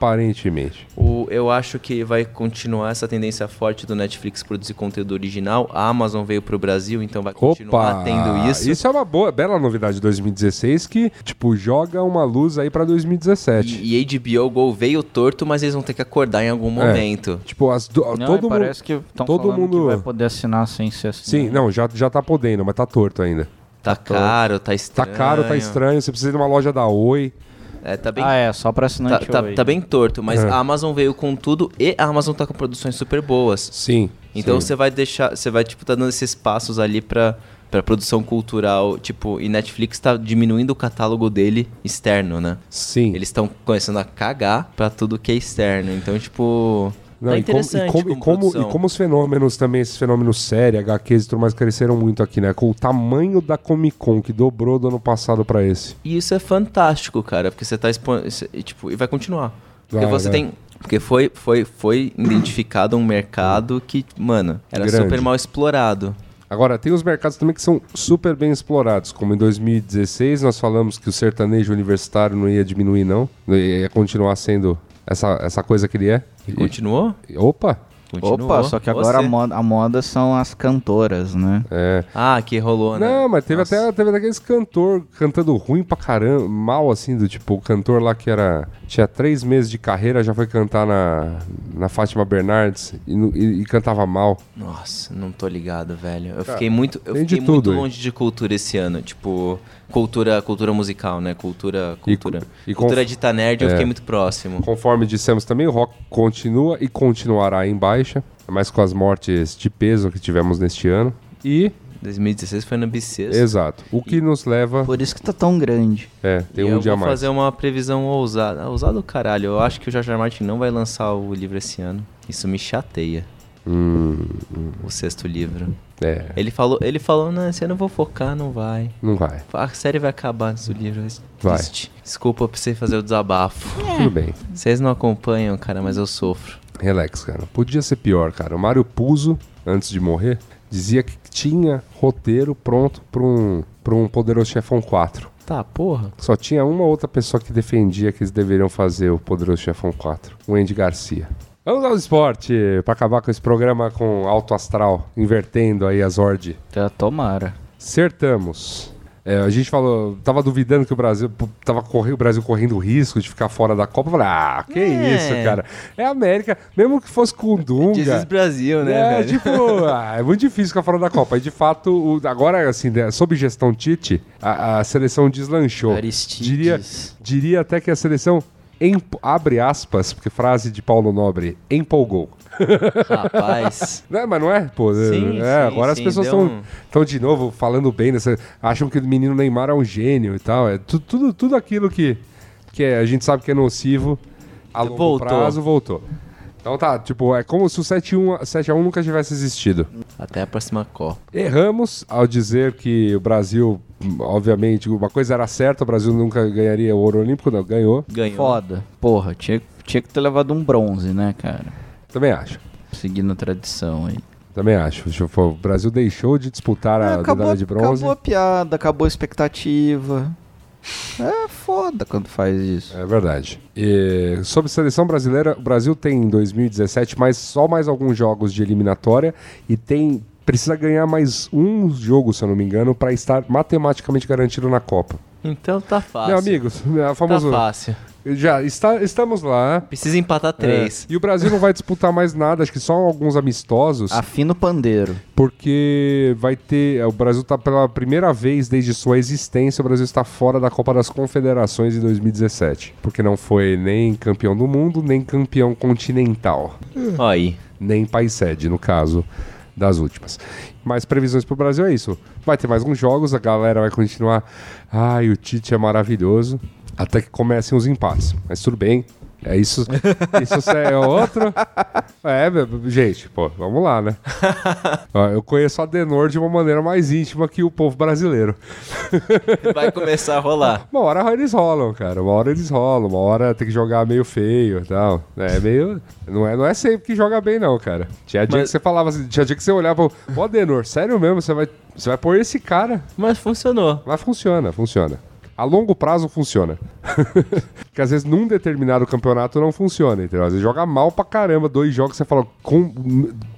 C: Aparentemente.
D: O, eu acho que vai continuar essa tendência forte do Netflix produzir conteúdo original. A Amazon veio pro Brasil, então vai continuar
C: Opa!
D: tendo isso.
C: Isso é uma boa, bela novidade de 2016 que, tipo, joga uma luz aí pra 2017.
D: E, e HBO Go veio torto, mas eles vão ter que acordar em algum momento.
C: Tipo, as do-
B: não,
C: todo
B: e parece
C: mundo.
B: que estão
C: todo
B: falando
C: mundo-
B: que vai poder assinar sem ser assinado.
C: Sim, não, já, já tá podendo, mas tá torto ainda.
D: Tá caro, tá
C: Tá
D: estranho.
C: caro, tá estranho, você precisa de uma loja da Oi.
D: É, tá bem
B: Ah, é, só pra
D: Tá,
B: assinante
D: tá-
B: Oi.
D: tá bem torto,
C: É.
D: mas a Amazon veio com tudo e a Amazon tá com produções super boas.
C: Sim.
D: Então
C: sim.
D: você vai deixar, você vai tipo tá dando esses passos ali pra para produção cultural, tipo, e Netflix tá diminuindo o catálogo dele externo, né?
C: Sim.
D: Eles estão começando a cagar pra tudo que é externo. Então, tipo,
C: Não,
D: tá
C: e, como,
D: interessante
C: e, como, e,
D: como
C: como,
D: produção.
C: e como os fenômenos também, esses fenômenos série, HQs e tudo mais, cresceram muito aqui, né? Com o tamanho da Comic Con, que dobrou do ano passado pra esse.
D: E isso é fantástico, cara, porque você tá expondo. Tipo, e vai continuar. Porque
C: Vai,
D: você
C: vai.
D: tem. Porque foi, foi, foi identificado um mercado que, mano, era
C: Grande.
D: super mal explorado.
C: Agora, tem os mercados também que são super bem explorados, como em 2016 nós falamos que o sertanejo universitário não ia diminuir, não. Ia continuar sendo essa, essa coisa que ele é.
D: E continuou?
C: E- Opa!
D: Continuou.
B: Opa, só que agora a
D: Você.
B: moda, a moda são as cantoras, né?
C: É.
D: Ah, que rolou, né?
C: Não, mas teve
D: Nossa.
C: até, teve até aqueles cantor cantando ruim pra caramba, mal assim, do tipo, o cantor lá que era. Tinha três meses de carreira, já foi cantar na, na Fátima Bernardes e, no- e- e cantava mal.
D: Nossa, não tô ligado, velho. Eu fiquei muito, eu
C: tem de
D: fiquei muito
C: tudo aí.
D: longe de cultura esse ano. Tipo, cultura, cultura musical, né? Cultura,
C: E
D: cultura.
C: cu- e
D: cultura
C: conf-
D: de tá nerd, eu
C: É.
D: fiquei muito próximo.
C: Conforme dissemos também, o rock continua e continuará em baixa, mas com as mortes de peso que tivemos neste ano. E.
D: 2016 foi no bissexto.
C: Exato. O que nos leva.
B: Por isso que tá tão grande.
C: É,
D: E
C: tem
D: eu
C: um dia a
D: vou
C: mais.
D: fazer uma previsão ousada. Ah, Ousada do caralho. Eu acho que o George R. R. Martin não vai lançar o livro esse ano. Isso me chateia.
C: Hum,
D: O sexto livro.
C: É,
D: Ele falou, ele falou, não, esse ano eu vou focar, não vai.
C: não vai.
D: A série vai acabar antes do livro.
C: Vai.
D: Triste. Desculpa pra você fazer o desabafo.
C: Tudo bem.
D: Vocês não acompanham, cara, mas eu sofro.
C: Relax, cara. Podia ser pior, cara. O Mário Puzo, antes de morrer, dizia que tinha roteiro pronto pra um, pra um Poderoso Chefão 4.
D: Tá, porra.
C: Só tinha uma outra pessoa que defendia que eles deveriam fazer o Poderoso Chefão 4, o Andy Garcia. Vamos ao esporte, pra acabar com esse programa com alto astral, invertendo aí as ordens.
B: Tá, tomara.
C: Acertamos. É, a gente falou, tava duvidando que o Brasil pô, tava correndo, o Brasil correndo risco de ficar fora da Copa. Eu Falei, ah, que
D: É.
C: isso, cara. É a América, mesmo que fosse com o Dunga.
D: Brasil,
C: é, tipo, ah, é muito difícil ficar fora da Copa. E de fato, o- agora, assim, né, sob gestão Tite, a, a seleção deslanchou.
B: Aristides.
C: Diria, diria até que a seleção, emp- abre aspas, porque frase de Paulo Nobre, empolgou.
D: Rapaz.
C: Não, mas não é, pô.
D: Sim,
C: é,
D: sim,
C: agora
D: sim,
C: as pessoas
D: deu
C: estão
D: um-
C: de novo falando bem, dessa, acham que o menino Neymar é um gênio e tal. É tu- tudo, tudo aquilo que, que é- a gente sabe que é nocivo a longo
D: Voltou.
C: prazo voltou. Então tá, tipo, é como se o 7-1 a- 7x1 nunca tivesse existido.
D: Até a próxima Copa.
C: Erramos ao dizer que o Brasil, obviamente, uma coisa era certa, o Brasil nunca ganharia o ouro olímpico, não, ganhou.
D: Ganhou.
B: Foda. Porra, tinha, tinha que ter levado um bronze, né, cara?
C: Também acho.
B: Seguindo a tradição aí. Ah,
C: Também acho. Deixa eu falar, O Brasil deixou de disputar a medalha de bronze.
B: É, acabou a piada, acabou a expectativa. É foda quando faz isso.
C: É verdade. E sobre seleção brasileira, o Brasil tem em 2017 mais, só mais alguns jogos de eliminatória e tem precisa ganhar mais um jogo, se eu não me engano, para estar matematicamente garantido na Copa.
D: Então tá fácil.
C: Meu amigos, a
D: Tá
C: famoso
D: fácil.
C: já está, estamos lá.
D: Precisa empatar três.
C: É, e o Brasil não vai disputar mais nada, acho que só alguns amistosos,
B: Afina o pandeiro.
C: porque vai ter. é, O Brasil está pela primeira vez desde sua existência, o Brasil está fora da Copa das Confederações em 2017. Porque não foi nem campeão do mundo, nem campeão continental.
D: Ó aí.
C: nem país sede, no caso das últimas. Mas previsões para o Brasil é isso. Vai ter mais alguns jogos, a galera vai continuar. Ai, o Tite é maravilhoso. Até que comecem os empates. Mas tudo bem. É isso. Isso é outro. É, meu- gente, pô, vamos lá, né? Ó, Eu conheço a Denor de uma maneira mais íntima que o povo brasileiro.
D: Vai começar a rolar.
C: Uma hora eles rolam, cara. Uma hora eles rolam, uma hora tem que jogar meio feio e tal. É meio. Não é, não é sempre que joga bem, não, cara. Tinha dia
D: Mas-
C: que você falava assim, tinha dia que você olhava, pro- ó, Denor, sério mesmo, você vai, você vai pôr esse cara.
D: Mas funcionou.
C: Mas funciona, funciona. A longo prazo funciona. Porque às vezes num determinado campeonato não funciona, entendeu? Às vezes joga mal pra caramba, dois jogos, você fala, "Com-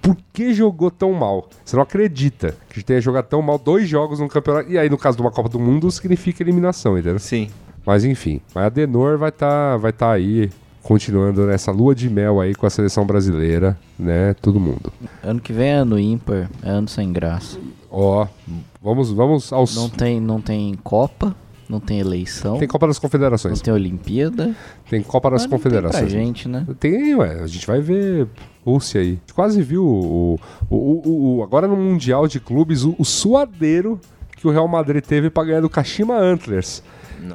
C: por que jogou tão mal? Você não acredita que tenha jogado tão mal dois jogos num campeonato. E aí, no caso de uma Copa do Mundo, significa eliminação, entendeu?
D: Sim.
C: Mas enfim, mas a Denor vai tá, vai tá aí continuando nessa lua de mel aí com a seleção brasileira, né? Todo mundo.
B: Ano que vem é ano ímpar, é ano sem graça.
C: Ó, vamos, vamos aos.
B: Não tá tem, não tem Copa, não tem eleição,
C: Tem Copa das
B: não
C: Confederações.
B: tem Olimpíada.
C: Tem Copa das
B: mas não tem pra
C: Confederações.
B: gente, né?
C: Tem, ué, a gente vai ver Rússia aí. A gente quase viu o, o, o- o- agora no Mundial de Clubes o, o suadeiro que o Real Madrid teve pra ganhar do Kashima Antlers.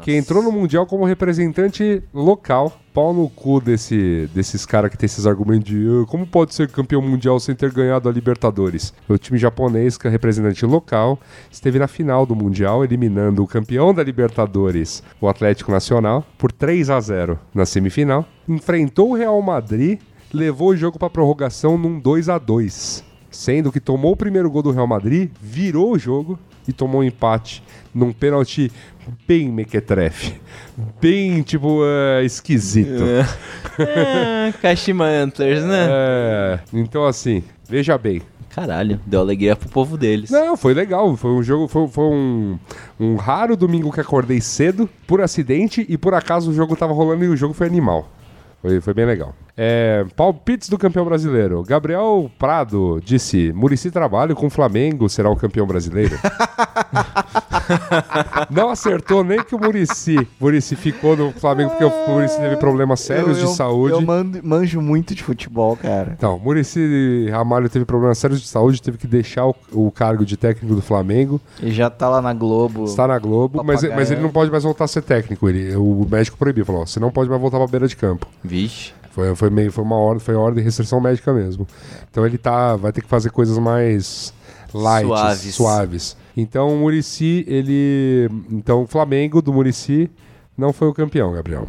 C: que entrou no Mundial como representante local. Pau no cu desse, desses caras que tem esses argumentos de "Ah, como pode ser campeão mundial sem ter ganhado a Libertadores. O time japonês, que é representante local, esteve na final do Mundial, eliminando o campeão da Libertadores, o Atlético Nacional, por 3 a 0 na semifinal. Enfrentou o Real Madrid, levou o jogo para prorrogação num 2 a 2 sendo que tomou o primeiro gol do Real Madrid, virou o jogo e tomou um empate num pênalti bem mequetrefe, bem tipo eh, esquisito.
D: Ah, Kashima Antlers, né?
C: É, então assim, veja bem.
D: Caralho, deu alegria pro povo deles.
C: Não, foi legal, foi um jogo, foi, foi um, um raro domingo que acordei cedo por acidente e por acaso o jogo tava rolando e o jogo foi animal. Foi, foi bem legal. É, palpites do campeão brasileiro. Gabriel Prado disse: Murici trabalho com o Flamengo será o campeão brasileiro. Não acertou nem que o Murici. Murici ficou no Flamengo porque o Murici teve problemas sérios de saúde.
B: Eu mando- manjo muito de futebol, cara.
C: Então, Murici Ramalho teve problemas sérios de saúde, teve que deixar o, o cargo de técnico do Flamengo,
B: E já tá lá na Globo.
C: está na Globo, mas,
B: Papagaio.
C: mas ele não pode mais voltar a ser técnico. Ele, o médico proibiu, falou: ó, você não pode mais voltar para beira de campo.
D: Vixe.
C: Foi, foi meio, foi uma ordem, foi ordem de restrição médica mesmo. Então ele tá, vai ter que fazer coisas mais light, suaves.
D: Suaves.
C: Então o Murici, ele, então o Flamengo do Murici não foi o campeão, Gabriel.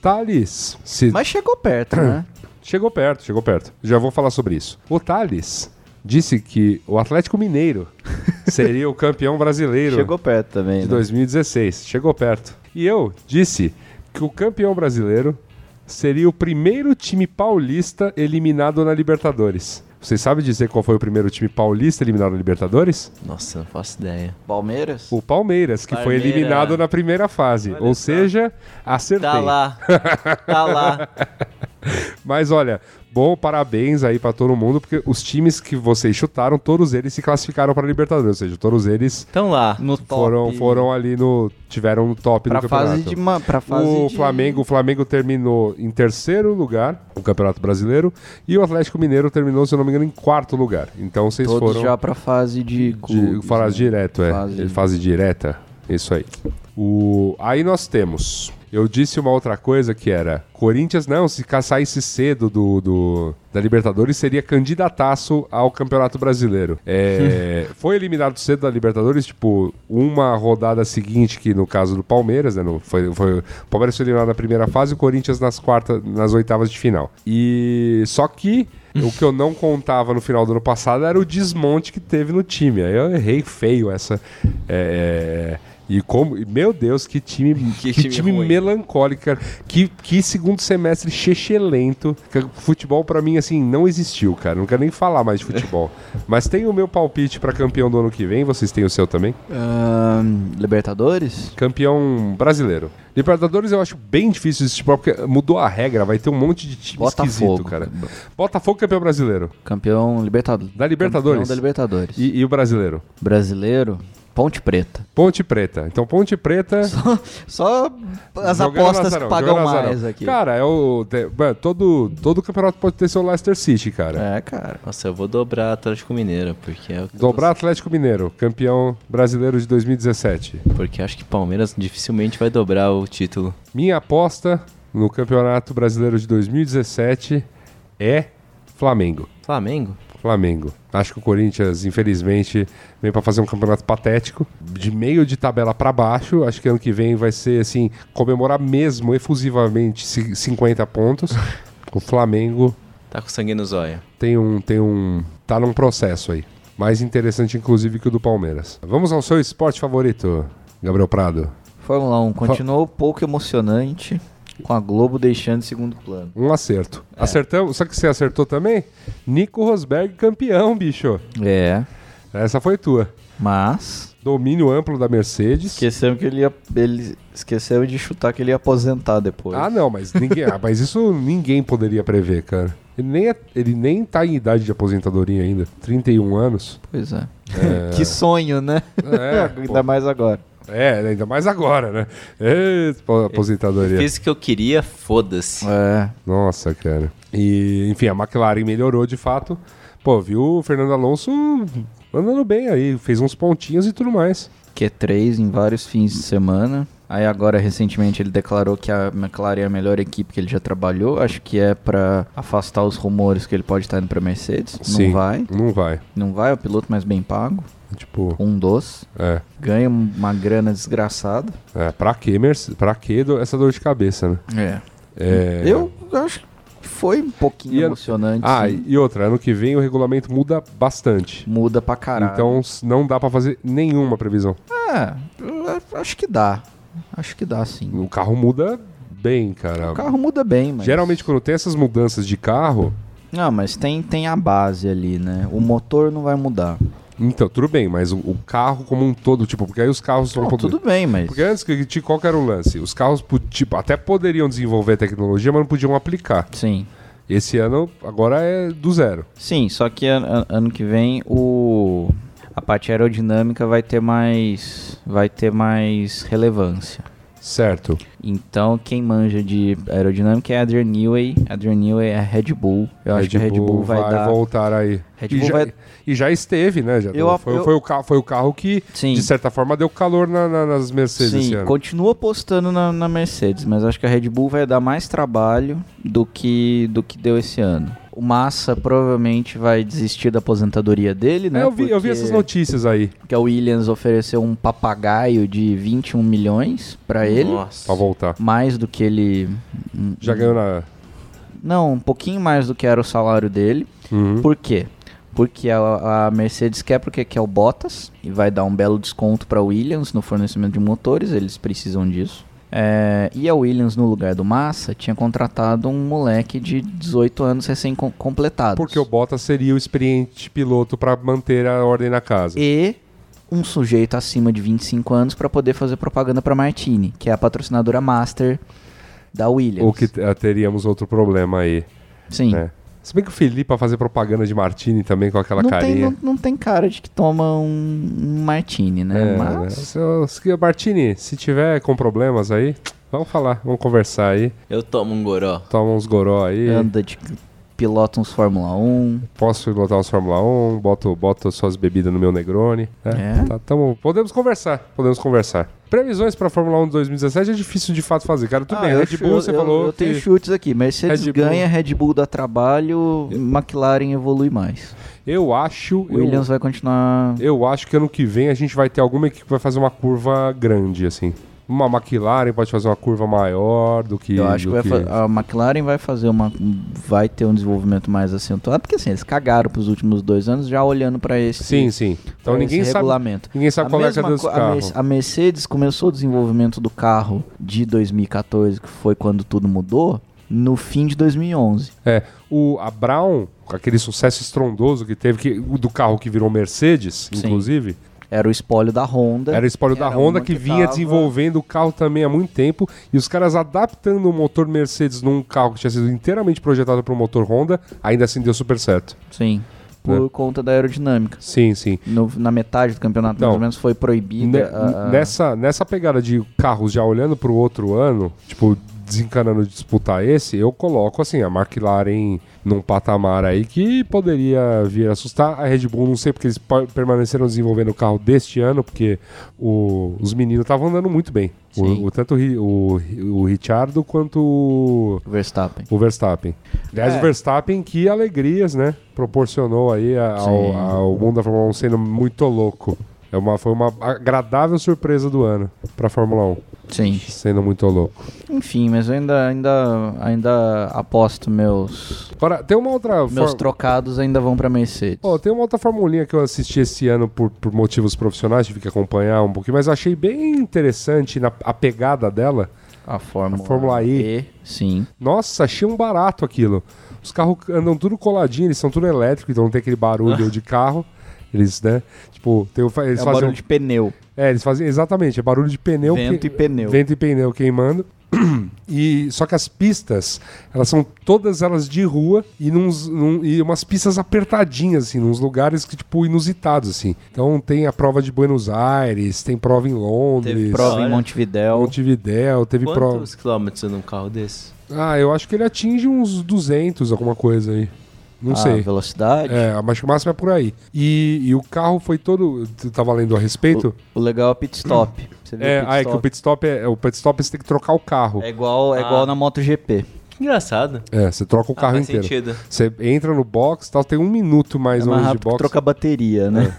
C: Thales, se
B: Mas chegou perto, né?
C: Chegou perto, chegou perto. Já vou falar sobre isso. O Thales disse que o Atlético Mineiro seria o campeão brasileiro
B: Chegou perto também.
C: de
B: né?
C: 2016. Chegou perto. E eu disse que o campeão brasileiro seria o primeiro time paulista eliminado na Libertadores. Vocês sabem dizer qual foi o primeiro time paulista eliminado na Libertadores?
D: Nossa, não faço ideia.
B: Palmeiras?
C: O Palmeiras, que
D: Palmeira.
C: foi eliminado na primeira fase. Ou seja, acertei.
D: Tá lá. Tá lá.
C: Mas olha, bom, parabéns aí pra todo mundo, porque os times que vocês chutaram, todos eles se classificaram para Libertadores, ou seja, todos eles
D: Tão Então lá.
B: No top.
C: foram, foram ali no tiveram no top
B: pra
C: do campeonato.
B: fase de ma- pra fase
C: o
B: de-
C: Flamengo, o Flamengo terminou em terceiro lugar no Campeonato Brasileiro e o Atlético Mineiro terminou, se eu não me engano, em quarto lugar. Então vocês
B: Todos
C: foram
B: já pra fase de
C: de
B: clubes,
C: fase
B: né?
C: direto, é. Fase,
B: Fase-
C: direta. Isso aí. O... Aí nós temos. Eu disse uma outra coisa que era: Corinthians, não, se ca- saísse cedo do, do- da Libertadores, seria candidataço ao Campeonato Brasileiro. É, foi eliminado cedo da Libertadores, tipo, uma rodada seguinte, que no caso do Palmeiras, né? não foi, foi- o Palmeiras foi eliminado na primeira fase e o Corinthians nas quartas, nas oitavas de final. E só que o que eu não contava no final do ano passado era o desmonte que teve no time. Aí eu errei feio essa. é, e como. e, Meu Deus, que time. Que, time,
D: time ruim.
C: melancólico, cara. Que, que segundo semestre chechelento. Que Futebol, pra mim, assim, não existiu, cara. Não quero nem falar mais de futebol. Mas tem o meu palpite pra campeão do ano que vem. Vocês têm o seu também?
B: Ahn, Libertadores?
C: Campeão brasileiro. Libertadores eu acho bem difícil esse tipo, porque mudou a regra, vai ter um monte de time esquisito,
B: Botafogo.
C: cara. Botafogo campeão brasileiro.
B: Campeão Libertadores.
C: Da Libertadores.
B: Campeão da Libertadores.
C: E, e o brasileiro?
B: Brasileiro, Ponte Preta.
C: Ponte Preta. Então, Ponte Preta.
B: Só as
C: jogando
B: apostas
C: azarão,
B: que pagam
C: jogando azarão.
B: mais aqui.
C: Cara, é o. te- mano, todo, todo campeonato pode ter seu Leicester City, cara.
B: É, cara.
D: Nossa, eu vou dobrar Atlético Mineiro, porque é o que eu
C: Dobrar Atlético Mineiro, campeão brasileiro de 2017.
D: tô- Porque acho que Palmeiras dificilmente vai dobrar o título.
C: Minha aposta no Campeonato Brasileiro de 2017 é Flamengo.
D: Flamengo?
C: Flamengo. Acho que o Corinthians, infelizmente, vem pra fazer um campeonato patético, de meio de tabela pra baixo. Acho que ano que vem vai ser assim, comemorar mesmo efusivamente ci- 50 pontos. O Flamengo
D: Tá com sangue no zóio.
C: tem um tem um tá num processo aí, mais interessante inclusive que o do Palmeiras. Vamos ao seu esporte favorito, Gabriel Prado.
B: Fórmula 1 continuou pouco emocionante, com a Globo deixando segundo plano.
C: Um acerto. Acertamos, só que você acertou também? Nico Rosberg campeão, bicho.
B: É,
C: Essa foi tua.
B: mas...
C: Domínio amplo da Mercedes.
B: Esquecemos que ele ia... Ele esqueceu de chutar que ele ia aposentar depois.
C: Ah, não, mas ninguém, ah, mas isso ninguém poderia prever, cara. Ele nem, é- ele nem tá em idade de aposentadoria ainda, 31 anos.
B: Pois é. que sonho, né?
C: É,
B: Ainda mais agora.
C: É, ainda mais agora, né? É, aposentadoria.
D: Fiz o que eu queria, foda-se.
B: É.
C: Nossa, cara. E, enfim, a McLaren melhorou de fato. Pô, viu o Fernando Alonso andando bem aí, fez uns pontinhos e tudo mais.
B: Q3 em vários fins de semana. Aí agora, recentemente, ele declarou que a McLaren é a melhor equipe que ele já trabalhou. Acho que é pra afastar os rumores que ele pode estar indo pra Mercedes.
C: Sim,
B: Não vai.
C: Não vai.
B: Não vai, é o piloto mais bem pago.
C: Tipo,
B: Um dos.
C: é.
B: Ganha uma grana desgraçada.
C: é pra que, Merce- pra que do- essa dor de cabeça, né?
B: É.
C: É...
B: Eu acho que foi um pouquinho
C: E ano-
B: emocionante.
C: Ah,
B: sim.
C: e outra, ano que vem o regulamento muda bastante.
B: Muda pra caralho.
C: Então s- não dá pra fazer nenhuma previsão.
B: É, eu acho que dá. Acho que dá, sim.
C: O carro muda bem, cara.
B: O carro muda bem, mas...
C: Geralmente quando tem essas mudanças de carro,
B: Não, mas tem, tem a base ali, né? O motor não vai mudar.
C: então tudo bem, mas o, o carro como um todo, tipo, porque aí os carros vão
B: Não,
C: poder-
B: tudo bem, mas...
C: Porque antes, que- que- qual que era o lance? Os carros, po- tipo, até poderiam desenvolver tecnologia, mas não podiam aplicar.
B: Sim.
C: Esse ano, agora é do zero.
B: Sim, só que an- an- ano que vem o... A parte aerodinâmica vai ter mais... Vai ter mais relevância.
C: Certo.
B: Então, quem manja de aerodinâmica é a Adrian Newey. A Adrian Newey é a Red Bull. Eu acho que a Red Bull vai, dar...
C: tipo, voltar aí.
B: Red
C: e,
B: Bull
C: já,
B: vai-
C: e já esteve, né? Já
B: Eu-
C: foi,
B: eu-
C: foi o carro, foi o carro que,
B: Sim.
C: de certa forma, deu calor na- na- nas Mercedes esse
B: Sim,
C: ano.
B: continua apostando na, na Mercedes, mas acho que a Red Bull vai dar mais trabalho do que, do que deu esse ano. O Massa provavelmente vai desistir da aposentadoria dele, né?
C: É, eu, vi, eu
B: Porque-
C: vi essas notícias aí.
B: Porque a Williams ofereceu um papagaio de 21 milhões pra ele.
C: Pra
D: Nossa.
C: voltar.
B: Mais do que ele.
C: Já ganhou na.
B: Não, um pouquinho mais do que era o salário dele.
C: Uhum.
B: Por quê? Porque a, a Mercedes quer porque quer o Bottas e vai dar um belo desconto para Williams no fornecimento de motores, eles precisam disso. É, e a Williams, no lugar do Massa, tinha contratado um moleque de 18 anos recém-completado.
C: Porque o Bottas seria o experiente piloto pra manter a ordem na casa.
B: E um sujeito acima de 25 anos para poder fazer propaganda para Martini, que é a patrocinadora master da Williams.
C: Ou que eh, teríamos outro problema aí.
B: Sim.
C: né? Se bem que o Felipe pra fazer propaganda de Martini também com aquela
B: Não tem,
C: carinha.
B: não, não tem cara de que toma um, um Martini, né?
C: É,
B: Mas...
C: né? Seu- se- Martini, se tiver com problemas aí, vamos falar, vamos conversar aí.
D: Eu tomo um goró.
C: Toma uns goró aí.
B: anda de pilota uns Fórmula 1.
C: Posso botar uns Fórmula 1, boto, boto suas bebidas no meu Negroni. né?
B: É?
C: Tá, tamo- podemos conversar, podemos conversar. Previsões pra Fórmula 1 de 2017 é difícil de fato fazer, cara. Tudo
B: Ah,
C: bem,
B: eu
C: Red
B: chu-
C: Bull você
B: eu-
C: falou
B: Eu tenho
C: que-
B: chutes aqui. Mercedes
C: Red Bull-
B: ganha, Red Bull dá trabalho, McLaren evolui mais.
C: Eu acho... eu-
B: Williams vai continuar.
C: Eu acho que ano que vem a gente vai ter alguma equipe que vai fazer uma curva grande, assim. Uma McLaren pode fazer uma curva maior do que.
B: Eu acho que,
C: do
B: vai fa- a McLaren vai fazer uma. Vai ter um desenvolvimento mais acentuado, porque assim, eles cagaram pros últimos dois anos já olhando pra esse.
C: Sim, sim. Então
B: pra
C: ninguém
B: esse
C: sabe.
B: regulamento.
C: Ninguém sabe
B: a
C: qual é a
B: mesma
C: cada dos
B: co- a,
C: carros.
B: Merce- a Mercedes começou o desenvolvimento do carro de 2014, que foi quando tudo mudou, no fim de 2011.
C: É, o, a Brown, com aquele sucesso estrondoso que teve, que, o do carro que virou Mercedes, inclusive,
B: Era o espólio da Honda.
C: era o espólio da
B: Era
C: Honda
B: uma
C: que
B: que
C: vinha
B: tava-
C: desenvolvendo o carro também há muito tempo. E os caras adaptando o motor Mercedes num carro que tinha sido inteiramente projetado para o motor Honda, ainda assim deu super certo.
B: Sim. Por
C: É.
B: conta da aerodinâmica.
C: Sim, sim.
B: No- na metade do campeonato,
C: Então,
B: mais ou menos, foi proibida. ah,
C: Ne-
B: a- a-
C: nessa, nessa pegada de carros já olhando pro outro ano, tipo, desencanando de disputar esse, eu coloco assim, a McLaren num patamar aí que poderia vir assustar. A Red Bull, não sei porque eles pa- permaneceram desenvolvendo o carro deste ano, porque o- os meninos estavam andando muito bem. O,
B: Sim.
C: o- tanto o, Ri- o, o Richardo quanto o-
B: o Verstappen.
C: o Verstappen. Aliás,
B: É.
C: o Verstappen, que alegrias, né? Proporcionou aí a- ao,
B: Sim.
C: ao mundo da Fórmula 1 sendo muito louco. É uma, foi uma agradável surpresa do ano pra Fórmula 1,
B: Sim.
C: sendo muito louco.
B: Enfim, mas eu ainda, ainda, ainda aposto meus.
C: Agora, tem uma outra.
B: Meus
C: for-
B: trocados ainda vão pra Mercedes.
C: Ó, tem uma outra formulinha que eu assisti esse ano por, por motivos profissionais, tive que acompanhar um pouquinho, mas eu achei bem interessante na, a pegada dela.
B: a Fórmula,
C: a Fórmula E.
B: Sim.
C: Nossa, achei um barato aquilo. Os carros andam tudo coladinho, eles são tudo elétrico, então não tem aquele barulho de carro. Eles, né? Tipo, tem, o fa- eles
B: é o
C: fazem.
B: barulho de pneu.
C: É, eles fazem. Exatamente, é barulho de pneu.
B: Vento e pneu.
C: Vento e pneu queimando. E, só que as pistas, elas são todas elas de rua e, nuns- num- e umas pistas apertadinhas, assim, nos lugares que, tipo, inusitados, assim. Então tem a prova de Buenos Aires, tem prova em Londres,
D: Teve
B: Prova em
D: Olha.
B: Montevidéu.
C: Montevidéu, teve prova.
D: Quantos quilômetros num carro desse?
C: Ah, eu acho que ele atinge uns 200, alguma coisa aí. Não
B: a
C: sei.
B: velocidade.
C: É, a marcha máxima é por aí. E, e o carro foi todo. Tu tava lendo a respeito?
B: O legal é o pit stop. Você vê
C: É,
B: o pit
C: ah, é que
B: stop.
C: o pit stop é. O pit stop você tem que trocar o carro.
B: É igual, é igual na MotoGP.
D: Que engraçado. Ah,
C: É, você troca o
B: Ah,
C: carro
D: faz
C: inteiro.
D: sentido.
C: Você entra no box, tal, tem um minuto mais
B: É
C: ou
B: mais
C: menos de
B: rápido que
C: box.
B: trocar bateria, né?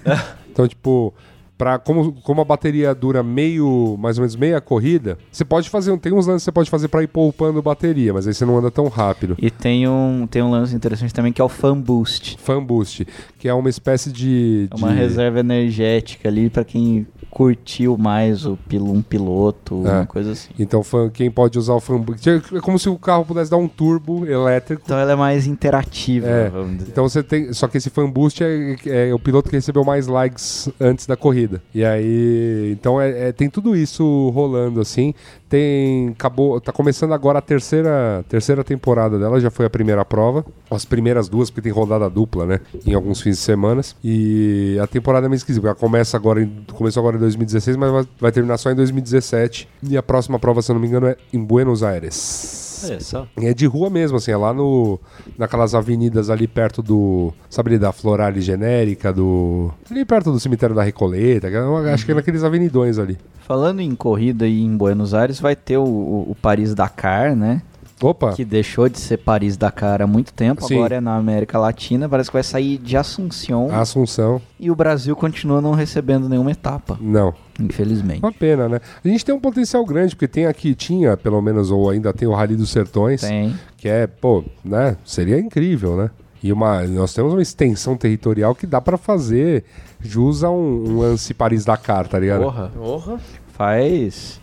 C: Então, tipo, pra, como, como a bateria dura meio, mais ou menos meia corrida, você pode fazer, um, tem uns lances que você pode fazer pra ir poupando bateria, mas aí você não anda tão rápido.
B: E tem um, tem um lance interessante também que é o fan boost.
C: Fan Boost, que é uma espécie de.
B: É uma
C: de-
B: reserva energética ali pra quem curtiu mais o pil- um piloto,
C: É.
B: uma coisa assim.
C: Então, fan- quem pode usar o Fan Boost. É como se o carro pudesse dar um turbo elétrico.
B: Então ela é mais interativa,
C: É.
B: vamos dizer.
C: Então você tem. Só que esse fan boost é, é o piloto que recebeu mais likes antes da corrida. E aí. Então é, é- tem tudo isso rolando, assim. Tem. Acabou. Tá começando agora a terceira, terceira temporada dela, já foi a primeira prova. As primeiras duas, porque tem rodada dupla, né? Em alguns fins de semana. E a temporada é meio esquisita. porque Ela começa agora em, começou agora em 2016, mas vai- vai terminar só em 2017. E a próxima prova, se eu não me engano, é em Buenos Aires.
D: Olha só.
C: E É de rua mesmo, assim, é lá no, naquelas avenidas ali perto do. Sabe ali da Florale Genérica, do. Ali perto do cemitério da Recoleta, que é uma- acho que é
B: Uhum.
C: naqueles avenidões ali.
B: Falando em corrida e em Buenos Aires, vai ter o, o, o Paris Dakar, né?
C: Opa!
B: Que deixou de ser Paris Dakar há muito tempo,
C: Tá. Sim.
B: agora é na América Latina, parece que vai sair de Assunção
C: a Assunção,
B: e o Brasil continua não recebendo nenhuma etapa,
C: não.
B: infelizmente.
C: Uma pena, né? A gente tem um potencial grande, porque tem aqui, tinha pelo menos, ou ainda tem o Rally dos Sertões,
B: Tem.
C: que é, pô, né? Seria incrível, né? E uma, nós temos uma extensão territorial que dá pra fazer jus a um, um lance Paris-Dakar, tá ligado?
B: Porra. Faz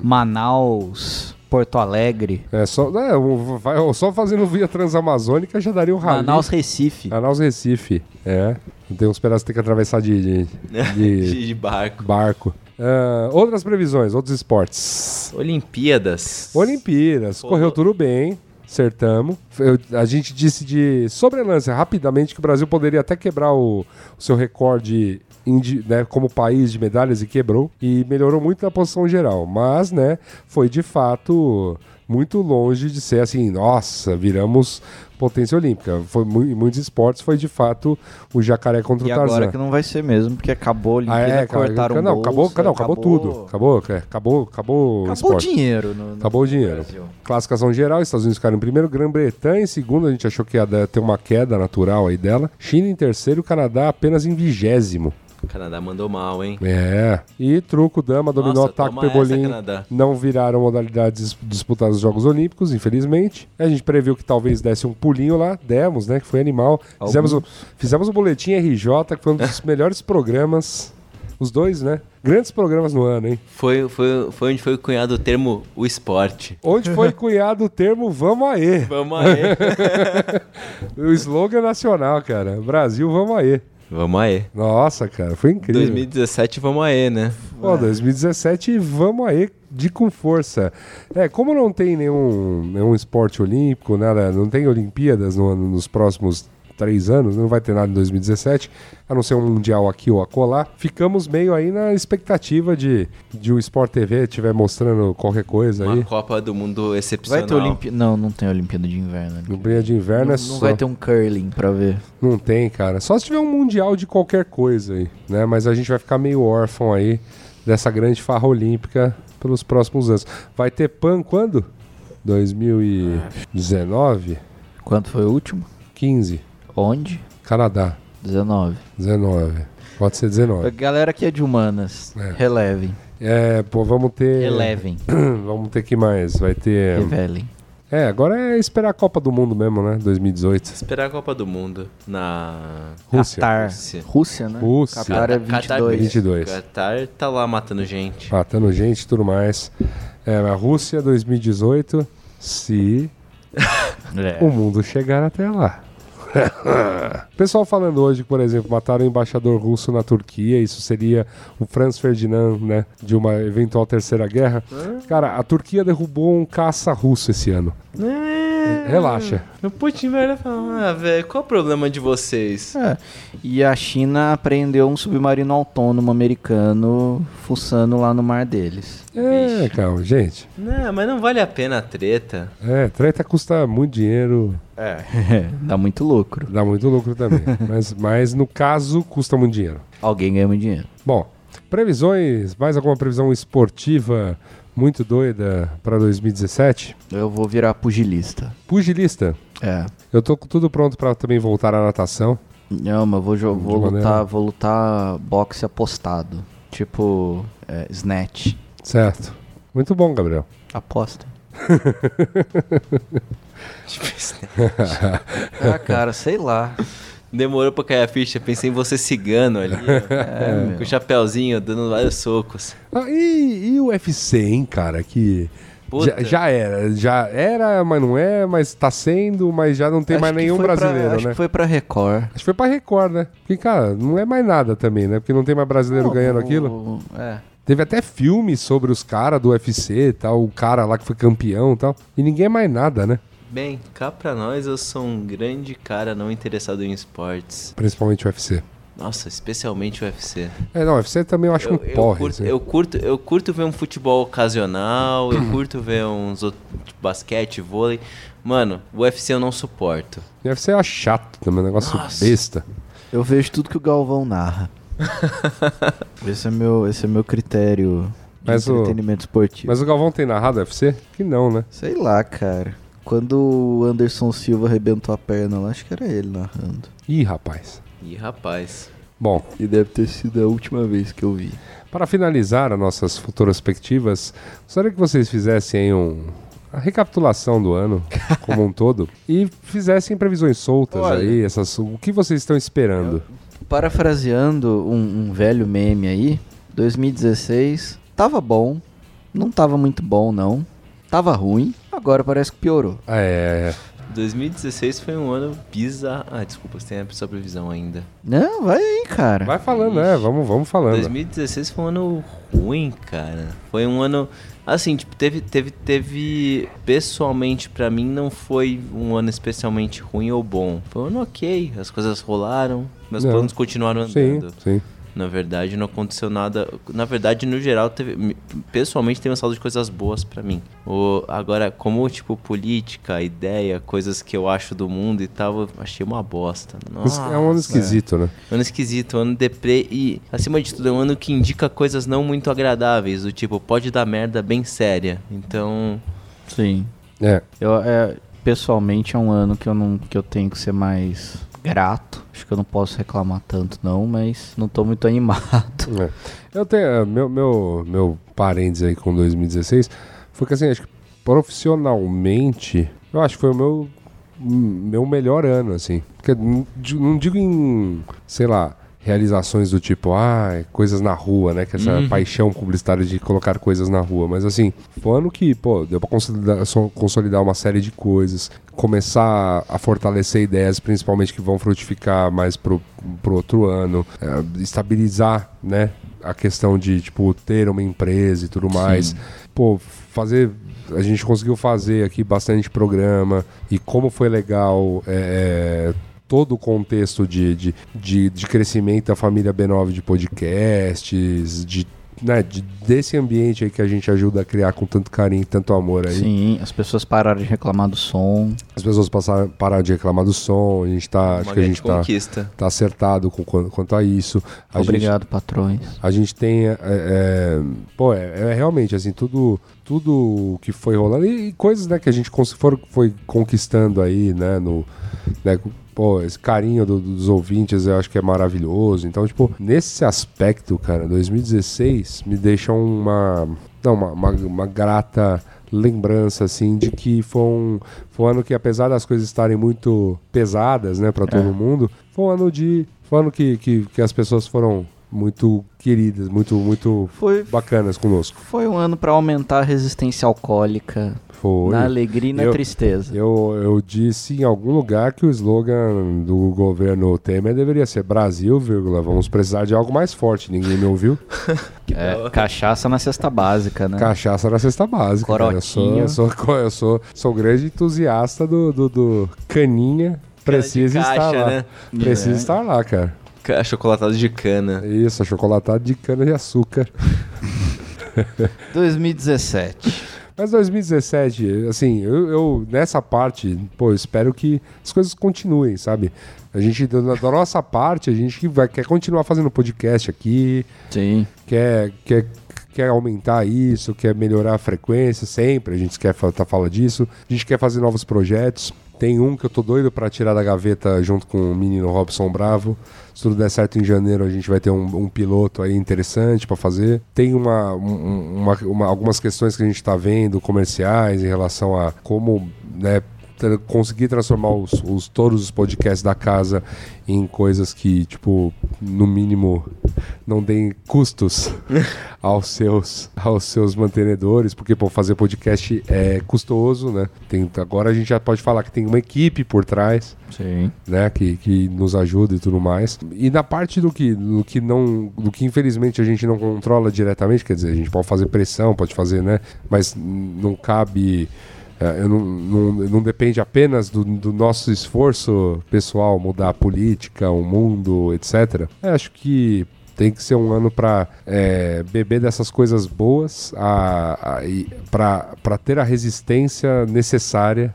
B: Manaus, Porto Alegre,
C: É só, é, o- vai- só fazendo via transamazônica já daria um rally.
B: Manaus, Recife.
C: Manaus Recife. É. Tem uns pedaços que tem que atravessar de, de- de
D: De, de barco.
C: barco. Ah, outras previsões, outros esportes.
D: Olimpíadas.
C: Olimpíadas. Correu tudo bem. Acertamos. Eu- a gente disse de sobrelância rapidamente que o Brasil poderia até quebrar o, o seu recorde indi- né, como país de medalhas e quebrou. E melhorou muito na posição geral. Mas, né, foi de fato muito longe de ser assim, nossa, viramos potência olímpica. Foi, mu- em muitos esportes foi de fato o jacaré contra
B: E
C: o Tarzan.
B: agora que não vai ser mesmo, porque acabou a
C: Ah,
B: Olimpíada,
C: é, cara,
B: cortaram
C: não, acabou,
B: bolsa,
C: não, acabou, tudo. Acabou, é, acabou, acabou, o
B: Acabou o
C: esporte. Tá
B: dinheiro. No, no
C: Acabou o dinheiro.
B: Brasil.
C: Classificação geral, Estados Unidos ficaram em primeiro, Grã-Bretanha em segundo, a gente achou que ia dar- ter uma queda natural aí dela. China em terceiro, Canadá apenas em vigésimo.
D: O Canadá mandou mal, hein?
C: É. E truco, dama, dominó,
D: Nossa,
C: taco,
D: toma
C: pebolim.
D: essa, Canadá.
C: Não viraram modalidades dis- disputadas nos Jogos Olímpicos, infelizmente. A gente previu que talvez desse um pulinho lá, demos, né? Que foi animal. Fizemos o, fizemos o boletim RJ, que foi um dos melhores programas. Os dois, né? Grandes programas no ano, hein?
D: Foi, foi, foi onde foi cunhado o termo o esporte.
C: Onde foi cunhado o termo Vamos Aê?
D: Vamos aí.
C: O slogan nacional, cara. Brasil, vamos aí.
D: Vamos aí.
C: Nossa, cara, foi incrível.
D: 2017, vamos aí, né?
C: Pô, 2017, vamos aí, de com força. É, como não tem nenhum, nenhum esporte olímpico, nada, não tem Olimpíadas no, ano- nos próximos três anos, não vai ter nada em 2017, a não ser um Mundial aqui ou acolá, ficamos meio aí na expectativa de, de o Sport TV estiver mostrando qualquer coisa
D: Uma
C: aí.
D: Copa do Mundo excepcional.
B: Vai ter Olimpíada. Não, não tem Olimpíada de Inverno. né?
C: Brilha de inverno é
B: Não,
C: só...
B: não vai ter um curling pra ver.
C: Não tem, cara. Só se tiver um mundial de qualquer coisa aí, né? Mas a gente vai ficar meio órfão aí dessa grande farra olímpica pelos próximos anos. Vai ter PAN quando? 2019?
B: Quanto foi o último?
C: 15.
B: Onde?
C: Canadá.
B: 19.
C: 19. Pode ser 19.
B: Galera que é de humanas,
C: É.
B: relevem.
C: É, pô, vamos ter.
B: Relevem.
C: Vamos ter que mais. Vai
B: É
C: ter.
B: Revelem.
C: É, agora é esperar a Copa do Mundo mesmo, né? 2018.
D: Esperar a Copa do Mundo na
C: Rússia.
B: Qatar.
D: Rússia.
B: Rússia, né?
C: Rússia.
B: Qatar é
D: Qatar
B: 22.
C: 22.
D: Qatar tá lá matando gente.
C: Matando gente e tudo mais. É, a Rússia 2018. Se o
B: É.
C: mundo chegar até lá. Pessoal falando hoje, por exemplo, mataram o embaixador russo na Turquia, isso seria o Franz Ferdinand, né, de uma eventual terceira guerra. Cara, a Turquia derrubou um caça russo esse ano.
D: Hum,
C: Relaxa.
D: Né? O Putin vai olhar e falar, ah, velho, qual o problema de vocês?
B: É. E a China apreendeu um submarino autônomo americano fuçando lá no mar deles.
C: É, calma, gente.
D: Não, Né, mas não vale a pena a treta.
C: É, treta custa muito dinheiro,
B: Dá muito lucro.
C: dá muito lucro também. mas, mas no caso, custa muito dinheiro.
B: Alguém ganha muito dinheiro.
C: Bom, previsões, mais alguma previsão esportiva muito doida para 2017?
B: Eu vou virar pugilista.
C: Pugilista,
B: É.
C: eu tô com tudo pronto para também voltar à natação.
B: Não, mas eu vou, jo- vou
C: maneira.
B: lutar, vou lutar boxe apostado. Tipo, é, snatch.
C: Certo. Muito bom, Gabriel.
B: Aposta. ah, cara, sei lá.
D: Demorou pra cair a ficha, pensei em você cigano ali, ó, com o chapéuzinho, dando vários socos.
C: Ah, e, e o UFC, hein, cara, que já,
D: Puta.
C: já era, já era, mas não é, mas tá sendo, mas já não tem
B: Acho
C: mais
B: que
C: nenhum
B: foi pra-
C: brasileiro,
B: acho
C: né?
B: que foi pra Record.
C: Acho que foi pra Record, né? Porque, cara, não é mais nada também, né? Porque não tem mais brasileiro ganhando aquilo.
B: É.
C: Teve até filme sobre os caras do UFC e tal, o cara lá que foi campeão e tal. E ninguém é mais nada, né?
D: Bem, cá pra nós, eu sou um grande cara não interessado em esportes.
C: Principalmente o UFC. É, um assim.
D: um tipo,
C: um
B: é
C: né?
B: um,
C: um, É,
D: um Ah,
C: né?
D: um assim, tipo, um tipo,
C: é um né?
D: é um tipo, Então,
C: É, é. assim, assim. tipo, "Ah, é né? assim, um é, né, tipo, é, né, tá, é, assim, né, né, é Então, tipo, assim, um, né, um muito queridas, muito, muito
B: Foi-
C: bacanas conosco.
B: Foi um ano pra aumentar a resistência alcoólica.
C: Foi.
B: Na alegria e na
C: Eu-
B: tristeza.
C: Eu, eu disse em algum lugar que o slogan do governo Temer deveria ser Brasil, vírgula, vamos precisar de algo mais forte. Ninguém me ouviu.
B: É, cachaça na cesta básica, né?
C: É. Cachaça na cesta básica. cara. Eu, sou, eu, sou, co- eu sou, sou um grande entusiasta do, do, do caninha. Precisa
D: caixa,
C: estar lá.
D: né?
C: Precisa estar lá, cara.
D: Ca- Chocolatado de cana.
C: Isso, achocolatado de cana de açúcar.
B: 2017.
C: Mas 2017, assim, eu, eu, nessa parte, pô, eu espero que as coisas continuem, sabe? A gente, da, da nossa parte, a gente que vai, quer continuar fazendo podcast aqui,
B: Sim.
C: quer, quer, quer aumentar isso, quer melhorar a frequência, sempre a gente quer fa- tá, fala disso, a gente quer fazer novos projetos. Tem um que eu tô doido pra tirar da gaveta junto com o menino Robson Bravo. Se tudo der certo em janeiro, a gente vai ter um, um piloto aí interessante pra fazer. Tem uma, um- uma- uma- algumas questões que a gente tá vendo, comerciais, em relação a como né, tra- conseguir transformar os, os- todos os podcasts da casa em coisas que, tipo, no mínimo não deem custos aos seus, aos seus mantenedores, porque pô, fazer podcast é custoso, né? Tem, agora a gente já pode falar que tem uma equipe por trás
B: Sim.
C: né, que, que nos ajuda e tudo mais. E na parte do que, do que não, do que infelizmente a gente não controla diretamente, quer dizer, a gente pode fazer pressão, pode fazer, né, mas n- não cabe é, eu não, não, não depende apenas do, do nosso esforço pessoal mudar a política, o mundo, etc. Eu acho que tem que ser um ano para beber dessas coisas boas, para ter a resistência necessária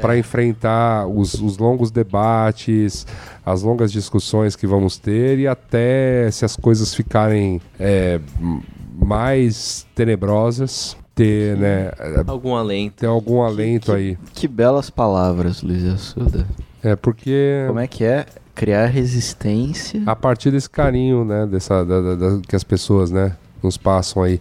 C: para enfrentar os, os longos debates, as longas discussões que vamos ter e até se as coisas ficarem é, m- mais tenebrosas, ter, né,
D: Algum alento.
C: ter algum alento aí.
B: Que belas palavras, Luiz Assuda.
C: É porque
B: Como é que é? Criar resistência.
C: a partir desse carinho, né, dessa da- da- da- que as pessoas, né, nos passam aí.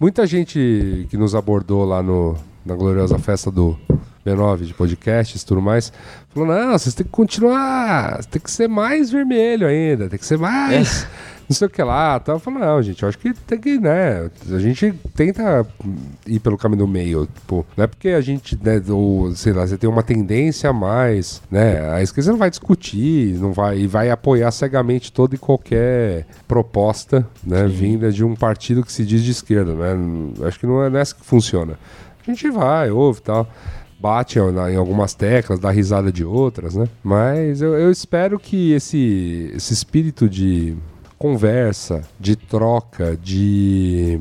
C: Muita gente que nos abordou lá no na gloriosa festa do B9 de podcasts, tudo mais, falou: "Não, vocês têm que continuar, tem que ser mais vermelho ainda, tem que ser mais Não sei o que lá, tal. Eu falo, não, gente, eu acho que tem que, né? A gente tenta ir pelo caminho do meio. Tipo, não é porque a gente, né, ou, sei lá, você tem uma tendência a mais, né? A esquerda não vai discutir, não vai, e vai apoiar cegamente toda e qualquer proposta, né? Vinda de um partido que se diz de esquerda, né? Acho que não é nessa que funciona. A gente vai, ouve e tal. Bate na- em algumas teclas, dá risada de outras, né? Mas eu, eu espero que esse, esse espírito de conversa, de troca, de,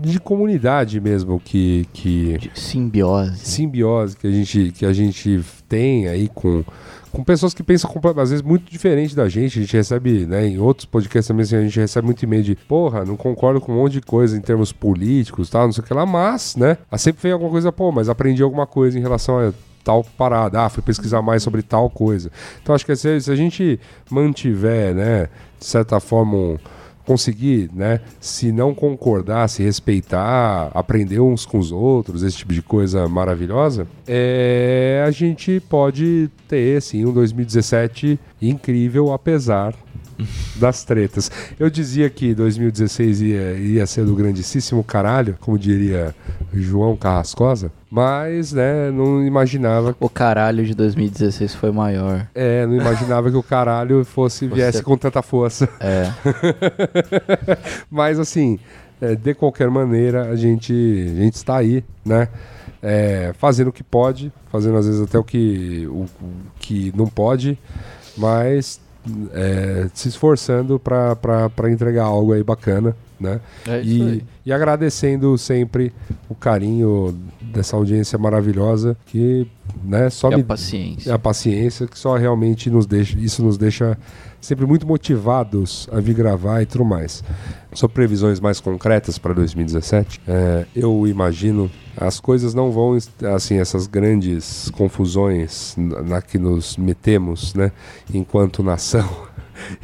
C: de comunidade mesmo que, que
B: De simbiose.
C: simbiose que a gente, que a gente tem aí com, com pessoas que pensam compa- às vezes muito diferente da gente. A gente recebe, né, em outros podcasts também, assim, a gente recebe muito e-mail de porra, não concordo com um monte de coisa em termos políticos, tal, não sei o que lá, mas, né, ah, sempre vem alguma coisa, pô, mas aprendi alguma coisa em relação a tal parada, ah, fui pesquisar mais sobre tal coisa. Então acho que se, se a gente mantiver, né, de certa forma um conseguir, né, se não concordar, se respeitar, aprender uns com os outros, esse tipo de coisa maravilhosa, é, a gente pode ter, sim, um 2017 incrível, apesar das tretas. Eu dizia que 2016 ia, ia ser do grandíssimo caralho, como diria João Carrascosa, mas, né, não imaginava...
B: O caralho de 2016 foi maior.
C: É, não imaginava que o caralho fosse viesse com tanta força.
B: É.
C: Mas assim, é, de qualquer maneira, a gente, a gente está aí, né? É, fazendo o que pode, fazendo às vezes até o que, o, o que não pode, mas é, se esforçando para entregar algo aí bacana, né?
B: É isso
C: e,
B: aí.
C: e agradecendo sempre o carinho dessa audiência maravilhosa que né, só
B: E
C: me,
B: a paciência.
C: é a paciência que só realmente nos deixa, isso nos deixa sempre muito motivados a vir gravar e tudo mais. Sobre previsões mais concretas para 2017, é, eu imagino as coisas não vão est- assim essas grandes confusões na, na que nos metemos, né, enquanto nação,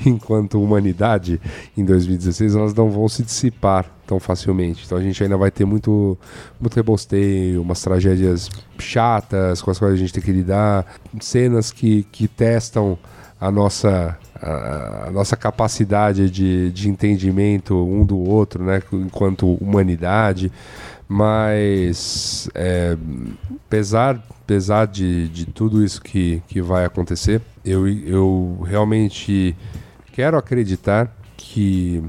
C: enquanto humanidade em 2016, elas não vão se dissipar tão facilmente. Então a gente ainda vai ter muito, muito rebosteio, umas tragédias chatas com as quais a gente tem que lidar, cenas que, que testam a nossa, a, a nossa capacidade de, de entendimento um do outro, né, enquanto humanidade. Mas, é, apesar, apesar de, de tudo isso que, que vai acontecer, eu, eu realmente quero acreditar que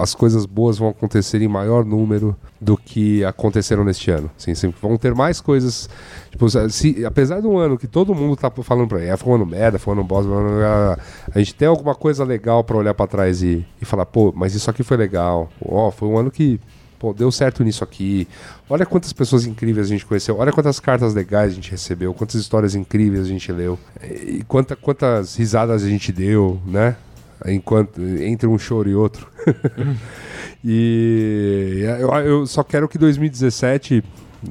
C: as coisas boas vão acontecer em maior número do que aconteceram neste ano. Assim, sempre vão ter mais coisas. Tipo, se- apesar de um ano que todo mundo tá falando pra mim, é, foi um ano merda, foi um ano bosta, blá, blá, blá", a gente tem alguma coisa legal pra olhar pra trás e, e falar, pô, mas isso aqui foi legal. Ó, foi um ano que pô, deu certo nisso aqui. Olha quantas pessoas incríveis a gente conheceu. Olha quantas cartas legais a gente recebeu. Quantas histórias incríveis a gente leu. E quanta, quantas risadas a gente deu, né? Enquanto, entre um choro e outro. e eu, eu só quero que 2017,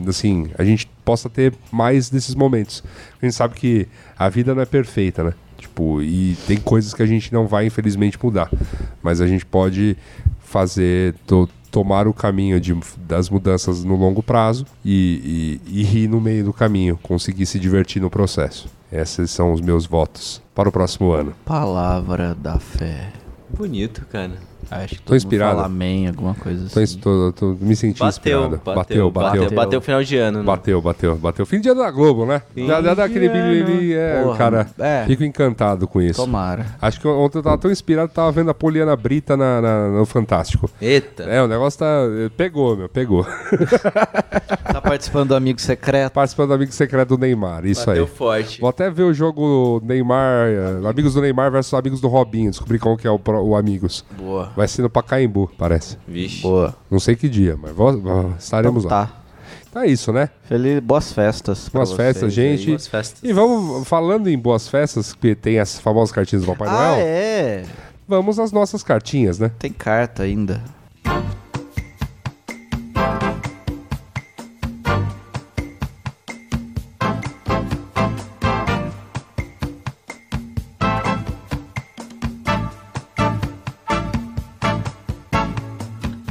C: assim, a gente possa ter mais desses momentos. A gente sabe que a vida não é perfeita, né? Tipo, e tem coisas que a gente não vai, infelizmente, mudar. Mas a gente pode fazer, to- tomar o caminho de, das mudanças no longo prazo e, e, e rir no meio do caminho, conseguir se divertir no processo. Esses são os meus votos para o próximo ano.
B: Palavra da fé.
D: Bonito, cara.
B: Acho que todo
C: Tô inspirado.
B: mundo fala amém, alguma coisa
C: Tô,
B: assim.
C: ins- tô, tô me sentindo
D: Bateu,
C: inspirado.
D: bateu, bateu, bateu, bateu o final de ano. né?
C: Bateu, bateu, bateu. Fim de ano da Globo, né? Já já dá aquele bilhete, é,
B: Porra,
C: cara.
B: é.
C: Fico encantado com isso.
B: Tomara.
C: Acho que ontem eu tava tão inspirado, que tava vendo a Poliana Brita na, na- no Fantástico.
D: Eita,
C: É, o negócio tá. Pegou, meu, pegou.
B: Tá participando do Amigo Secreto?
C: Participando do Amigo Secreto do Neymar, isso
D: bateu
C: aí.
D: forte.
C: Vou até ver o jogo Neymar, eh, Amigos do Neymar versus Amigos do Robinho, descobrir qual que é o, pro- o Amigos.
D: Boa.
C: Vai ser no Pacaembu, parece.
D: Vixe.
B: Boa.
C: Não sei que dia, mas vo- vo- estaremos lá.
B: Tá.
C: Tá isso, né?
B: Feliz, boas festas. pra
C: Boas
B: vocês
C: festas, gente.
B: aí.
D: Boas festas.
C: E vamos, falando em boas festas, que tem as famosas cartinhas do Papai
B: Ah,
C: Noel,
B: é.
C: vamos às nossas cartinhas, né?
B: Tem carta ainda.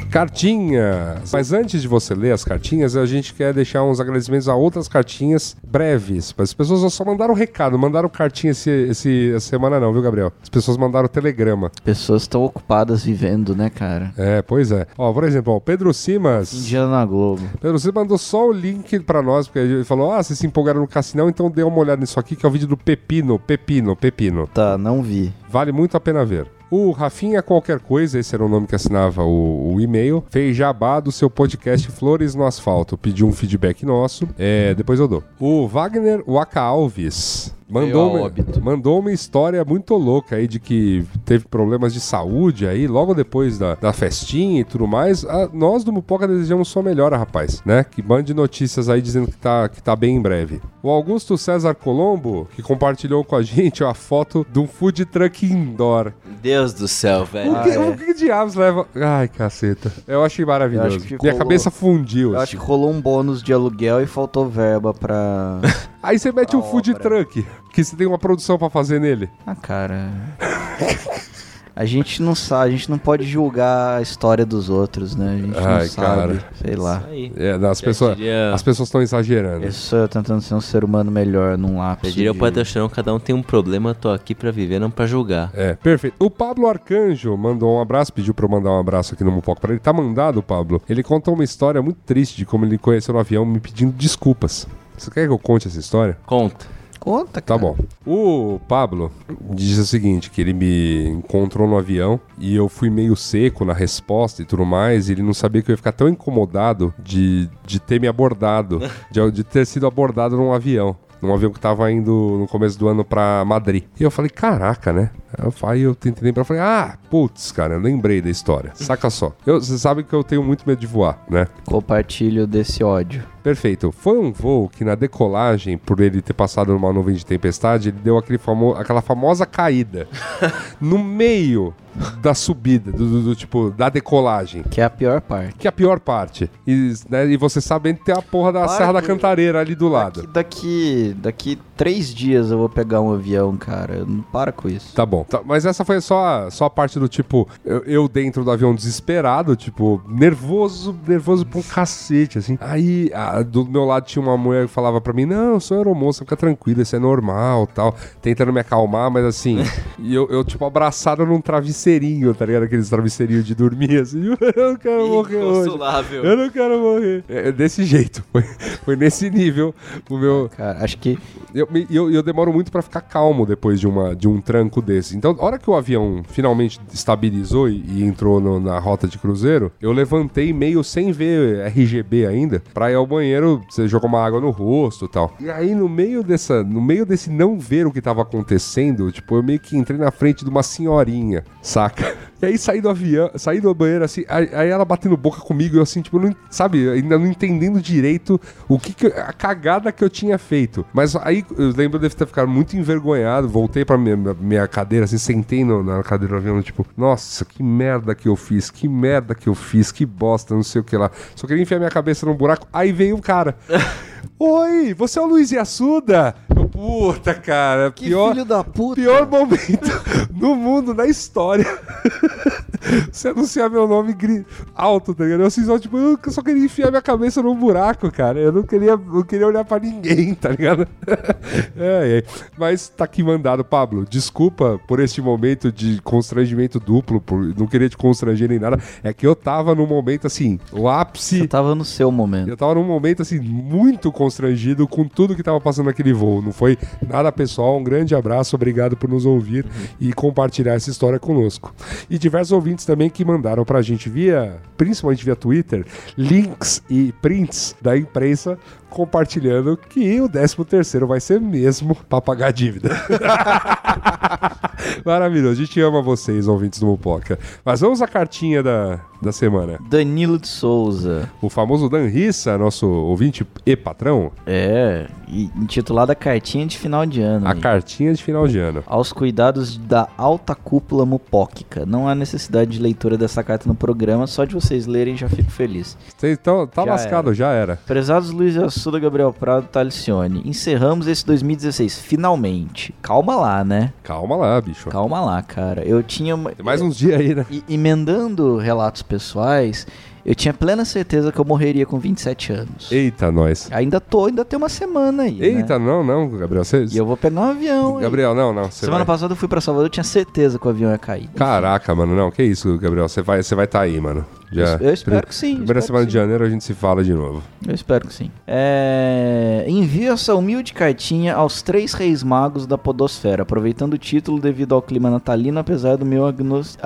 C: Cartinhas! Mas antes de você ler as cartinhas, a gente quer deixar uns agradecimentos a outras cartinhas breves. As pessoas só mandaram recado, mandaram cartinha esse, esse- essa semana não, viu, Gabriel? As pessoas mandaram telegrama.
B: Pessoas estão ocupadas vivendo, né, cara?
C: É, pois é. Ó, por exemplo, ó, o Pedro Simas...
B: Indiana na Globo.
C: Pedro, você mandou só o link pra nós, porque ele falou: ah, vocês se empolgaram no Cassinão, então dê uma olhada nisso aqui, que é o vídeo do Pepino, Pepino, Pepino.
B: Tá, não vi.
C: Vale muito a pena ver. O Rafinha Qualquer Coisa, esse era o nome que assinava o, o e-mail, fez jabá do seu podcast Flores no Asfalto. Pediu um feedback nosso. É, depois eu dou. O Wagner Waka Alves. Mandou um
D: Veio a
C: uma,
D: óbito.
C: mandou uma história muito louca aí de que teve problemas de saúde aí, logo depois da, da festinha e tudo mais. Ah, nós do Mupoca desejamos só melhora, rapaz, né? Que mande notícias aí dizendo que tá, que tá bem em breve. O Augusto César Colombo, que compartilhou com a gente a foto de um food truck indoor.
D: Deus do céu,
B: É.
D: velho.
B: Ah,
C: o que, o que diabos leva. Ai, caceta. Eu achei maravilhoso.
B: Eu acho que
C: Minha
B: rolou.
C: cabeça fundiu. assim.
B: Eu acho que rolou um bônus de aluguel e faltou verba pra.
C: Aí você mete
B: A
C: um food
B: obra.
C: truck, que você tem uma produção pra fazer nele.
B: Ah, cara. A gente não sabe, a gente não pode julgar a história dos outros, né? A gente
C: Ai,
B: não sabe.
C: cara.
B: Sei lá.
D: Ah, Aí.
C: É, as, pessoas,
D: diria-
C: as pessoas estão exagerando.
B: Eu sou eu tentando ser um ser humano melhor num lápis.
D: Eu diria o
B: de-
D: Padre Chorão, cada um tem um problema, tô aqui pra viver, não pra julgar.
C: É, perfeito. O Pablo Arcanjo mandou um abraço, pediu pra eu mandar um abraço aqui no Mupoca pra ele. Tá mandado, Pablo. Ele conta uma história muito triste de como ele conheceu no avião me pedindo desculpas. Você quer que eu conte essa história?
D: Conta.
B: Conta,
C: Tá
B: cara.
C: bom. O Pablo diz o seguinte, que ele me encontrou no avião e eu fui meio seco na resposta e tudo mais, e ele não sabia que eu ia ficar tão incomodado de, de ter me abordado, de, de ter sido abordado num avião. Num avião que tava indo no começo do ano pra Madrid. E eu falei, caraca, né? Eu- Aí eu tentei lembrar, eu falei, ah, putz, cara, eu lembrei da história. Saca só. Você sabe que eu tenho muito medo de voar, né?
B: Compartilho desse ódio.
C: Perfeito. Foi um voo que na decolagem, por ele ter passado numa nuvem de tempestade, ele deu aquele famo- aquela famosa caída no meio da subida, do, do- do tipo, da decolagem.
B: Que é a pior parte.
C: Que é a pior parte. E, né, e você sabe que tem a porra da
B: Para
C: Serra da
B: que- é
C: Cantareira ali do lado.
B: Daqui, daqui, daqui três dias eu vou pegar um avião, cara. Eu Não para com isso.
C: Tá bom. Tá, mas essa foi só, só a parte do tipo, eu, eu dentro do avião desesperado, tipo, nervoso, nervoso pra um cacete, assim. Aí, a- do meu lado tinha uma mulher que falava pra mim: Não, eu sou aeromoça, fica tranquila, isso é normal tal. Tentando me acalmar, mas assim. e eu, eu, tipo, abraçado num travesseirinho, tá ligado? Aqueles travesseirinhos de dormir, assim. Eu não quero morrer hoje.
D: Inconsolável.
C: Eu não quero morrer. É, desse jeito. Foi, foi nesse nível o meu.
B: Cara, acho que
C: Eu, me- eu, eu demoro muito pra ficar calmo depois de, uma, de um tranco desse. Então, a hora que o avião finalmente estabilizou e, e entrou no- na rota de cruzeiro, eu levantei meio sem ver RGB ainda, pra ir ao banheiro, você jogou uma água no rosto e tal. E aí, no meio dessa, no meio desse não ver o que tava acontecendo, tipo, eu meio que entrei na frente de uma senhorinha, saca? E aí saí do avião, saí do banheiro assim, aí, aí ela batendo boca comigo, eu assim, tipo, não, sabe, ainda não entendendo direito o que, que eu- a cagada que eu tinha feito. Mas aí eu lembro de ter ficado muito envergonhado, voltei pra minha, minha cadeira, assim, sentei no- na cadeira do avião, tipo, nossa, que merda que eu fiz, que merda que eu fiz, que bosta, não sei o que lá. Só queria enfiar minha cabeça num buraco, aí veio um cara. Oi, você é o Luiz Assuda? Puta, cara,
B: Que
C: pior,
B: filho da puta.
C: pior momento no mundo, na história. Você anunciar meu nome gri- alto, tá ligado? Eu, assim, só, tipo, eu só queria enfiar minha cabeça num buraco, cara. Eu não queria, não queria olhar pra ninguém, tá ligado? É, é. Mas tá aqui mandado, Pablo. Desculpa por este momento de constrangimento duplo, por não querer te constranger nem nada. É que eu tava num momento assim, o ápice.
B: eu tava no seu momento.
C: Eu tava num momento, assim, muito constrangido com tudo que tava passando naquele voo. Não foi nada pessoal. Um grande abraço, obrigado por nos ouvir e compartilhar essa história conosco. E diversos ouvintes também que mandaram pra gente via, principalmente via Twitter, links e prints da imprensa compartilhando que o 13 terceiro vai ser mesmo pra pagar a dívida. Maravilhoso. A gente ama vocês, ouvintes do Mupoca. Mas vamos à cartinha da, da semana.
B: Danilo de Souza.
C: O famoso Dan Rissa, nosso ouvinte e patrão,
B: É, e intitulada Cartinha de Final de Ano.
C: a
B: hein?
C: cartinha de final de ano.
B: aos cuidados da alta cúpula mupóquica. Não há necessidade de leitura dessa carta no programa, só de vocês lerem já fico feliz.
C: Cê, então, tá
B: Já
C: lascado, já era.
B: Prezados Luiz Assuda, Gabriel Prado, Talicione, encerramos esse 2016, finalmente. Calma lá, né?
C: Calma lá, bicho.
B: Calma lá, cara. Eu tinha... uma-
C: Tem mais uns dias aí, né?
B: E- Emendando relatos pessoais, eu tinha plena certeza que eu morreria com 27 anos.
C: Eita, nós.
B: Ainda tô, ainda tem uma semana aí, né?
C: Eita, não, não, Gabriel. Cê,
B: E eu vou pegar um avião. hein?
C: Gabriel, não, não. cê
B: Semana
C: vai-
B: passada eu fui pra Salvador, eu tinha certeza que o avião ia cair.
C: Caraca, mano, não. Que isso, Gabriel. Você vai, cê vai tá aí, mano. Já.
B: Eu espero que sim. espero
C: Primeira
B: que
C: semana
B: sim.
C: de janeiro a gente se fala de novo.
B: Eu espero que sim. É... Envio essa humilde cartinha aos três reis magos da podosfera, aproveitando o título devido ao clima natalino, apesar do meu agnos-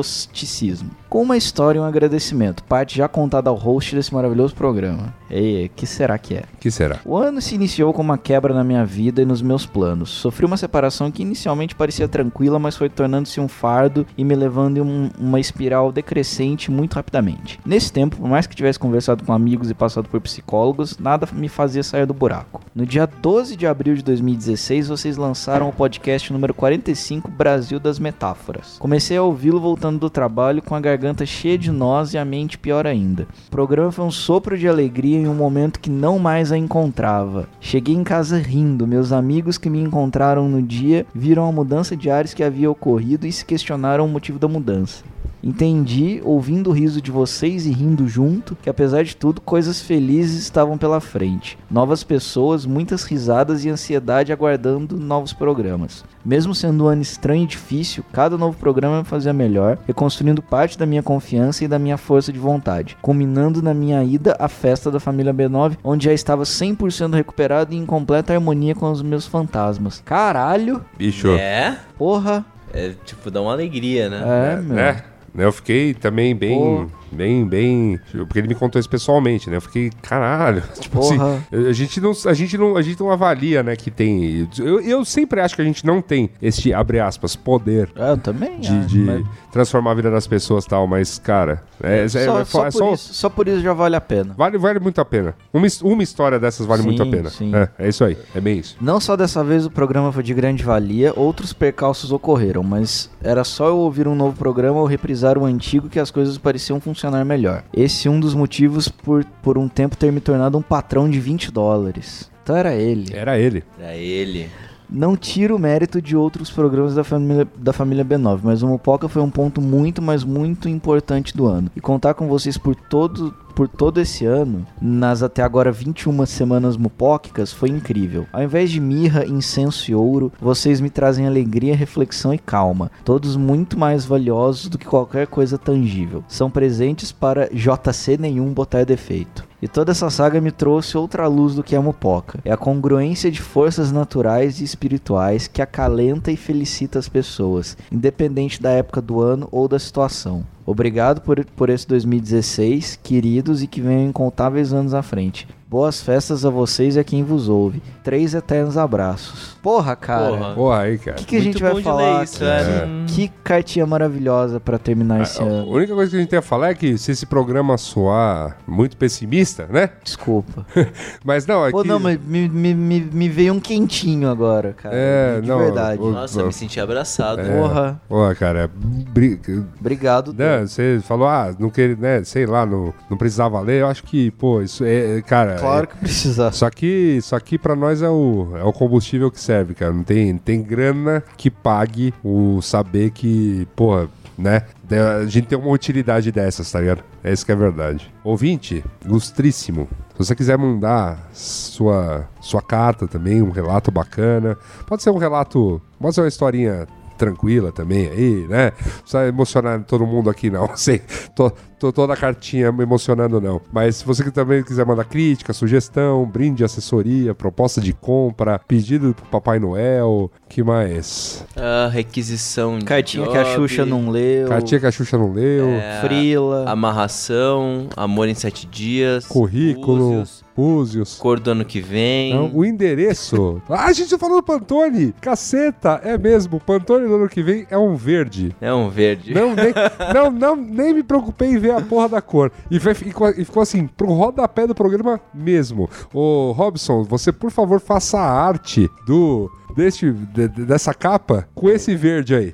B: agnosticismo. Com uma história e um agradecimento, parte já contada ao host desse maravilhoso programa. Ei, que será que é?
C: que será?
B: O ano se iniciou com uma quebra na minha vida e nos meus planos. Sofri uma separação que inicialmente parecia tranquila, mas foi tornando-se um fardo e me levando em um- uma espiral decrescente muito rapidamente. Nesse tempo, por mais que tivesse conversado com amigos e passado por psicólogos, nada me fazia sair do buraco. No dia 12 de abril de 2016, vocês lançaram o podcast número 45 Brasil das Metáforas. Comecei a ouvi-lo voltando do trabalho com a garganta cheia de nós e a mente pior ainda. O programa foi um sopro de alegria em um momento que não mais a encontrava. Cheguei em casa rindo, meus amigos que me encontraram no dia viram a mudança de ares que havia ocorrido e se questionaram o motivo da mudança. Entendi, ouvindo o riso de vocês e rindo junto, que apesar de tudo, coisas felizes estavam pela frente. Novas pessoas, muitas risadas e ansiedade aguardando novos programas. Mesmo sendo um ano estranho e difícil, cada novo programa me fazia melhor, reconstruindo parte da minha confiança e da minha força de vontade, culminando na minha ida à festa da família B9, onde já estava 100% recuperado e em completa harmonia com os meus fantasmas. Caralho!
C: Bicho.
D: É?
B: Porra!
D: É, tipo, dá uma alegria, né?
B: É, meu.
C: né? Né, Eu fiquei também bem,
B: Pô.
C: bem, bem. Porque ele me contou isso pessoalmente, né? Eu fiquei, caralho. Tipo assim,
B: Porra.
C: a gente não, a gente não, a gente não avalia, né? Que tem. Eu, eu sempre acho que a gente não tem esse abre aspas poder
B: Ah, Eu também.
C: de,
B: acho,
C: de
B: mas-
C: transformar a vida das pessoas e tal. Mas cara, é, é-
B: só,
C: é-
B: só
C: é
B: por
C: só-
B: isso, só por isso já vale a pena.
C: Vale, vale muito a pena. Uma, his- uma história dessas vale
B: Sim,
C: muito a pena.
B: sim.
C: É, é isso aí. É bem isso.
B: Não só dessa vez o programa foi de grande valia, outros percalços ocorreram, mas era só eu ouvir um novo programa ou reprisar o antigo que as coisas pareciam funcionar melhor. Esse é um dos motivos por, por um tempo ter me tornado um patrão de 20 dólares. Então era ele.
C: Era ele.
D: Pra ele.
B: Não tira o mérito de outros programas da família, da família B9, mas o Mupoca foi um ponto muito, mas muito importante do ano. E contar com vocês por todo, por todo esse ano, nas até agora 21 semanas mupóquicas, foi incrível. Ao invés de mirra, incenso e ouro, vocês me trazem alegria, reflexão e calma. Todos muito mais valiosos do que qualquer coisa tangível. São presentes para JC nenhum botar defeito. E toda essa saga me trouxe outra luz do que é a mupoca. É a congruência de forças naturais e espirituais que acalenta e felicita as pessoas, independente da época do ano ou da situação. Obrigado por, por esse 2016, queridos, e que venham incontáveis anos à frente. Boas festas a vocês e a quem vos ouve. Três eternos abraços. Porra, cara.
D: Porra.
B: O
C: Porra aí, cara.
B: que, que a
D: Muito
B: gente vai
D: bom de
B: falar?
D: ler isso,
B: aqui?
D: é.
B: Que, que cartinha maravilhosa pra terminar esse
C: A
B: ano.
C: única coisa que a gente tem a falar é que se esse programa soar muito pessimista, né?
B: Desculpa.
C: Mas não, é
B: Pô,
C: que...
B: não, mas me, me, me, me veio um quentinho agora, cara.
C: É,
B: de
C: não,
B: verdade.
C: o-
D: Nossa, me senti abraçado.
C: É.
B: Porra.
C: Ó, cara, é bri-
B: Obrigado.
C: né, você falou, ah, não queria, né, sei lá, não, não precisava ler. Eu acho que, pô, isso é, é, cara... é,
B: Claro que precisar.
C: Isso aqui, isso aqui pra nós é o, é o combustível que serve, cara. Não tem, não tem grana que pague o saber que, porra, né? de- A gente tem uma utilidade dessas, tá ligado? É isso que é verdade. Ouvinte, ilustríssimo. Se você quiser mandar sua, sua carta também, um relato bacana. Pode ser um relato. Pode ser uma historinha tranquila também aí, né? Não precisa emocionar todo mundo aqui, não. Sei, tô, tô toda a cartinha me emocionando, não. Mas se você que também quiser mandar crítica, sugestão, brinde, assessoria, proposta de compra, pedido pro Papai Noel, que mais?
D: Ah, requisição de
B: Cartinha que a
D: job,
B: Xuxa não leu.
C: um Cartinha que a Xuxa não leu,
B: É, Frila.
D: Amarração, amor em sete dias.
C: currículo,
D: búzios,
C: búzios.
D: cor do ano que vem.
C: Não, o endereço. Ah, a gente já falou do Pantone! Caceta! É mesmo, o Pantone no ano que vem é um verde.
D: É um verde.
C: Não, nem, não, não, nem me preocupei em ver a porra da cor. E, vai- ficou, e ficou assim, pro rodapé do programa mesmo. Ô, Robson, você, por favor, faça a arte do deste, de- de- dessa capa com esse verde aí.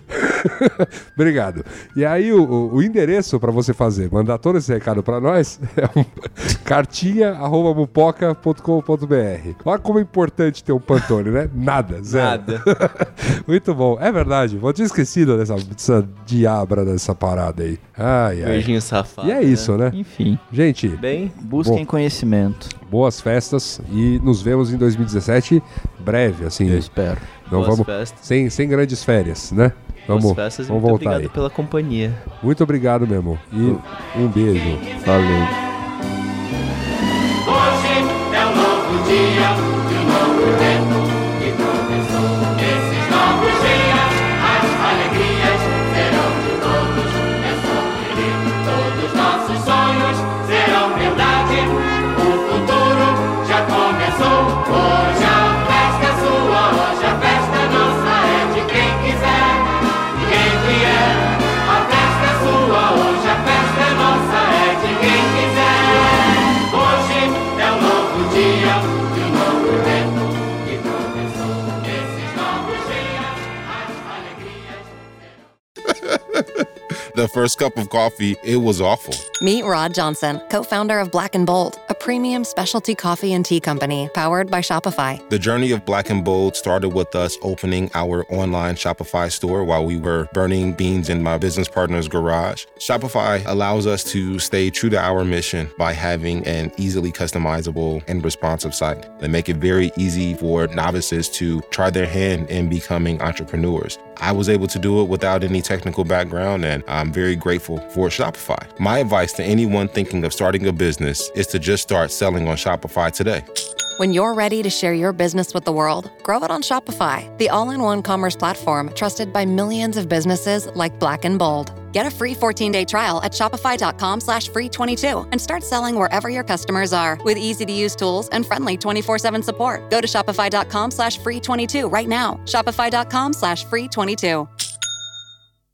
C: Obrigado. E aí, o- o, o endereço pra você fazer, mandar todo esse recado pra nós, é um cartinha.mupoca.com.br. Olha como é importante ter um Pantone, né? Nada, zero.
D: Nada.
C: Muito bom, é verdade. Vou ter esquecido dessa, dessa diabra dessa parada aí. Ai, ai.
D: Beijinho safado.
C: E é isso, né?
B: Enfim.
C: Gente,
D: Bem,
B: Busquem conhecimento.
C: boas festas e nos vemos em 2017 breve, assim.
B: Eu espero.
C: Não
D: boas
C: vamos
D: festas.
C: sem, sem grandes férias, né?
D: Boas
C: Vamos,
D: festas e
C: vamos
D: muito
C: voltar
D: obrigado
C: aí.
D: pela companhia.
C: Muito obrigado mesmo. E um beijo.
B: Valeu.
E: Hoje é um novo dia de um novo tempo que começou. Nesses novos dias, as alegrias serão de todos. É só querer, todos nossos sonhos serão verdade. O futuro já começou. Hoje a festa é sua, hoje a festa é nossa é de quem quiser, de quem vier. A festa é sua, hoje a festa é nossa é de quem quiser. Hoje é um novo dia de um novo tempo que começou nesses novos dias. As alegrias.
F: The first cup of coffee, it was awful.
G: Meet Rod Johnson, co founder of Black and Bold, a premium specialty coffee and tea company powered by Shopify.
F: The journey of Black and Bold started with us opening our online Shopify store while we were burning beans in my business partner's garage. Shopify allows us to stay true to our mission by having an easily customizable and responsive site. They make it very easy for novices to try their hand in becoming entrepreneurs. I was able to do it without any technical background, and I'm very grateful for Shopify. My advice to anyone thinking of starting a business is to just start selling on Shopify today.
G: When you're ready to share your business with the world, grow it on Shopify, the all in one commerce platform trusted by millions of businesses like Black and Bold. Get a free 14 day trial at Shopify.com slash free 22 and start selling wherever your customers are with easy to use tools and friendly 24 7 support. Go to Shopify.com slash free 22 right now. Shopify.com slash free 22.